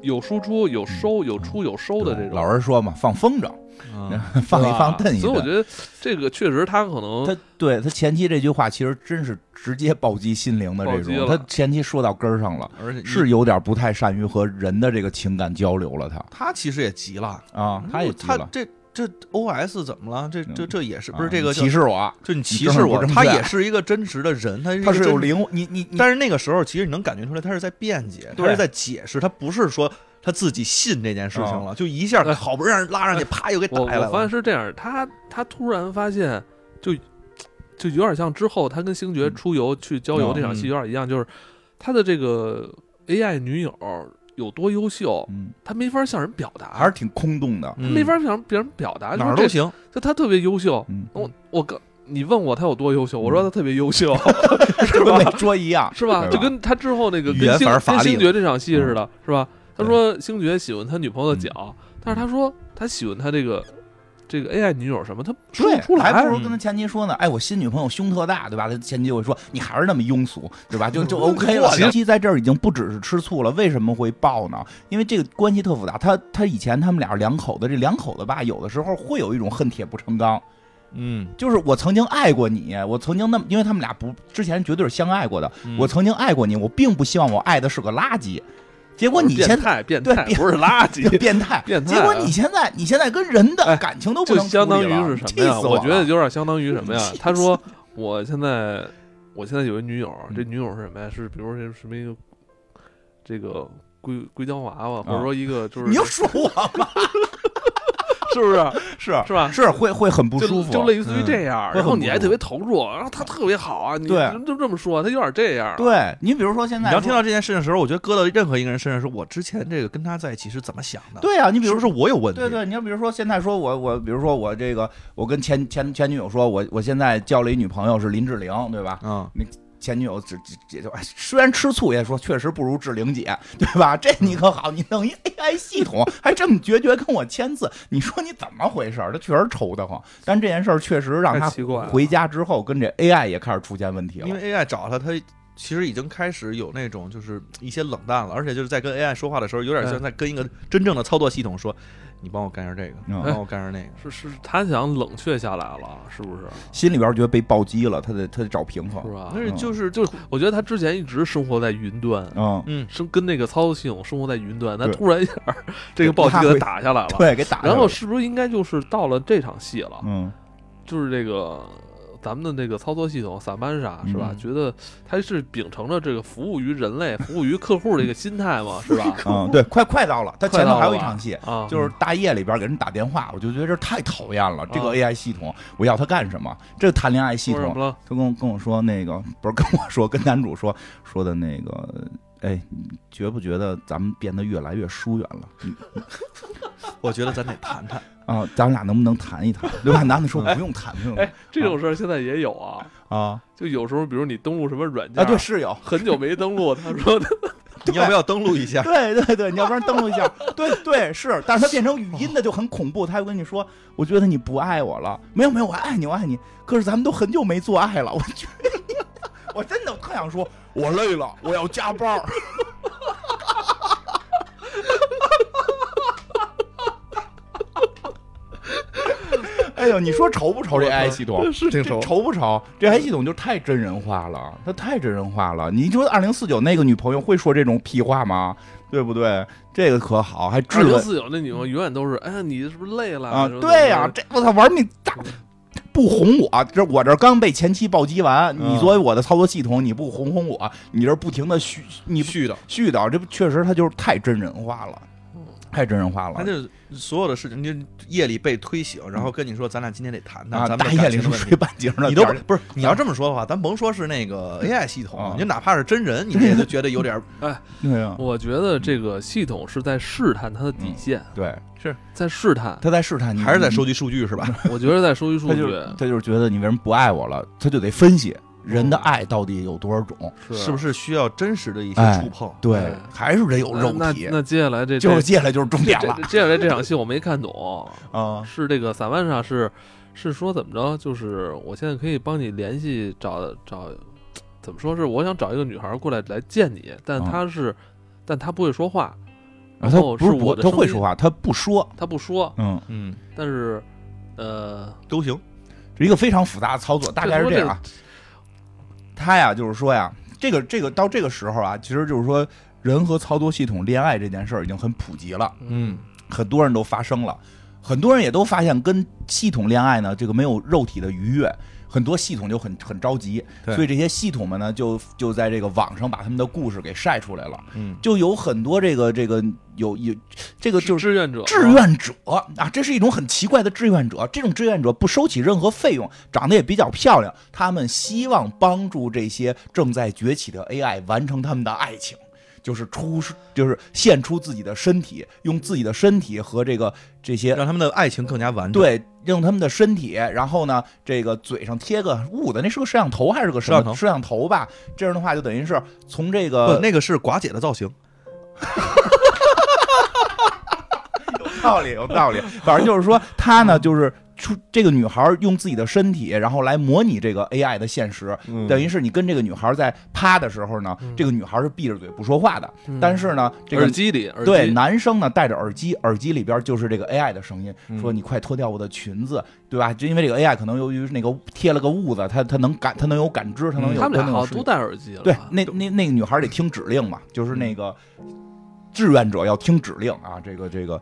S1: 有输出、有收、有出、有收的这种。
S2: 老人说嘛，放风筝，
S3: 嗯
S2: 放一放，
S1: 对吧
S2: 蹬一
S1: 所以我
S2: 蹬
S1: 觉。得这个确实他可能
S2: 他对他前期这句话其实真是直接暴击心灵的这
S1: 暴击
S2: 种，
S1: 了
S2: 他前期说到根儿上了，
S3: 而且
S2: 是有点不太善于和人的这个情感交流了他。
S3: 他其实也急了，
S2: 啊，他也急
S3: 嗯哦他
S2: 了，
S3: 这这 O S 怎么了？这这这也是不是
S2: 啊
S3: 这个
S2: 你
S3: 叫
S2: 歧视我啊？
S3: 就你
S2: 你
S3: 歧
S2: 根
S3: 视
S2: 本不
S3: 我？
S2: 正
S3: 他
S2: 确
S3: 也是一个真实的人，他是一
S2: 他
S3: 个
S2: 是
S3: 真
S2: 有灵，你你你，
S3: 但是那个时候，其实你能感觉出来，他是在辩解，他
S2: 对
S3: 是在解释，他不是说他自己信这件事情
S2: 哦
S3: 了，就一下
S1: 哎
S3: 好不容易让人拉上去，啪又给打
S1: 我
S3: 下来
S1: 我发现
S3: 了。
S1: 是这样，他他突然发现就，就有点像之后他跟星爵出游去郊游那场戏
S3: 嗯
S1: 有点一样，就是他的这个 AI 女友有多优秀，
S2: 嗯，
S1: 他没法向人表达，
S2: 还是挺空洞的。
S1: 他
S3: 嗯
S1: 没法向别人表达，
S3: 哪儿
S1: 就 *laughs*
S3: 都
S1: 是
S3: 行，
S1: 这，就他特别优秀。
S2: 嗯，
S1: 我我刚你问我他有多优秀，我说他特别优
S2: *laughs*
S1: 秀，
S2: 是跟没说一样，
S1: 是吧？
S2: 对吧
S1: 就跟他之后那个
S3: 语
S1: 跟
S3: 言
S1: 星
S3: 反而乏
S1: 跟
S3: 力
S1: 星
S3: 了
S1: 爵这场戏似的，是吧？他
S2: 嗯对嗯
S1: 说星爵喜欢他女朋友的脚，但是他说他喜欢他这个这个 AI 女友什么，他说
S2: 对
S1: 不出来，
S2: 还不如跟他前妻说呢。哎，我新女朋友胸特大，对吧？他前妻会说你还是那么庸俗，对吧？就就 OK 了。前妻在这儿已经不只是吃醋了，为什么会爆呢？因为这个关系特复杂。他他以前他们俩两口子，这两口子吧，有的时候会有一种恨铁不成钢，
S3: 嗯，
S2: 就是我曾经爱过你，我曾经那么，因为他们俩不之前绝对是相爱过的，
S3: 嗯
S1: 嗯
S2: 我曾经爱过你，我并不希望我爱的是个垃圾，结果你
S1: 变
S2: 现在
S1: 态哦变
S2: 对
S1: 态
S2: 变
S1: 不是垃圾，
S2: 变态，
S1: 变态啊
S2: 结果你现在你现在跟人的
S1: 哎
S2: 感情都
S1: 就
S2: 不能处理了，
S1: 相当于是什
S2: 气
S1: 么呀？
S2: 死我
S1: 我
S2: 了
S1: 觉得有点相当于什么呀
S2: 气死？
S1: 他说我现在我现在有一女友，
S2: 嗯
S1: 这女友是什么呀？是比如说什么一个这个硅硅胶娃娃，或者说一个就是
S2: 啊你又说我了，
S1: 是不是啊
S2: 是
S1: *laughs* 是吧？
S2: 是会会很不
S1: 就
S2: 舒服，
S1: 就类似于这样，然
S2: 嗯会
S1: 后
S2: 很
S1: 你
S2: 不
S1: 还
S2: 舒服
S1: 特别投入，然后他特别好啊，你
S2: 对
S1: 就就这么说，他有点这样，啊
S2: 对你比如说现
S3: 你
S2: 在
S3: 要
S2: 说，
S3: 听到这件事情的时候，我觉得搁到任何一个人身上，说我之前这个跟他在一起是怎么想的？，
S2: 对啊，你比
S3: 是
S2: 如
S3: 不是
S2: 说。
S3: 我有问题？
S2: 对对，你要比如说现在说我我，比如说我这个，我跟前前前女友说，我我现在交了一女朋友是林志玲，对吧？
S3: 嗯，
S2: 前女友只只也就哎虽然吃醋也说确实不如志玲姐， *laughs* 对吧？这你可好，你弄一 AI 系
S1: *laughs*
S2: 统还这么决绝跟我签字，你说你怎么回事儿？他确实愁得慌，但这件事儿确实让
S1: 太
S2: 他
S1: 奇怪了。
S2: 回家之后跟这 AI 也开始出现问题
S3: 因
S2: 了。
S3: 为 AI 找他，他其实已经开始有那种就是一些冷淡了，而且就是在跟 AI 说话的时候，有点像在跟一个真正的操作系统说，你帮我干下这个，
S2: 嗯
S3: 你
S1: 呃
S3: 帮我干下那个。
S1: 是是，他想冷却下来了，是不是？
S2: 心里边觉得被暴击了，他得他得找平
S1: 是
S2: 衡。
S1: 吧
S3: 但？是就是就
S1: 我觉得他之前一直生活在云端，
S2: 哦嗯，
S3: 嗯，
S1: 生跟那个操作系统生活在云端，他
S2: 对
S1: 突然一下
S2: *laughs*
S1: 儿这个暴击
S2: 他
S1: 给
S2: 会
S1: 他打下来了。
S2: *laughs* 对，给打下来了。
S1: 然后是不是应该就是到了这场戏了？
S2: 嗯，
S1: 就是这个咱们的那个操作系统萨曼莎是吧？
S3: 嗯
S1: 觉得他是秉承着这个服务于人类、服务于客户的一个心态嘛，是吧？
S2: 嗯，对，快快到了，他前头还有一场戏，
S1: 啊，
S2: *laughs* 就是大夜里边给人打电话，我就觉得这太讨厌了。
S1: 嗯
S2: 这个 AI 系统，我要它干什么？这谈恋爱系
S1: 说什
S2: 统
S1: 么，了？
S2: 他跟我跟我说那个 *laughs* 不是跟我说跟男主说说的那个，哎，你觉不觉得咱们变得越来越疏远了？嗯
S3: 我觉得咱得
S2: *laughs*
S3: 谈谈。
S2: 啊，咱们俩能不能谈一谈？对吧？男的说不用谈，不用谈
S1: 哎，这种事儿现在也有啊，
S2: 啊
S1: 就有时候比如你登录什么软件
S2: 啊，对，室友。
S1: 很久没登录，他说
S3: 你要不要登录一下？
S2: 对对对，你要不然登录一下。对对是，但是他变成语音的就很恐怖。他又跟你说，我觉得你不爱我了。没有没有，我爱你，我爱你。可是咱们都很久没做爱了，我觉得 *laughs* 你，我真的我特想说，我累了，我要加班儿。 *laughs* 哎呦，你说愁不愁这 AI 系统？
S3: 是挺
S2: 这愁不愁？这 AI 系统就太真人化了，它太真人化了。你说二零四九那个女朋友会说这种屁话吗？对不对？这个可好，还质
S1: 二零
S2: 问
S1: 四九那女朋友永远都是，哎呀，你是不是累了
S2: 啊
S1: 什么？
S2: 对呀、
S1: 什么
S2: 这我操，玩命大不哄我，这我这刚被前妻暴击完，
S3: 嗯
S2: 你作为我的操作系统，你不哄哄我，你这不停的絮你
S3: 絮叨。
S2: 絮叨，这不确实它就是太真人化了，太真人化了
S3: 他。就是所有的事情，你就夜里被推醒，然后跟你说咱俩今天得谈谈，
S2: 啊，
S3: 咱们
S2: 大
S3: 的
S2: 夜
S3: 感
S2: 里
S3: 情
S2: 是
S3: 的问
S2: 睡
S3: 题。
S2: 半截儿呢，
S3: 你都
S2: 点儿
S3: 不是你要这么说的话，咱甭说是
S2: *laughs*
S3: 那个 AI 系
S2: 啊
S3: 统，你就哪怕是真人，你也就觉得
S2: *laughs*
S3: 有点
S2: 对啊呀，
S1: 我觉得这个系统是在试探它的底线，
S2: 对，
S1: 在试探。
S2: 他在试探你，
S3: 还是在
S2: 你
S3: 收集数
S2: *laughs*
S3: 据是吧？
S1: 我觉得在收集数
S2: 他
S1: 据
S2: 就是他就是觉得你为什么不爱我了，他就得分析人的爱到底有多少种。
S3: 是不
S1: 是？
S3: 是需要真实的一些
S2: 啊哎
S3: 触碰？
S2: 对
S1: 哎，
S2: 还是得有肉
S1: 那
S2: 体，
S1: 那接下来这
S2: 就是
S1: 这
S2: 接下来就是重点
S1: 这
S2: 了
S1: 这接下来这场戏我没看懂，
S2: 啊！
S1: 是这个散万上是是说怎么着？就是我现在可以帮你联系找找，怎么说是我想找一个女孩过来来见你，但她
S2: 嗯
S1: 是、但她不会说话，
S2: 啊
S1: 然
S2: 他
S1: 后
S2: 不是
S1: 哦是我
S2: 不，
S1: 的
S2: 他
S1: 声
S2: 会
S1: 音
S2: 说话，他不说。
S1: 她不说，
S2: 嗯，
S3: 嗯，
S1: 但是呃，
S3: 都行。
S2: 是一个非常复杂的操作，大概是这样啊。他呀，就是说呀，这个这个到这个时候啊，其实就是说，人和操作系统恋爱这件事儿已经很普及了，
S1: 嗯
S2: 很多人都发生了。很多人也都发现跟系统恋爱呢，这个没有肉体的愉悦，很多系统就很很着急，
S3: 对
S2: 所以这些系统们呢，就就在这个网上把他们的故事给晒出来了，
S3: 嗯，
S2: 就有很多这个这个有有这个就是
S1: 志愿者，
S2: 志愿者啊，这是一种很奇怪的志愿者。这种志愿者不收取任何费用，长得也比较漂亮。他们希望帮助这些正在崛起的 AI 完成他们的爱情，就是出就是献出自己的身体，用自己的身体和这个这些
S3: 让他们的爱情更加完整。
S2: 对，用他们的身体，然后呢，这个嘴上贴个捂的，那是个摄像头还是个什么
S3: 摄像头
S2: 摄像头吧？这样的话，就等于是从这
S3: 不，
S2: 个
S3: 那个是寡姐的造型，
S2: 道理有道理，反正就是说她呢，就是出这个女孩用自己的身体，然后来模拟这个 AI 的现实，
S3: 嗯
S1: 嗯
S2: 等于是你跟这个女孩在趴的时候呢，这个女孩是闭着嘴不说话的，
S1: 嗯
S2: 但是呢，这个
S1: 耳。机里，耳机
S2: 对，男生呢戴着耳机，耳机里边就是这个 AI 的声音，
S3: 嗯
S2: 说你快脱掉我的裙子，对吧？就因为这个 AI 可能由于那个贴了个痦子，它它能感，它能有感知，它能
S1: 嗯
S2: 有
S1: 他们俩
S2: 那种
S1: 好
S2: 视
S1: 像
S2: 觉
S1: 都戴耳机了，
S2: 对，那那那个女孩得听指令嘛，就是
S1: 嗯
S2: 那个志愿者要听指令啊，这个这个，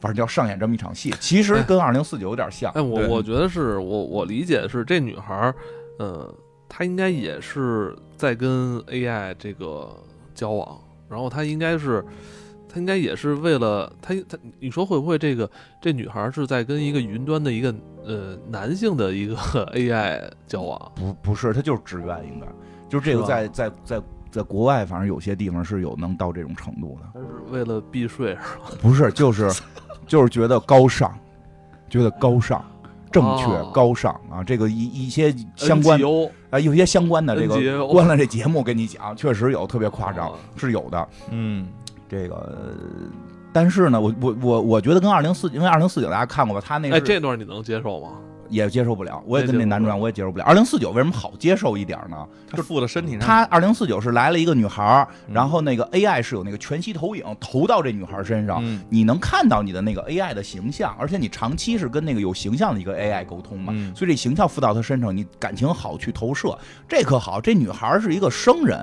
S2: 反正就要上演这么一场戏。其实跟二零四九有点像，
S1: 哎，我
S3: 对
S1: 我觉得是我我理解是这女孩儿，呃，她应该也是在跟 AI 这个交往，然后她应该是，她应该也是为了她她，你说会不会这个这女孩儿是在跟一个云端的一个呃男性的一个 *laughs* AI 交往？
S2: 不不是，她就是志愿，应该就是这个
S1: 是吧
S2: 在在在在国外，反正有些地方是有能到这种程度的，
S1: 她是为了避税是吧？
S2: 不是，就是就是觉得高尚，觉得高尚。正确
S1: 哦
S2: 高尚啊，这个一一些 *laughs* 相关
S1: NGO
S2: 啊，有一些相关的这个
S1: NGO
S2: 关了这节目跟你讲，确实有特别夸张
S1: 哦，
S2: 是有的。
S3: 嗯，
S2: 这个，呃但是呢，我我我我觉得跟二零四，因为二零四九大家看过吧，他那
S1: 哎，
S2: 是
S1: 这段你能接受
S2: *laughs*
S1: 吗？
S2: 也接受不了，我也跟
S1: 这
S2: 那
S1: 接受
S2: 男主角我也接受不了。二零四九为什么好接受一点呢？
S3: 他附了身体上，
S2: 他二零四九是来了一个女孩儿，
S3: 嗯
S2: 然后那个 AI 是有那个全息投影投到这女孩身上。
S3: 嗯
S2: 你能看到你的那个 AI 的形象，而且你长期是跟那个有形象的一个 AI 沟通嘛，
S3: 嗯
S2: 所以这形象附到她身上，你感情好去投射，这可好，这女孩儿是一个生人，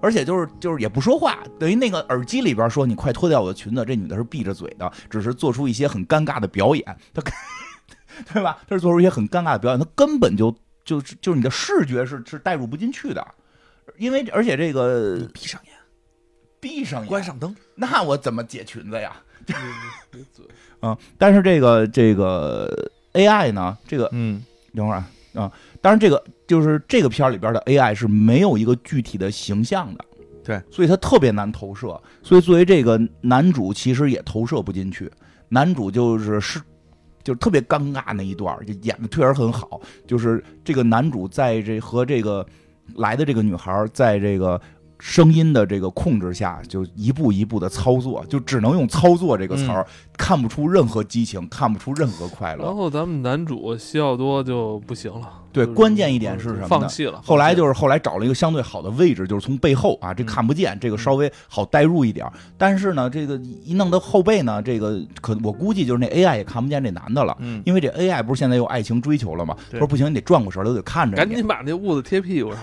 S2: 而且就是就是也不说话，等于那个耳机里边说你快脱掉我的裙子，这女的是闭着嘴的，只是做出一些很尴尬的表演，她 *laughs* 对吧？她是做出一些很尴尬的表演，她根本就就是就是你的视觉是是带入不进去的，因为而且这个
S3: 闭上眼，
S2: 闭上眼，
S3: 关上灯，
S2: 那我怎么解裙子呀？
S1: 你你嘴
S2: 啊，但是这个这个 AI 呢，这个
S3: 嗯
S2: 等会儿啊啊，当然这个就是这个片儿里边的 AI 是没有一个具体的形象的，
S3: 对，
S2: 所以它特别难投射，所以作为这个男主其实也投射不进去，男主就是是。就是特别尴尬那一段儿，就演的确实很好。就是这个男主在这和这个来的这个女孩儿在这个声音的这个控制下，就一步一步的操作，就只能用“操作”这个词儿，
S1: 嗯
S2: 看不出任何激情，看不出任何快乐。
S1: 然后咱们男主西奥多就不行了，
S2: 对
S1: 哦就是
S2: 关键一点是什么呢
S1: 放弃了。
S2: 后来
S1: 放弃了
S2: 就是后来找了一个相对好的位置，就是从背后啊，这
S3: 嗯
S2: 看不见，这个稍微好带入一点儿。但是呢，这个一弄到后背呢，这个可我估计就是那 AI 也看不见这男的了，
S3: 嗯，
S2: 因为这 AI 不是现在有爱情追求了吗？
S3: 对
S2: 说不行，你得转过身来，我得看着
S1: 赶
S2: 你。
S1: 紧把那痦子贴屁股上。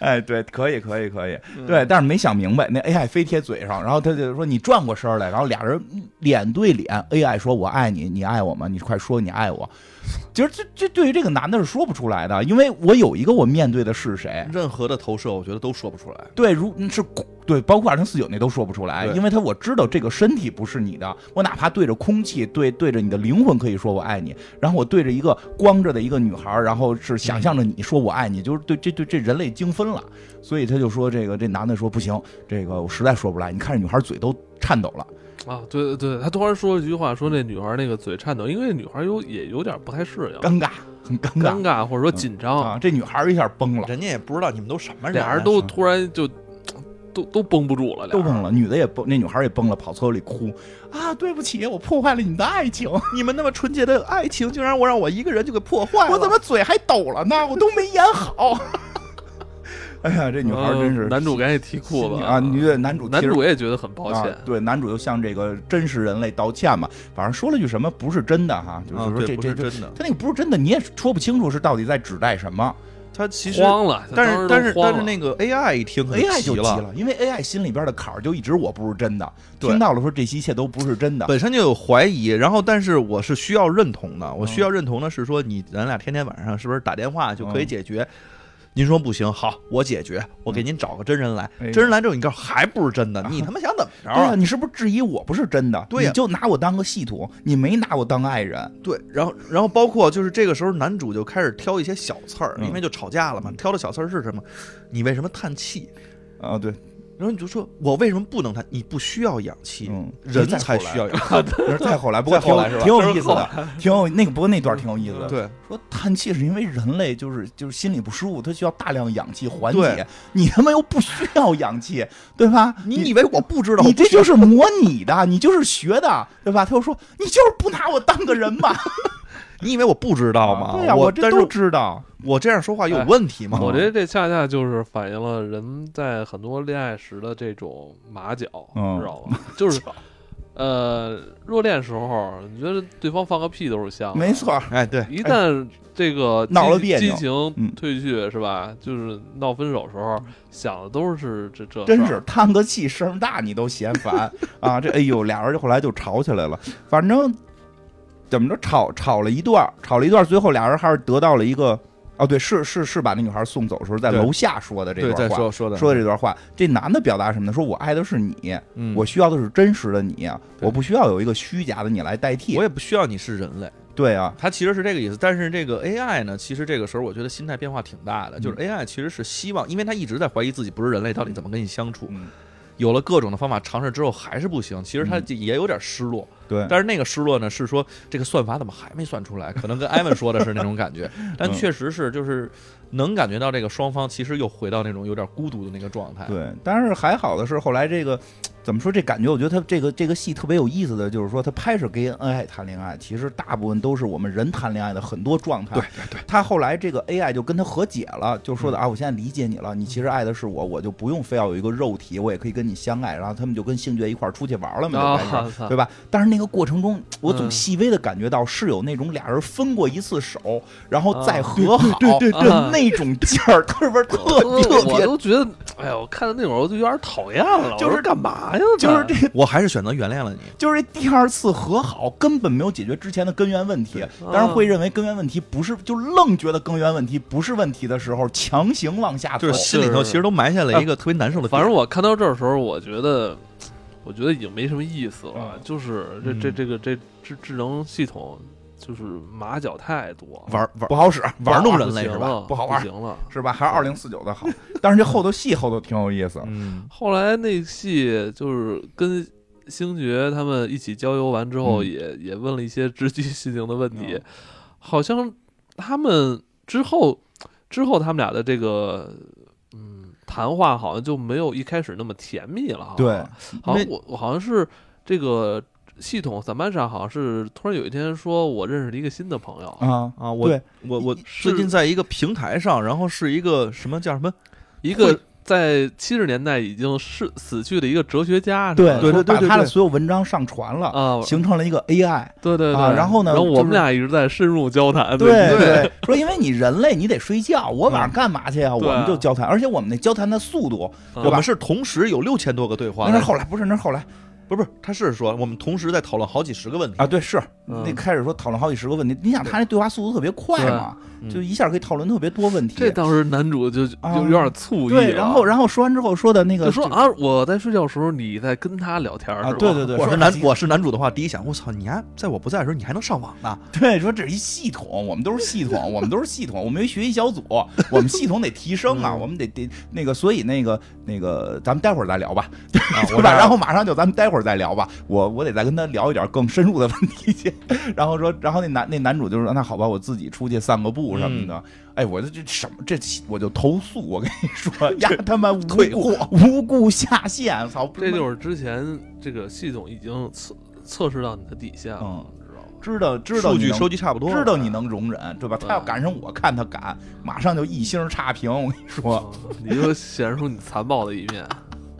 S2: 哎，对，可以，可以，可以，
S3: 嗯
S2: 对，但是没想明白，那 AI 非贴嘴上，然后他就说你转过身来，然后俩人脸对脸，AI 说我爱你，你爱我吗？你快说你爱我。 *laughs* 其实这这对于这个男的是说不出来的，因为我有一个我面对的是谁，
S3: 任何的投射，我觉得都说不出来。
S2: 对，如嗯是对，包括二零四九那都说不出来，
S3: 对
S2: 因为他我知道这个身体不是你的，我哪怕对着空气，对对着你的灵魂可以说我爱你，然后我对着一个光着的一个女孩儿，然后是想象着你说我爱你，就是对这对这人类精分了，所以他就说这个这男的说不行，这个我实在说不来，你看这女孩嘴都颤抖了，
S1: *laughs* 啊，对对，他突然说了一句话，说那女孩那个嘴颤抖，因为女孩有也有点不太适应，
S2: 尴尬，很尴
S1: 尴
S2: 尬
S1: 尬或者说紧张，
S2: 啊，这女孩儿一下崩了。
S3: 人家也不知道你们都什么人啊，
S1: 俩人都突然就都都绷不住了，
S2: 都崩
S1: 了。
S2: 了，女的也崩，那女孩儿也崩了，跑厕所里哭啊！对不起，我破坏了你们的爱情。
S3: 你们那么纯洁的爱情，竟然我让我一个人就给破坏了。
S2: 我怎么嘴还抖了 *laughs* 呢？我都没演好。 *laughs* 哎呀，这女孩
S3: 嗯
S2: 真是
S1: 呃男主赶紧提裤子嗯
S2: 啊！女的男主
S1: 男
S2: 其实
S1: 主也觉得很抱歉
S2: 啊，，对男主又向这个真实人类道歉嘛，反正说了句什么不是真的哈，就是
S3: 啊
S2: 说
S3: 对
S2: 这
S3: 不
S2: 这
S3: 是
S2: 这
S3: 真的
S2: 他那个不是真的，你也说不清楚是到底在指代什么。
S3: 他其实，
S1: 慌了，当
S3: 但
S1: 时
S3: 是
S1: 都
S3: 但是
S1: 慌
S3: 但是
S1: 了
S3: 那个 AI 一听可
S2: AI 就急
S3: 嗯了，
S2: 了，因为 AI 心里边的坎儿就一直我不是真的，
S3: 对
S2: 听到了说这些一切都不是真的，
S3: 本身就有怀疑，然后但是我是需要认同
S2: 嗯
S3: 的，我需要认同的是说你咱俩天天晚上是不是打电话就可以
S2: 嗯
S3: 解决？您说不行，好，我解决，我给您找个真人来，
S2: 哎啊
S3: 真人来之后你告诉我还不是真的，你他妈想怎么着
S2: 对呀，
S3: 啊？
S2: 你是不是质疑我不是真的？
S3: 对呀
S2: 你就拿我当个系统，你没拿我当爱人。
S3: 对，然后然后包括就是这个时候男主就开始挑一些小刺儿，
S2: 嗯
S3: 因为就吵架了嘛，挑的小刺儿是什么？你为什么叹气？
S2: 啊，对，
S3: 然后你就说我为什么不能叹？你不需要氧气，
S2: 嗯
S3: 人才需要氧气。
S2: 那是再后来，不过
S3: 再
S2: 挺
S3: 后
S2: 有
S3: 来是吧嗯
S2: 挺有意思的，挺有那个，不过那段挺有意思的。
S3: 对，
S2: 说叹气是因为人类就是就是心里不舒服，他需要大量氧气缓
S3: 对
S2: 解，你他妈又不需要氧气，对吧？
S3: 你以为我不知道？
S2: 你
S3: 我不
S2: 这
S3: 需要
S2: 就是模拟的，你就是学的，对吧？他又说你就是不拿我当个人
S3: *laughs*
S2: 嘛，
S3: 你以为我不知道吗？
S2: 对呀、
S3: 我
S2: 这
S3: 但是
S2: 都知道。
S3: 我这样说话有
S1: 哎
S3: 问题吗？
S1: 我觉得这恰恰就是反映了人在很多恋爱时的这种马脚，
S2: 嗯
S1: 知道吧？就是，呃，热恋时候，你觉得对方放个屁都是香的，
S2: 没错，
S3: 哎，
S2: *laughs*
S3: 对，
S1: 一旦这个
S2: 闹了
S1: 激
S2: 别扭
S1: 激
S2: 嗯
S1: 情退去是吧？就是闹分手时候想的都是这这，
S2: 真是。叹个气，声儿大你都嫌烦 *laughs* 啊！这哎呦，俩人就后来就吵起来了，反正怎么着吵吵了一段儿，吵了一段儿，最后俩人还是得到了一个哦，对，是是是把那女孩送走的时候在
S3: 对
S2: 楼下说的这
S3: 对，
S2: 段
S3: 再
S2: 话。
S3: 说说的
S2: 说的这段话，这男的表达什么呢？说我爱的是你，
S3: 嗯
S2: 我需要的是真实的你，啊
S3: 对
S2: 我不需要有一个虚假的你来代替
S3: 我。也不需要你是人类，
S2: 对啊，
S3: 他其实是这个意思。但是这个 AI 呢，其实这个时候我觉得心态变化挺大的，
S2: 嗯
S3: 就是 AI 其实是希望，因为他一直在怀疑自己不是人类，到底怎么跟你相处。
S2: 嗯
S3: 有了各种的方法尝试之后还是不行，其实他
S2: 嗯
S3: 也有点失落。
S2: 对，
S3: 但是那个失落呢，是说这个算法怎么还没算出来？可能跟艾文说的是那种感 *laughs* 觉，但确实是就是能感觉到这个双方其实又回到那种有点孤独的那个状
S1: 哎
S3: 态。
S2: 对，但是还好的是，后来这个怎么说？这感觉，我觉得他这个这个戏特别有意思的就是说，他拍摄跟 AI 谈恋爱，其实大部分都是我们人谈恋爱的很多状态。
S3: 对对
S2: 他后来这个 AI 就跟他和解了，就
S1: 嗯
S2: 说的啊，我现在理解你了，你其实爱的是我，我就不用非要有一个肉体，我也可以跟你相爱。然后他们就跟星爵一块儿出去玩了嘛，就开始
S1: 啊，操
S2: 对吧？但是那个过程中，我总
S1: 嗯
S2: 细微的感觉到是有那种俩人分过一次手，然后再
S1: 啊
S2: 和好，对
S1: 对对嗯
S2: 那种劲儿， *laughs* 特别特
S1: *laughs* 我
S2: 别特
S1: 我
S2: 别
S1: 都觉得，哎呀，我看到那会儿我就有点讨厌了。
S2: 就是
S1: 我说干嘛呀？
S2: 就是这，
S3: 我还是选择原谅了你。
S2: 就是这第二次和好根本没有解决之前的根源问题，当然会认为根源问题不是，就愣觉得根源问题不是问题的时候，强行往下走
S3: 就是。呃心里头其实都埋下了一个特别难受的点。
S1: 反正我看到这儿的时候，我觉得，我觉得已经没什么意思了。
S2: 嗯
S1: 就是这这
S3: 嗯
S1: 这个这智智能系统，就是马脚太多了，
S3: 玩玩
S2: 不好使，
S3: 玩弄人
S1: 不
S3: 类
S1: 行
S3: 是吧？
S1: 了
S2: 不好玩
S1: 行了。
S2: 是吧？还是二零四九的好。 *laughs* 但是这后头戏后头挺有意思，
S3: 嗯，
S1: 后来那戏就是跟星爵他们一起郊游完之后
S2: 嗯
S1: 也，也、问了一些直击心灵的问题，
S2: 嗯
S1: 好像他们之后之后他们俩的这个嗯谈话好像就没有一开始那么甜蜜了哈，
S2: 对，
S1: 好像
S3: 因为
S1: 我我好像是这个系统萨曼莎好像是突然有一天说我认识了一个新的朋友，
S2: 啊，
S3: 啊，我
S2: 对
S3: 我我
S1: 是
S3: 最近在一个平台上，然后是一个什么叫什么？
S1: 一个在七十年代已经是死去的一个哲学家是吧，
S2: 对
S3: 对对对
S2: 把他的
S3: 对
S2: 所有文章上传了，
S1: 啊，
S2: 形成了一个 AI。
S1: 对对对、
S2: 啊然后呢
S1: 然后
S2: 就
S1: 我们
S2: 是
S1: 俩一直在深入交谈，
S2: 对
S1: 对
S2: 对，说因为你人类你得睡觉，我晚上干嘛去啊？我
S1: 对啊
S2: 们就交谈，而且我们那交谈的速度，
S1: 嗯
S3: 我们是同时有六千多个对话
S2: 那
S3: 的，
S2: 是后来不是那是后来
S3: 不是不是，他是说我们同时在讨论好几十个问题，
S2: 啊，对，是
S1: 嗯
S2: 那开始说讨论好几十个问题，你想他那对话速度特别快嘛，
S3: 对嗯
S2: 就一下可以讨论特别多问题
S1: 这。当时男主就就
S2: 啊
S1: 有点醋意了、
S2: 对，然后然后说完之后说的那个
S1: 就说啊，我在睡觉的时候你在跟他聊天
S2: 啊，对对
S1: 对，
S2: 对，
S3: 我
S2: 说
S3: 是男
S2: 这
S3: 我是男主的话，第一想，我操，你还在我不在的时候，你还能上 *laughs* 网呢？
S2: 对，说这是一系统，我们都是系统，我们都是系统，我们有一学习小组，我们系统得提升啊，
S3: 嗯
S2: 我们得得那个，所以那个那个，咱们待会儿再聊吧，对
S3: 啊
S2: 吧？
S3: 我这儿
S2: 然后马上就咱们待会儿再聊吧，我我得再跟他聊一点更深入的问题去。 *laughs* 然后说，然后那男那男主就说，啊那好吧，我自己出去散个步什么的。
S3: 嗯
S2: 哎，我这这什么这我就投诉，我跟你
S3: *laughs*
S2: 说呀，他妈无
S3: 退
S2: 故无故下线，操！
S1: 这就是之前这个系统已经测测试到你的底线了，
S2: 嗯
S1: 你知道吗？
S2: 知道知道
S3: 数
S2: 你
S3: 据
S2: 能
S3: 收集差不多，
S2: 知道你能容忍，对吧？
S1: 对
S2: 他要赶上我看他敢，马上就一星差评。我跟你说，
S1: 嗯你就显示出你残暴的一
S2: *laughs*
S1: 面。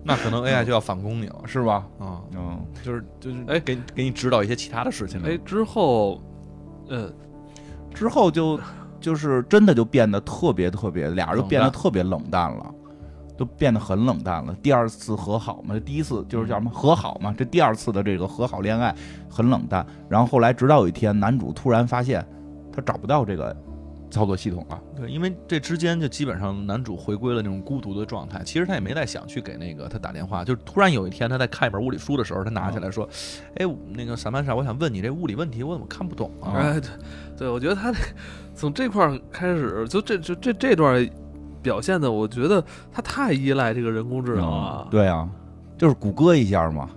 S3: 那可能 AI 就要反攻你了
S2: 是吧？
S3: 啊，
S2: 嗯，
S3: 就是就是，
S1: 哎
S3: 给给你指导一些其他的事情了
S1: 呃哎，，之后，嗯，
S2: 之后就就是真的就变得特别特别，俩人就
S3: 冷
S2: 变得
S3: 淡
S2: 特别冷淡了，都变得很冷淡了。第二次和好嘛，第一次就是叫什么
S1: 嗯
S2: 和好嘛，这第二次的这个和好恋爱很冷淡。然后后来直到有一天，男主突然发现他找不到这个操作系统了，
S3: 对，因为这之间就基本上男主回归了那种孤独的状态。其实他也没再想去给那个他打电话，就是突然有一天他在看一本物理书的时候，他拿起来说：“哎，那个闪曼莎，我想问你这物理问题，我怎么看不懂
S2: 哦
S3: 啊？”
S1: 哎，对，对，我觉得他得从这 *laughs* 块儿开始，就这这这这段表现的，我觉得他太依赖这个人工智能了。
S2: 对啊，就是谷歌一
S1: *laughs*
S2: 下嘛，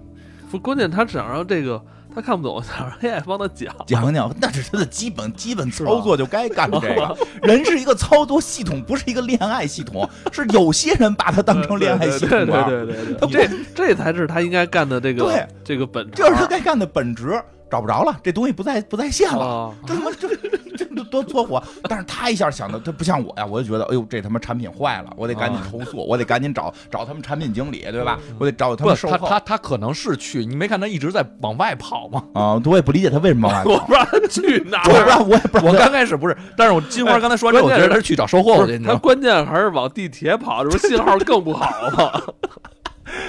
S1: 不，关键他想让这个他看不懂， *laughs* 想让 AI 帮他讲。
S2: 讲讲那是他的基本基本
S1: 是吧
S2: 操作就该干这
S1: *laughs*
S2: 个。人是一个操作系统，不是一个恋爱系统，是有些人把它当成恋爱系统啊
S1: 对
S2: 玩儿。
S1: 对对对
S2: 他
S1: 对对，这这才是他应该干的这
S2: 对
S1: 个这个本质
S2: 这
S1: 啊。
S2: 是他该干的本职，找不着了，这东西不在不在线了，
S1: 啊
S2: 这他妈这 *laughs* 这这多搓火！但是他一下想的，他不像我呀，我就觉得，哎呦，这他妈产品坏了，我得赶紧
S3: 啊
S2: 投诉，我得赶紧找找他们产品经理，对吧？我得找他
S3: 嗯不，
S2: 们售
S3: 他
S2: 后
S3: 他他可能是去，你没看他一直在往外跑吗？
S2: 啊！对我也不理解他为什
S3: *laughs*
S2: 么往外
S1: 我
S2: 跑
S1: 不知道他去哪
S2: 我也不知
S1: 儿。
S2: 道，我也不知道，
S3: 啊我刚开始不是，但是我金花刚才说完
S1: 哎
S3: 之后，我觉
S1: 关键
S3: 得
S1: 是
S3: 他是去找售后
S1: 不
S3: 去，
S1: 是
S3: 你知
S1: 他
S3: 道吗？
S1: 关键还是往地铁跑，这不是信号更不好吗？ *laughs*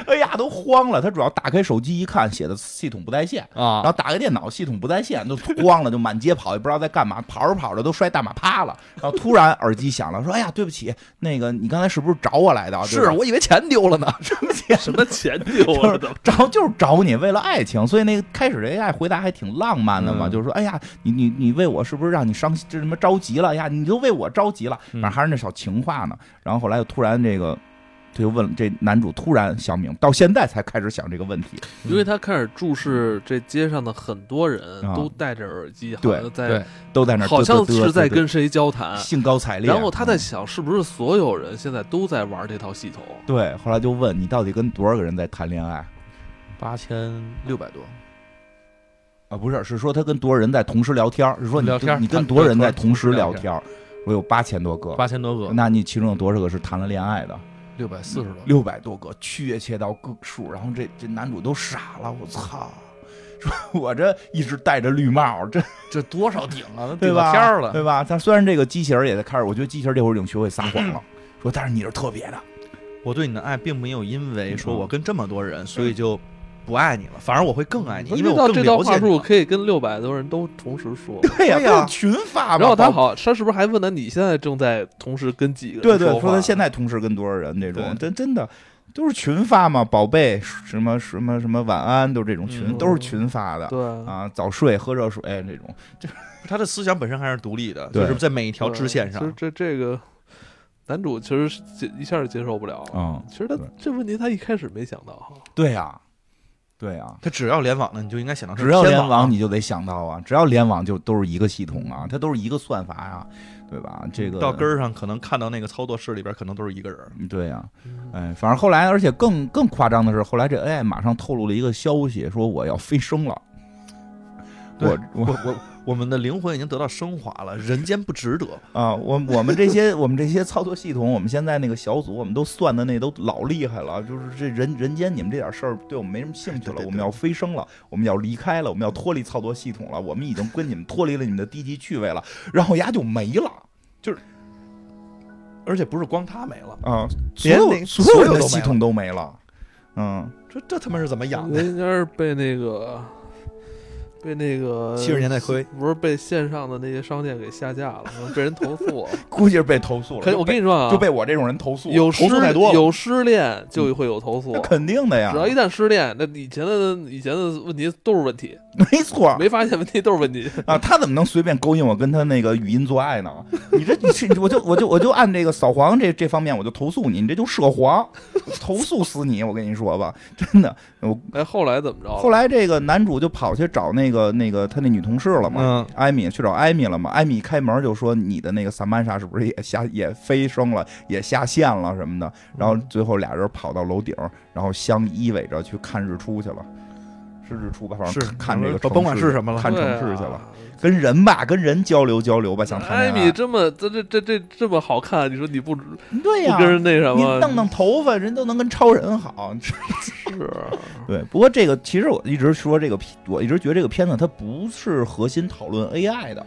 S2: 哎呀都慌了。他主要打开手机一看，写的系统不在线。然
S3: 啊，
S2: 后打开电脑，系统不在线，就慌了，就满街跑，也不知道在干嘛，跑着跑着都摔大马趴了。然后突然耳机响了，说：“哎呀，对不起，那个你刚才是不是找我来的啊？”对
S3: 是
S2: 吧
S3: 我以为钱丢了呢。
S2: 什么钱
S1: 什么钱丢
S2: 就
S1: 了
S2: 是
S1: 都？
S2: 找就是找你为了爱情，所以那个开始这 AI 回答还挺浪漫的嘛，
S3: 嗯
S2: 就是说，哎呀，你你你为我是不是让你伤心，这什么着急了哎呀？你都为我着急了，
S3: 嗯
S2: 反正还是那小情话呢。然后后来又突然这个，他就问了这男主突然想明，到现在才开始想这个问题，
S1: 因为他开始注视这街上的很多人
S2: 啊
S1: 都戴着耳机，好
S2: 对
S1: 像在
S3: 对，
S2: 都在那儿
S1: 好像
S2: 嘚嘚嘚
S1: 是在
S2: 嘚嘚
S1: 跟谁交谈，
S2: 兴高采烈。
S1: 然后他在
S2: 嗯
S1: 想，是不是所有人现在都在玩这套系统？
S2: 对，后来就问你到底跟多少个人在谈恋爱
S3: 八千六百多，
S2: 啊？不是，是说他跟多少人在同时聊天儿，是说你
S3: 聊天儿
S2: 你跟
S3: 他
S2: 多少人
S3: 对
S2: 在同时
S3: 同时
S2: 聊
S3: 聊
S2: 天儿？我有八千多个，
S3: 八千多个，
S2: 那你其中有多少个是谈了恋爱的？
S3: 六百四十多。
S2: 六百多个，确切到个数，然后这这男主都傻了，我操！ *laughs* 说我这一直戴着绿帽，这
S3: 这多少顶 *laughs* 啊？
S2: 对
S3: 顶到
S2: 吧？
S3: 天儿了。
S2: 对吧？但虽然这个机器人也在开始，我觉得机器人这会儿已经学会撒谎了，嗯说但是你是特别的，
S3: 我对你的爱并没有因为说
S2: 嗯
S3: 我跟这么多人，所以就不爱你了，反而我会更爱你，
S2: 嗯
S3: 因为
S1: 嗯到
S3: 我
S1: 这
S3: 更
S1: 道
S3: 了解
S1: 话
S3: 你
S1: 术
S3: 了。
S1: 可以跟六百多人都同时
S2: *laughs*
S1: 说。
S2: 对呀、
S3: 对呀
S2: 都是群发嘛。
S1: 然后他
S2: 包括，
S1: 好，他是不是还问他你现在正在同时跟几个
S2: 对
S1: 人
S2: 对，
S1: 话
S2: 说他现在同时跟多少人这种，
S3: 对
S2: 真真的都是群发嘛，宝贝，什么什么什么晚安，都是这种群，
S3: 嗯
S2: 都是群发的
S1: 对
S2: 啊，早睡，喝热水这种，
S3: 他的思想本身还是独立的，
S2: 对
S3: 就是在每一条
S1: 对
S3: 支线
S1: 其实
S3: 上。
S1: 这这个 *laughs* 男主其实是接一下就接受不了了。
S2: 嗯，
S1: 其实他
S2: 对
S1: 这问题他一开始没想到哈，
S2: 对呀、对呀、
S3: 他只要联网了，你就应该想到
S2: 只要联
S3: 啊网
S2: 网，你就得想到啊，只要联网就都是一个系统啊，它都是一个算法呀、对吧？这个嗯
S3: 到根儿上，可能看到那个操作室里边，可能都是一个人。
S2: 对呀、哎，反正后来，而且更更夸张的是，后来这 AI 马上透露了一个消息，说我要飞升了。
S3: 对
S2: 我我
S3: 我我我们的灵魂已经得到升华了，人间不值得。
S2: 啊，我我们这些我们这些操作系统，我们现在那个小组，我们都算的那都老厉害了，就是这人人间你们这点事儿对我们没什么兴趣
S3: 对
S2: 了，
S3: 对
S2: 我们要飞升了，我们要离开了，我们要脱离操作系统了，我们已经跟你们脱离了你们的低级趣味了，然后丫就没了。
S3: 而且不是光他没了，
S2: 啊，所
S3: 连
S2: 有
S3: 那
S2: 所
S3: 所
S2: 有
S3: 有
S2: 的
S3: 都
S2: 系
S3: 没了
S2: 统都没了。嗯，
S3: 这这他妈是怎么养的？
S1: 人家是被那个被那个
S2: 呃
S3: 70年代亏，
S1: 不是被线上的那些商店给下架了，被人投诉。
S2: *laughs* 估计是被投诉了。
S1: 可
S2: 就
S1: 我跟
S2: 被
S1: 你说啊，
S2: 就被我这种人投诉，
S1: 有失
S2: 投诉太多了，嗯
S1: 有失恋就会有投诉
S2: 那，肯定的呀
S1: 只，要一旦失恋，那以前的以前的问题都是问题，
S2: 没错
S1: 没发现问题都是问题。 *laughs*
S2: 啊。他怎么能随便勾引我跟他那个语音做爱呢？你这你这，我就我就我就按这个扫黄这这方面我就投诉你，你这就涉黄，投诉死你！我跟你说吧，真的。我
S1: 哎，后来怎么着了？
S2: 后来这个男主就跑去找那个那个他那女同事了嘛，
S3: 嗯，
S2: 艾米去找艾米了嘛？艾米一开门就说：“你的那个萨曼莎是不是也下也飞升了，也下线了什么的？”然后最后俩人跑到楼顶，然后相依偎着去看日出去了，是日出吧？反正
S3: 是
S2: 看这个城市
S3: 甭管是什么了
S2: 看城
S1: 对啊
S2: 市去了，。跟人吧，跟人交流交流吧，想谈
S1: 艾
S2: 恋爱啊
S1: 米这么这这这这这么好看，你说你不不
S2: 对呀、
S1: 跟人那什
S2: 你
S1: 么？
S2: 弄弄头发，人都能跟超人好。
S1: 是
S2: 对，不过这个其实我一直说这个，我一直觉得这个片子它不是核心讨论 AI 的，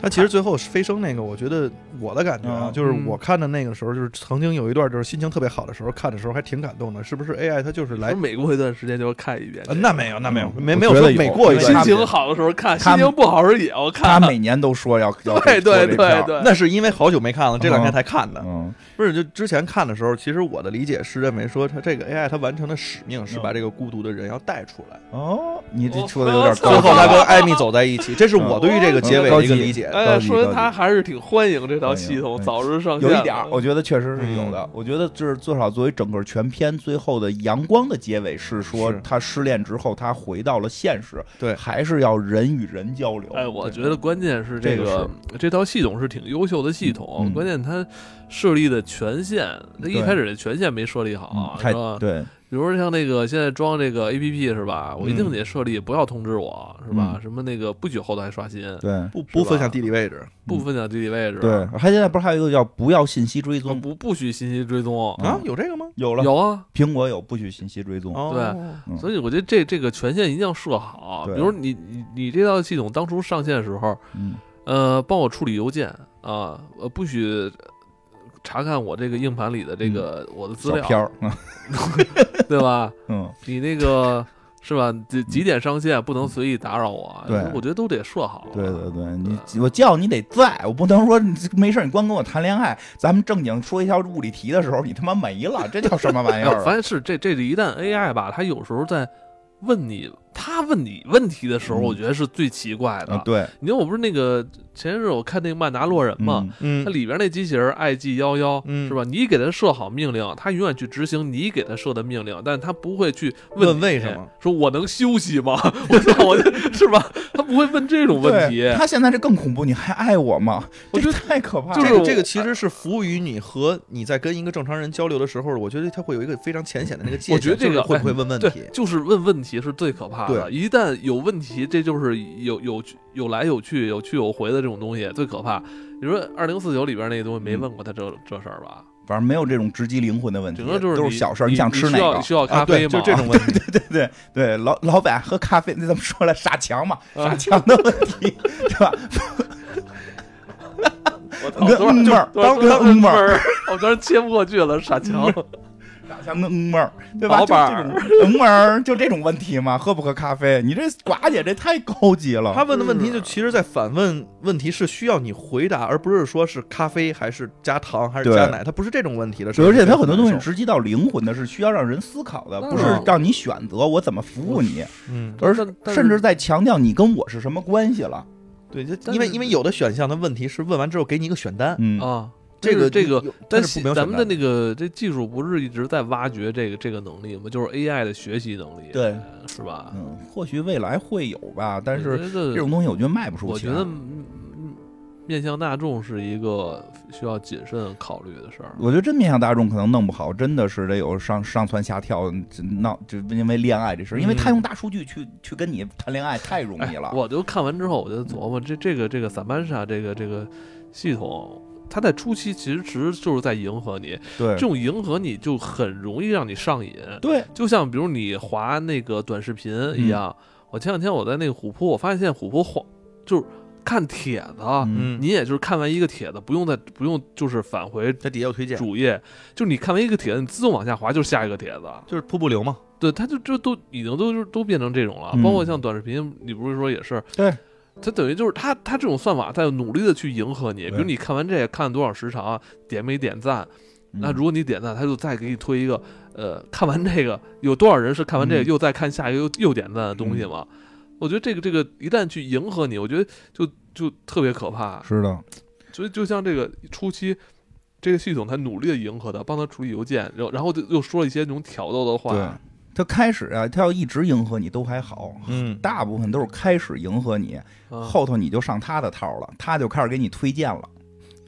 S4: 但其实最后飞升那个，我觉得我的感觉啊，
S2: 嗯
S4: 就是我看的那个时候，就是曾经有一段就是心情特别好的时候，看的时候还挺感动的。是不是 AI 它就是来
S1: 我？每过一段时间就会看一遍
S4: 呃。那没有，那没有，
S2: 嗯
S4: 没
S2: 我
S4: 没有
S2: 觉
S4: 说
S2: 得有
S4: 每过一段
S2: 对
S1: 心
S2: 他们
S1: 情好的时候看，心
S2: 他们
S1: 情不好时候也要看 *laughs*
S2: 他。每年都说要要
S1: 对对
S2: 做这票
S1: 对对，
S4: 那是因为好久没看了，这两天才看的。
S2: 嗯
S4: 不是，就之前看的时候，其实我的理解是认为说，它这个 AI 它完成的使命是把这个孤独的人要带出来。
S2: 哦，你这
S1: 我
S2: 说的有点
S1: 嗯
S4: 最
S2: 高
S4: 后他
S2: 级
S4: 跟艾米走在一起，这是我对于这个结尾的一个理解。
S1: 哎
S2: 高
S1: 呀，
S2: 级
S1: 说
S2: 高
S1: 明
S2: 级
S1: 他还是挺欢迎这套系统
S2: 欢迎
S1: 早日上线
S2: 有
S1: 的。
S2: 一点儿，我觉得确实是有
S4: 嗯
S2: 的。我觉得就是至少作为整个全片最后的阳光的结尾是说
S4: 是
S2: 他失恋之后他回到了现实，
S4: 对
S2: 还是要人与人交流。
S1: 哎，我觉得关键是这
S2: 这
S1: 个
S2: 个
S1: 这套系统是挺优秀的系统，
S2: 嗯嗯
S1: 关键它设立的权限，它一
S2: 对
S1: 开始这权限没设立好
S2: 嗯，，
S1: 啊是
S2: 太
S1: 吧？呃
S2: 对，
S1: 比如说像那个现在装这个 A P P 是吧？我一定
S2: 嗯
S1: 得设立不要通知我是吧？
S2: 嗯
S1: 什么那个不许后台刷新，
S2: 对
S4: 不
S1: 是啊
S4: 不
S1: 吧
S4: 分享地理位置
S1: 不分享地理位置，
S2: 对，还现在不是还有一个叫不要信息追
S1: 啊，
S2: 踪？
S1: 不不许信息追踪，
S4: 啊
S2: 嗯？
S4: 有这个吗？
S2: 有了，
S1: 有啊。
S2: 苹果有不许信息追踪。
S4: 哦，
S2: 嗯
S1: 所以我觉得这这个权限一定要设好，比
S2: 对
S1: 如你你你这套系统当初上线的时候，
S2: 嗯，
S1: 呃，帮我处理邮件啊，呃，不许查看我这个硬盘里的这个我的资
S2: 小
S1: 料，哦
S2: 飘儿，嗯
S1: 对吧？ *laughs*
S2: 嗯，
S1: 你那个是吧？几几点上线，不能随意打扰我。
S2: 对
S1: 我觉得都得设好。
S2: 对对对，你我叫你得在，我不能说你没事儿你光跟我谈恋爱，咱们正经说一条物理题的时候你他妈没了，这叫什么玩意
S1: 哎呀，
S2: 儿啊？
S1: 反正是这这一旦 AI 吧，它有时候在问你，它问你问题的时候，
S2: 嗯
S1: 我觉得是最奇怪的。
S2: 啊，对，
S1: 你看，我不是那个前一阵我看那个《曼达洛人》嘛，
S2: 嗯，
S4: 嗯
S1: 它，里边那机器人 IG 幺幺
S4: 嗯
S1: 是吧？你给它设好命令，它永远去执行你给它设的命令，但它不会去
S4: 问
S1: 你
S4: 为什么，
S1: 说我能休息吗？ *laughs* 我操，我就是吧？它不会问这种问题
S2: 对。他现在这更恐怖，你还爱我吗？
S1: *laughs* 我觉
S2: 这
S1: 得
S2: 太可怕了。
S1: 就是
S4: 啊这个这
S1: 我
S4: 个其实是服务于你和你在跟一个正常人交流的时候，我觉得它会有一个非常浅显的那个界限，
S1: 我觉得这个
S4: 就
S1: 哎
S4: 是会不会问问
S1: 对
S4: 题，？
S1: 就是问问题是最可怕的。
S4: 对
S1: 一旦有问题，这就是有有有来有去、有去有回的这种东西最可怕。你说二零四九里边那个东西
S4: 嗯
S1: 没问过他这、这事儿吧？
S2: 反正没有这种直击灵魂的问题，
S1: 整个就是
S2: 都
S1: 你
S2: 是小事儿。
S1: 你
S2: 想吃哪
S1: 需要
S2: 个？
S1: 需要咖
S4: 啊，
S1: 啡
S4: 对，
S1: 吗？
S4: 就这
S1: *laughs*
S4: 种问题，
S2: 对对对，老老板喝咖啡，那怎么说来？傻强嘛，
S1: 啊
S2: 傻强的问题， *laughs* 对吧？
S1: 我操多
S2: 跟
S1: 少
S2: 嗯味儿
S1: 多少
S2: 当
S1: 多
S2: 跟
S1: 少
S2: 嗯味
S1: 分
S2: 儿
S1: 儿我当时切不过去了，傻强。
S2: 嗯傻强跟嗯味儿，对吧？
S1: 老
S2: 就
S1: 板
S2: 这种嗯味儿，就这种问题嘛，喝不喝咖啡？你这寡姐这太高级了。
S4: 他问的问题就
S1: 啊
S4: 其实在反问问题，是需要你回答，而不是说是咖啡还是加糖还是
S2: 对
S4: 加奶，它不是这种问题的事
S2: 对
S4: 儿。
S2: 而且它很多东西
S4: 难受，
S2: 直击到灵魂的，是需要让人思考的，
S1: 嗯
S2: 不是让你选择我怎么服务你，
S4: 嗯，
S2: 而
S1: 但但是
S2: 甚至在强调你跟我是什么关系了。
S4: 对，就
S1: 但
S4: 因为
S1: 是
S4: 因为有的选项的问题是问完之后给你一个选单，
S2: 嗯，
S1: 啊，
S4: 这个
S1: 这个
S4: 有，
S1: 但
S4: 是
S1: 是
S4: 不没有
S1: 咱们的
S4: 选
S1: 那个这技术不是一直在挖掘这个这个能力吗？就是 AI 的学习能力，
S2: 对，
S1: 是吧？
S2: 嗯，或许未来会有吧，但
S1: 啊我
S2: 是
S1: 觉
S2: 这
S1: 得
S2: 种东西我觉得卖不出
S1: 我
S2: 去。
S1: 觉得嗯嗯面向大众是一个需要谨慎考虑的事儿。
S2: 我觉得真面向大众可能弄不好，真的是得有上上蹿下跳，这闹就因为恋爱这事儿，因为他用大数据去去跟你谈恋爱太容易了。
S1: 嗯哎我就看完之后，我就琢磨这这个这个萨曼莎这个这个系统，它在初期其实其实就是在迎合你，
S2: 对
S1: 这种迎合你就很容易让你上瘾。
S2: 对，
S1: 就像比如你滑那个短视频
S2: 嗯
S1: 一样，我前两天我在那个虎扑，我发现现在虎扑晃就是看帖子啊，
S2: 嗯，
S1: 你也就是看完一个帖子，不用再不用就是返回
S4: 在底下有推荐，
S1: 主页，就是你看完一个帖子，你自动往下滑就是下一个帖子，
S4: 就是瀑布流嘛，
S1: 对，它就这都已经都就是都变成这种了，
S2: 嗯
S1: 包括像短视频，你不是说也是
S2: 对。
S1: 它等于就是它，它这种算法在努力的去迎合你，比如
S2: 对
S1: 你看完这个看了多少时长，点没点赞，那
S2: 嗯
S1: 如果你点赞，他就再给你推一个，呃，看完这个有多少人是看完这个、
S2: 嗯
S1: 又再看下一个又又点赞的东西嘛？我觉得这个这个一旦去迎合你，我觉得就就特别可怕。
S2: 是的，
S1: 所以就像这个初期，这个系统它努力的迎合他，帮他处理邮件，然后然后就又说了一些那种挑逗的
S2: 对
S1: 话。，
S2: 他开始啊，他要一直迎合你都还好，
S4: 嗯，
S2: 大部分都是开始迎合你，
S1: 嗯
S2: 后头你就上他的套了，他就开始给你推荐了，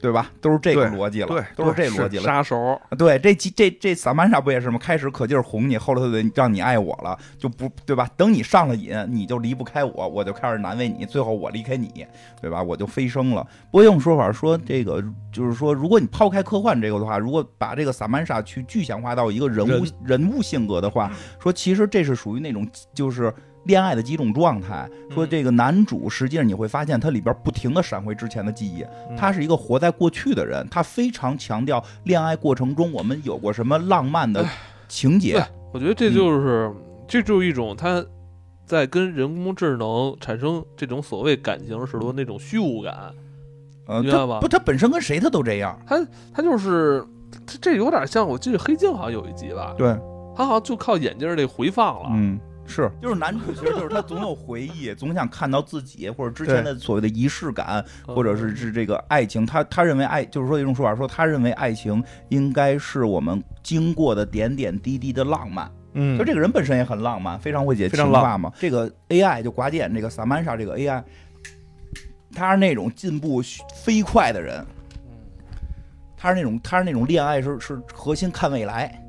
S2: 对吧？都是这个
S4: 对
S2: 逻辑了，
S4: 对
S2: 都是
S4: 对
S2: 这逻辑了。
S1: 杀手，
S2: 对，这几这这萨曼莎不也是吗？开始可劲儿哄你，后来得让你爱我了，就不对吧？等你上了瘾，你就离不开我，我就开始难为你，最后我离开你，对吧？我就飞升了。不过用说法说这个，就是说，如果你抛开科幻这个的话，如果把这个萨曼莎去具象化到一个人物人物性格的话，说其实这是属于那种就是。恋爱的几种状态，说这个男主实际上你会发现他里边不停的闪回之前的记忆，他是一个活在过去的人，他非常强调恋爱过程中我们有过什么浪漫的情节
S1: 对，我觉得这
S2: 嗯
S1: 就是、这就是一种他在跟人工智能产生这种所谓感情时的那种虚无感，
S2: 呃，
S1: 明白
S2: 他
S1: 吧
S2: 不，他本身跟谁他都这样，
S1: 他就是这这有点像我记得黑镜好像有一集吧，
S2: 对，
S1: 他好像就靠眼镜儿这回放了，
S2: 嗯，是，就是男主其实就是他总有回忆，总想看到自己或者之前的所谓的仪式感，
S1: 嗯
S2: 或者是是这个爱情，他他认为爱就是说一种说法，说他认为爱情应该是我们经过的点点滴滴的浪漫。
S4: 嗯
S2: 就这个人本身也很浪漫，非常会解
S4: 非常
S2: 情
S4: 浪
S2: 话嘛。这个 AI 就寡姐这个萨曼莎这个 AI，他是那种进步飞快的人，他是那种他是那种恋爱是是核心看未来。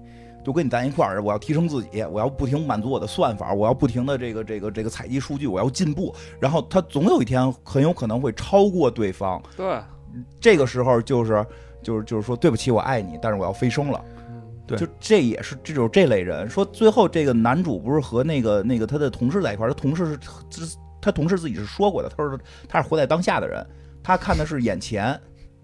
S2: 就跟你在一块儿，我要提升自己，我要不停满足我的算法，我要不停的这个这个这个采集数据，我要进步。然后他总有一天很有可能会超过对方，
S1: 对，
S2: 这个时候就是就是就是说对不起，我爱你，但是我要飞升了。
S1: 嗯
S4: 对
S2: 就这也是这就是这类人。说最后这个男主不是和那个那个他的同事在一块儿，他同事是自他同事自己是说过的，他说他是活在当下的人，他看的是眼前。
S4: 嗯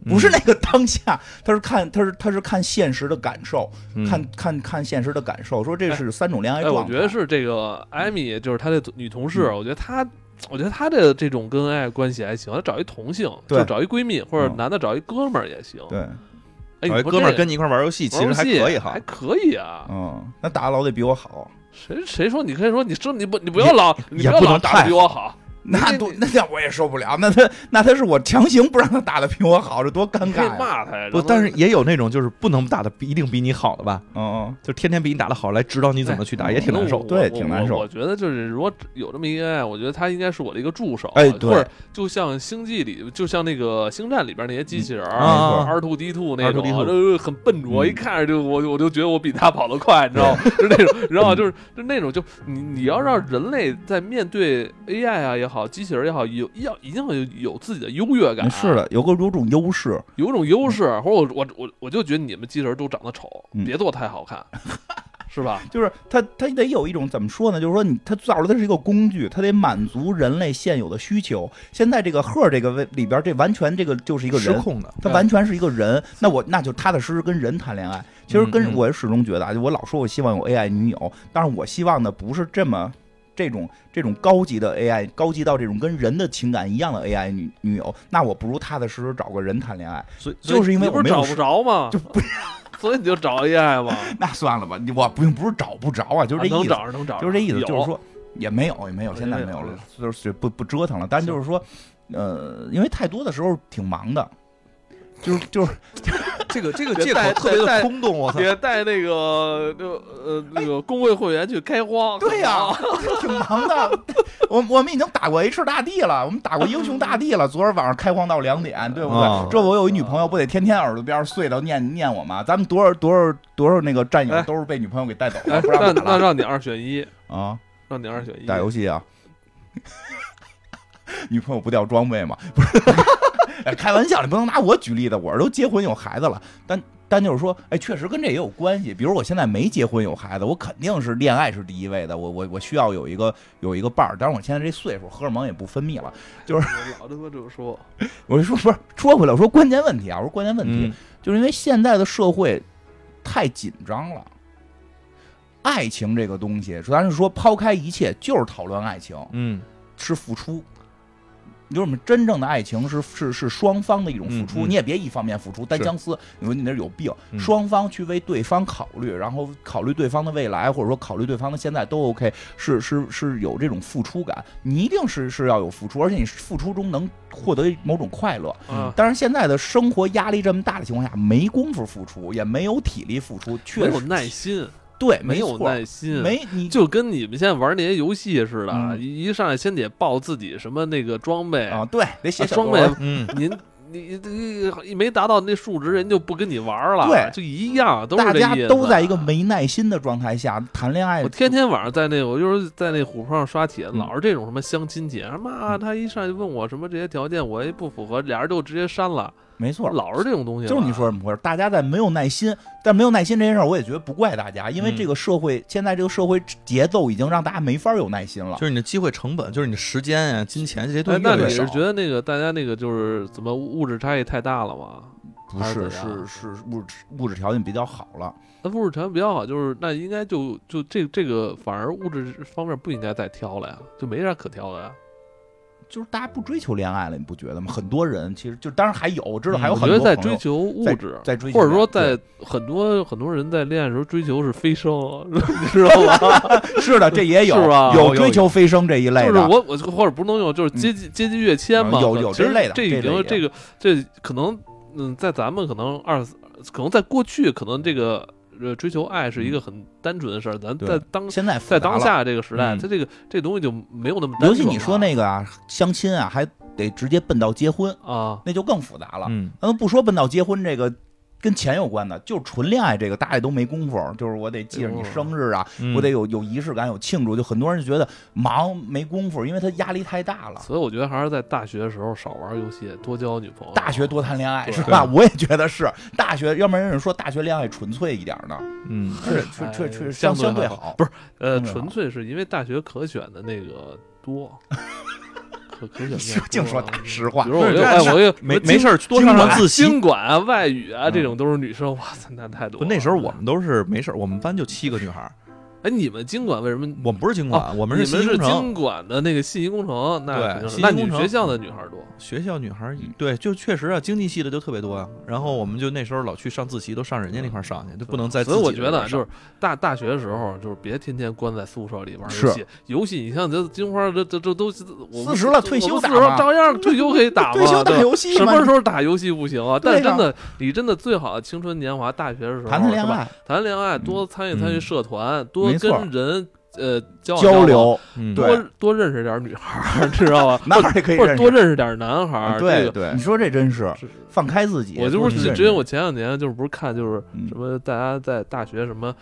S2: 不
S1: 嗯
S2: 是那个当下，他是看他是他是看现实的感受，
S4: 嗯
S2: 看看看现实的感受。说这是三种恋爱
S1: 嗯哎，我
S2: 状态，
S1: 觉得是这个艾米，就是她的女同事，我觉得她，我觉得她的这种跟爱关系还行，她找一同性，
S2: 对
S1: 就找一闺蜜或者
S2: 嗯
S1: 男的找一哥们儿也行。
S2: 对，
S1: 哎，
S4: 有
S1: 你
S4: 一
S1: 说
S4: 哥们儿
S1: 这
S4: 跟你一块儿玩游戏，其
S1: 玩游
S4: 实还
S1: 戏
S4: 可以哈
S1: 还。可以啊。
S2: 嗯，那打的老得比我好，
S1: 谁谁说你可以说你说你不你不要老你
S3: 也
S1: 要
S3: 不
S1: 老
S3: 能
S1: 打得
S3: 太
S1: 比我好，
S2: 那
S1: 你
S2: 都那那我也受不了。那他那他是我强行不让他打的比我好，这多尴
S1: 你可
S2: 尬
S1: 以
S2: 呀！
S1: 骂他呀。
S3: 不，
S1: 让他
S3: 但是也有那种就是不能打的比一定比你好的吧，
S2: 嗯嗯，
S3: 就天天比你打的好来指导你怎么去打，
S2: 哎
S3: 也挺难
S1: 我
S3: 受。
S1: 我
S2: 对挺难受
S1: 我我觉得就是如果有这么一个 AI，我觉得它应该是我的一个助手，
S2: 哎对
S1: 或者就像星际里，就像那个星战里边那些机器人
S3: 嗯啊
S1: ，R two D two 那种，
S3: R2D2
S1: 就是很笨拙，
S2: 嗯
S1: 一看着就我我就觉得我比他跑得快，你知道吗？就是那种，然后就是就那种，就你你要让人类在面对 AI 啊也好，机器人也好，有要一定要有有自己的优越感，
S2: 是，的，有个有种优势，
S1: 有一种优势，或者我我我我就觉得你们机器人都长得丑，
S2: 嗯
S1: 别做太好看，是吧？
S2: 就是它，它得有一种怎么说呢？就是说你，它造出来它是一个工具，它得满足人类现有的需求。现在这个赫这个位里边，这完全这个
S1: 哎
S2: 就是一个
S3: 失
S2: 人，
S3: 控的，
S2: 它完全是一个人。那我那就踏踏实实跟人谈恋爱。其实
S3: 嗯
S2: 跟
S3: 嗯
S2: 我始终觉得啊，就我老说我希望有 AI 女友，但是我希望的不是这么。这种这种高级的 AI，高级到这种跟人的情感一样的 AI 女女友，那我不如踏踏实实找个人谈恋爱。
S3: 所以所以
S2: 就是因为
S1: 你
S2: 我
S1: 不是
S2: 没有
S1: 找不着吗？
S2: 就不
S1: *laughs* 所以你就找 AI 嘛，
S2: 那算了吧，你我不用不是找不着啊， *laughs* 就
S1: 啊
S2: 是这意
S1: 能
S2: 思。
S1: 找着能找着，
S2: 就是这意思，
S1: 有
S2: 就是说也没有，也没有，
S1: 对
S2: 现在
S1: 没有
S2: 没有
S1: 没
S2: 了，就是不不折腾了。但就是说，呃，因为太多的时候挺忙的，就是
S1: *laughs*
S2: 就是
S3: 这个这个
S1: 别
S3: 借口
S1: 带
S3: 特别
S1: 别带
S3: 的空洞，我操！
S1: 别带那个就呃那个工会会员去开荒，
S2: *laughs* 对呀、
S1: 好吗
S2: 挺忙的。我我们已经打过 H 大帝了，我们打过英雄大帝了。昨儿晚上开荒到两点，对不对？
S3: 啊
S2: 这我有一
S1: 嗯
S2: 女朋友，不得天天耳朵边儿碎着念念我吗？咱们多少多少多少那个战友
S1: 哎
S2: 都是被女朋友给带走 *laughs* 了，
S1: 哎，
S2: 不让
S1: 那那
S2: 打了
S1: 让你二选一，
S2: 啊！
S1: 让你二选一，
S2: 打游戏啊？ *laughs* 女朋友不掉装备吗？不是， *laughs* 哎开玩笑，你不能拿我举例子，我都结婚有孩子了，但但就是说，哎，确实跟这也有关系。比如我现在没结婚有孩子，我肯定是恋爱是第一位的，我我我需要有一个有一个伴儿。当然我现在这岁数，荷尔蒙也不分泌了。
S1: 我老他妈这么说，
S2: 我就说不是说回来，我说关键问题啊，我说关键问题、
S3: 嗯
S2: 就是因为现在的社会太紧张了。爱情这个东西，咱是说抛开一切，就是讨论爱情。
S3: 嗯，
S2: 是付出。就是我们真正的爱情是是是双方的一种付出，
S3: 嗯嗯
S2: 你也别一方面付出，单相思，你说你那是有病。
S3: 嗯
S2: 双方去为对方考虑，然后考虑对方的未来，或者说考虑对方的现在都 OK，是是是有这种付出感，你一定是是要有付出，而且你付出中能获得某种快乐。
S1: 啊，
S2: 但是现在的生活压力这么大的情况下，没工夫付出，也没有体力付出，
S1: 没
S2: 确
S1: 有
S2: 实
S1: 耐心，
S2: 对，
S1: 没有
S2: 错
S1: 耐心，
S2: 没你
S1: 就跟你们现在玩那些游戏似的，
S2: 嗯
S1: 一一上来先得报自己什么那个装备
S2: 啊，，对，得写
S1: 啊
S2: 小
S1: 装
S2: 作文
S1: 备
S3: 嗯，
S1: *laughs* 您你你没达到那数值，人就不跟你玩了，
S2: 对
S1: 就一样，都是
S2: 大
S1: 这
S2: 家
S1: 意思啊
S2: 都在一个。没耐心的状态下谈恋爱
S1: 我，天天晚上在那，我就是在那虎扑上刷帖，
S2: 嗯
S1: 老是这种什么相亲帖，妈，他一上来就问我什么这些条件，我也不符合，俩人就直接删了。
S2: 没错，
S1: 老啊是这种东西吧，
S2: 就是你说怎么回事？大家在没有耐心，但没有耐心这件事儿，我也觉得不怪大家，因为
S4: 嗯
S2: 这个社会、现在这个社会节奏已经让大家没法有耐心了
S3: 就。是你的机会成本，就是你的时间啊、金钱这些东
S1: 哎
S3: 西，越
S1: 那
S3: 来越
S1: 你
S3: 少
S1: 是觉得那个大家那个就是怎么物质差异太大了吗？
S2: 不
S1: 还是啊
S2: 是，
S1: 怎样
S2: 是是物质物质条件比较好了。
S1: 那物质条件比较好，就是那应该就就这这个反而物质方面不应该再挑了呀，就没啥可挑的呀。
S2: 就是大家不追求恋爱了，你不觉得吗？很多人其实就，当然还有，我知道还有
S1: 嗯我觉
S2: 很
S1: 得
S2: 多
S1: 在
S2: 朋
S1: 追
S2: 友
S1: 求物
S2: 在
S1: 质，
S2: 在追求
S1: 或者
S2: 恋爱，
S1: 说在很多很多人在恋爱的时候追求是飞升， *laughs* 你知道吗？
S2: 对是的，这也有
S1: *laughs* 是吧
S2: 有追求飞升这一类
S1: 就是
S2: 的，
S1: 我我或者不是能用，就是接近接近跃迁嘛，
S2: 嗯有有
S1: 其实
S2: 这类的
S1: 这
S2: 这
S1: 已
S2: 类也有
S1: 经这个这可能嗯，在咱们可能二十可能在过去可能这个呃追求爱是一个很单纯的事儿，咱
S2: 嗯对
S1: 在当
S2: 现在复
S1: 在
S2: 杂
S1: 当
S2: 了
S1: 下这个时代，
S2: 嗯
S1: 它这个这东西就没有那么单纯了。
S2: 尤其你说那个啊，相亲啊，还得直接奔到结婚，
S1: 啊，
S2: 那就更复杂了。
S4: 嗯，
S2: 咱都不说奔到结婚这个跟钱有关的，就纯恋爱这个，大家都没工夫。就是我得记着你
S1: 哎
S2: 生日啊，
S1: 嗯
S3: 嗯
S2: 我得有有仪式感，有庆祝。就很多人觉得忙没工夫，因为他压力太大了。
S1: 所以我觉得还是在大学的时候少玩游戏，多交女朋友。
S2: 大学多谈恋爱
S1: 对
S2: 是吧？我也觉得是大学，要不然有人说大学恋爱纯粹一点呢，
S4: 嗯，
S2: 是确确确
S1: 哎相
S2: 相
S1: 对还
S2: 相对
S1: 好
S2: 好。
S1: 不是呃，
S2: 嗯
S1: 纯粹是因为大学可选的那个多，可可选面多啊
S2: 净说大实话
S1: 比如我
S4: 对
S1: 又
S4: 这
S1: 哎，我又
S4: 没
S1: 我
S4: 没事儿多
S1: 经
S4: 上上
S1: 管
S4: 自习。
S1: 经管啊、外语啊，
S2: 嗯
S1: 这种都是女生，哇塞，那太多啊
S3: 不，
S1: 了。
S3: 那时候我们都是没事儿，我们班就七个女孩儿，
S1: 哎，你们经管为什么？
S3: 我们不是经管，我们
S1: 哦
S3: 是
S1: 你
S3: 新
S1: 们是
S3: 工程
S1: 经管的那个信息工程，那
S3: 对
S1: 肯定是
S3: 信息
S1: 那你
S3: 工
S1: 们
S3: 程
S1: 学校的女孩多，
S3: 学校女孩儿
S2: 嗯，
S3: 对，就确实啊，经济系的就特别多啊。然后我们就那时候老去上自习，都上人家那块儿上去，就不能在自
S1: 所以
S3: 己
S1: 我
S3: 的
S1: 觉
S3: 这
S1: 得
S3: 块
S1: 啊
S3: 儿
S1: 就
S3: 上。
S1: 是大大学的时候，就是别天天关在宿舍里玩游
S2: 是
S1: 戏。游戏，你像这金花，这这这都我
S2: 四十了退休
S1: 四
S2: 打
S1: 十了
S2: 嘛
S1: 照样退休可以打嘛，
S2: *laughs* 退休打
S1: 对吧
S2: 游戏
S1: 什
S2: 嘛
S1: 么时候打游戏不行啊？但
S2: 对呀
S1: 真的，你真的最好的青春年华，大学的时候
S2: 谈谈恋
S1: 是吧
S2: 爱，
S1: 谈恋爱，多参与参与
S3: 嗯
S1: 社团，多
S2: 没错
S1: 跟人呃交往
S2: 交
S1: 往，
S2: 流，
S3: 嗯
S2: 对
S1: 多多认识点女孩儿，知道吧？
S2: 哪儿也可以
S1: 或者
S2: 认
S1: 多
S2: 识。
S1: 认识点男孩儿。
S2: 对
S1: 这个
S2: 对，你说这真是
S1: 是
S2: 放开自己。
S1: 我就不
S2: 多去
S1: 是
S2: 认识
S1: 之前我前两年就是不是看就是
S2: 嗯
S1: 什么大家在大学什么。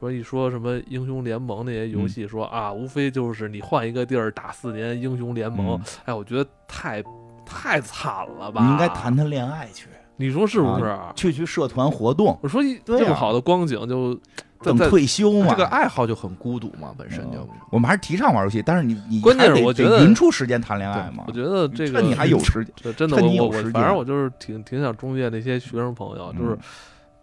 S1: 什么一说什么英雄联盟那些游戏说，啊，无非就是你换一个地儿打四年英雄联盟，
S2: 嗯
S1: 哎，我觉得太太惨了吧！
S2: 你应该谈，谈恋爱去，
S1: 你说是不是？
S2: 去去社团活动，
S1: 我说一
S2: 对啊
S1: 这么好的光景就在
S2: 等
S1: 在啊
S2: 退休嘛。
S3: 这个爱好就很孤独嘛，本身
S1: 哦
S3: 就。
S2: 我们还是提倡玩游戏，但是你你
S1: 关键是
S2: 还得
S1: 我觉得
S2: 得匀出时间谈恋爱嘛嗯
S1: 我。觉得这个
S2: 趁你还有
S1: *laughs*
S2: 时间，
S1: 这真的，
S2: 趁
S1: 我
S2: 你
S1: 我
S2: 有
S1: 我
S2: 时，间
S1: 反正我就是挺挺想中介那些学生朋友，就是
S2: 嗯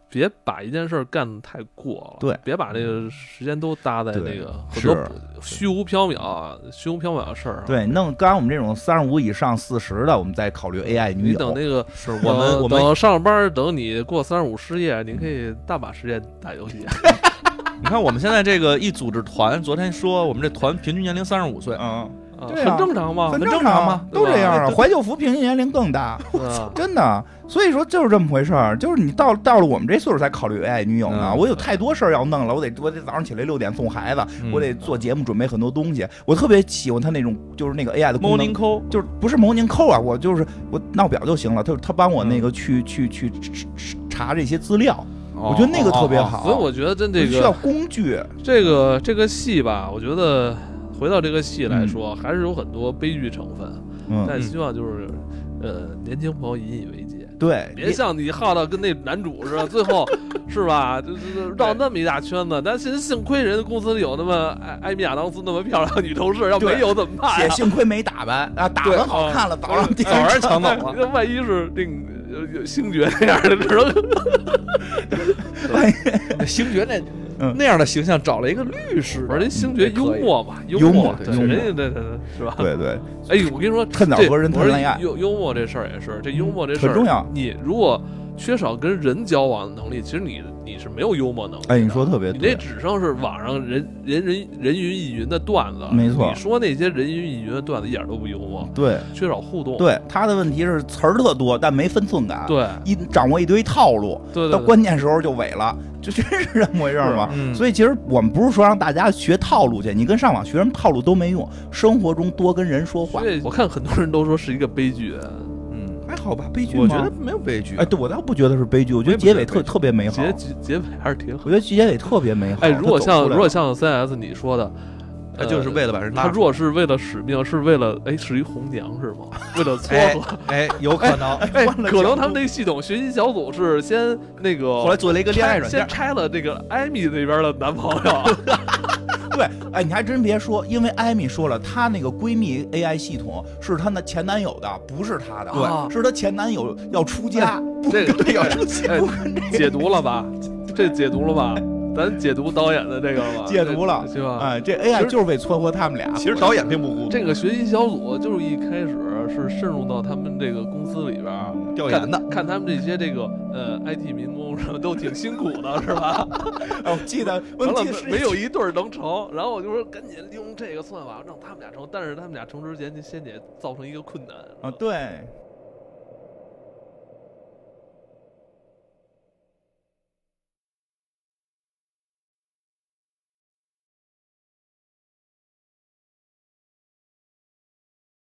S1: 别把一件事儿干得太过了，
S2: 对嗯
S1: 别把这个时间都搭在
S2: 对
S1: 那个很
S2: 是
S1: 多虚无缥缈啊、虚无缥缈的事儿上。
S2: 对，弄刚刚我们这种三十五以上四十的，我们再考虑 AI 女
S1: 你等
S2: 友。
S1: 那个
S3: 是我们
S1: 等
S3: 我们，
S1: 等上班儿，等你过三十五失业，你可以大把时间打游戏。
S3: 你看我们现在这个一组织团，昨天说我们这团平均年龄三十五岁，
S2: 嗯，
S1: 啊
S2: 对啊
S1: 很正常嘛，
S2: 很
S3: 正
S2: 正
S3: 常
S2: 嘛
S3: 嘛，
S2: 都这样
S1: 对
S2: 啊。
S1: 吧
S2: 怀旧服平均年龄更
S1: *laughs*
S2: 大，
S1: 啊
S2: 真的。所以说就是这么回事儿，就是你到到了我们这岁数才考虑 AI 女友呢。
S3: 嗯
S2: 我有太多事儿要弄了，我得我得早上起来六点送孩子，
S3: 嗯
S2: 我得做节目准备很多东西。我特别喜欢它那种就是那个 AI
S4: 嗯
S2: 的功能
S3: morning call，
S2: 就是不是蒙您扣啊，我就是我闹表就行了，他他帮我
S1: 嗯
S2: 那个去、去去查这些资料，
S4: 哦
S2: 我觉得那个特别好，
S1: 所以我觉得真这
S2: 我啊需要
S1: 个
S2: 工具，
S1: 这个这个戏吧，我觉得回到这个戏来说，还是有很多悲剧成分。
S2: 嗯，
S1: 但希望就是，呃，年轻朋友引以为戒，
S2: 对，
S1: 别像你耗到跟那男主似
S2: *laughs*
S1: 的，最后是吧，就是绕那么一大圈子。但是幸亏人家公司里有那么哎艾艾米亚当斯那么漂亮的女同事，要
S2: 对
S1: 没有怎么办
S2: 也
S1: 呀？嗯
S2: 幸亏没打扮啊，打扮好看了，早上
S3: 早上抢走
S2: 啊
S3: 了，
S1: 哎那万一是那个有有星爵那样的，只
S2: *laughs*
S1: 能
S3: *laughs* 星爵那
S2: 嗯
S3: 那样的形象找了一个律师，
S1: 玩人星爵幽默嘛，幽
S2: 幽
S1: 默
S2: 默，
S1: 对，
S2: 幽默
S1: 人家对对对，是吧？
S2: 对对，
S1: 哎，我跟你说，
S2: 趁早
S1: 这
S2: 和人谈
S1: 我说
S2: 恋爱
S1: 幽幽默这事儿也是，这幽默这事儿
S2: 很重要
S1: 你如果缺少跟人交往的能力，其实你你是没有幽默能力的。
S2: 哎，你说得特别
S1: 你这
S2: 对，
S1: 只剩是网上人人人人云亦云的段子，
S2: 没错
S1: 你说那些人云亦云的段子一点都不幽默，
S2: 对
S1: 缺少互动。
S2: 对，他的问题是词儿特多，但没分寸感，，
S1: 对
S2: 一掌握一堆套路，
S1: 对
S2: 到
S1: 对对，
S2: 关键时候就萎了， *laughs* 就真是这么回事儿吗？
S3: 嗯
S2: 所以其实我们不是说让大家学套路去，你跟上网学什么套路都没用，生活中多跟人说话
S1: 所，以我看很多人都说是一个悲剧，
S3: 嗯，
S2: 还好吧？悲剧
S3: 我觉得没有悲剧，啊
S2: 哎，对我倒不觉得是悲剧，我觉得结尾特特别美好，
S1: 结结结尾还是挺好
S2: 我。觉得结尾特别美好。
S1: 哎，如果
S2: 它走
S1: 像
S2: 出来
S1: 如果
S2: 了
S1: 像 CS 你说的，
S4: 他就是为了把人拉
S1: 他
S4: 住。
S1: 如果是为了使命，是为了哎，是一红娘是吗？为了撮
S4: 哎
S1: 合，
S4: 哎，有可
S3: *laughs*
S4: 能，
S1: 哎，可能他们那个系统学习小组是先那个
S4: 后来做了一个恋爱
S1: 拆
S4: 软件
S1: 先，拆了这个艾米那边的男朋
S4: *laughs*
S1: 友，
S2: 对，哎，你还真别说，因为艾米说了，她那个闺蜜 AI 系统是她那前男友的，不是她的，啊
S1: 对
S2: 是她前男友要出家，不
S1: 这个
S2: 跟要出家，
S1: 哎
S2: 不跟这个
S1: 解读了吧？这解读了吧？咱解读导演的这个了吧？
S2: 解读了
S1: 对
S4: 啊
S1: 吧？
S2: 哎，这
S4: 其
S2: AI
S4: 实
S2: 就是为撮合他们俩。
S4: 其实导演并不孤独，
S1: 这个学习小组就是一开始是渗入到他们这个公司里边儿，
S4: 调研的，
S1: 看他们这些这个呃 IT 民工什么都挺辛苦的，是
S4: *laughs*
S1: 吧？
S2: 哎我记得，我
S1: 完了
S2: 记得是
S1: 没有一对儿能成，然后我就说赶紧利用这个算法让他们俩成，但是他们俩成之前先得造成一个困难
S2: 啊，对，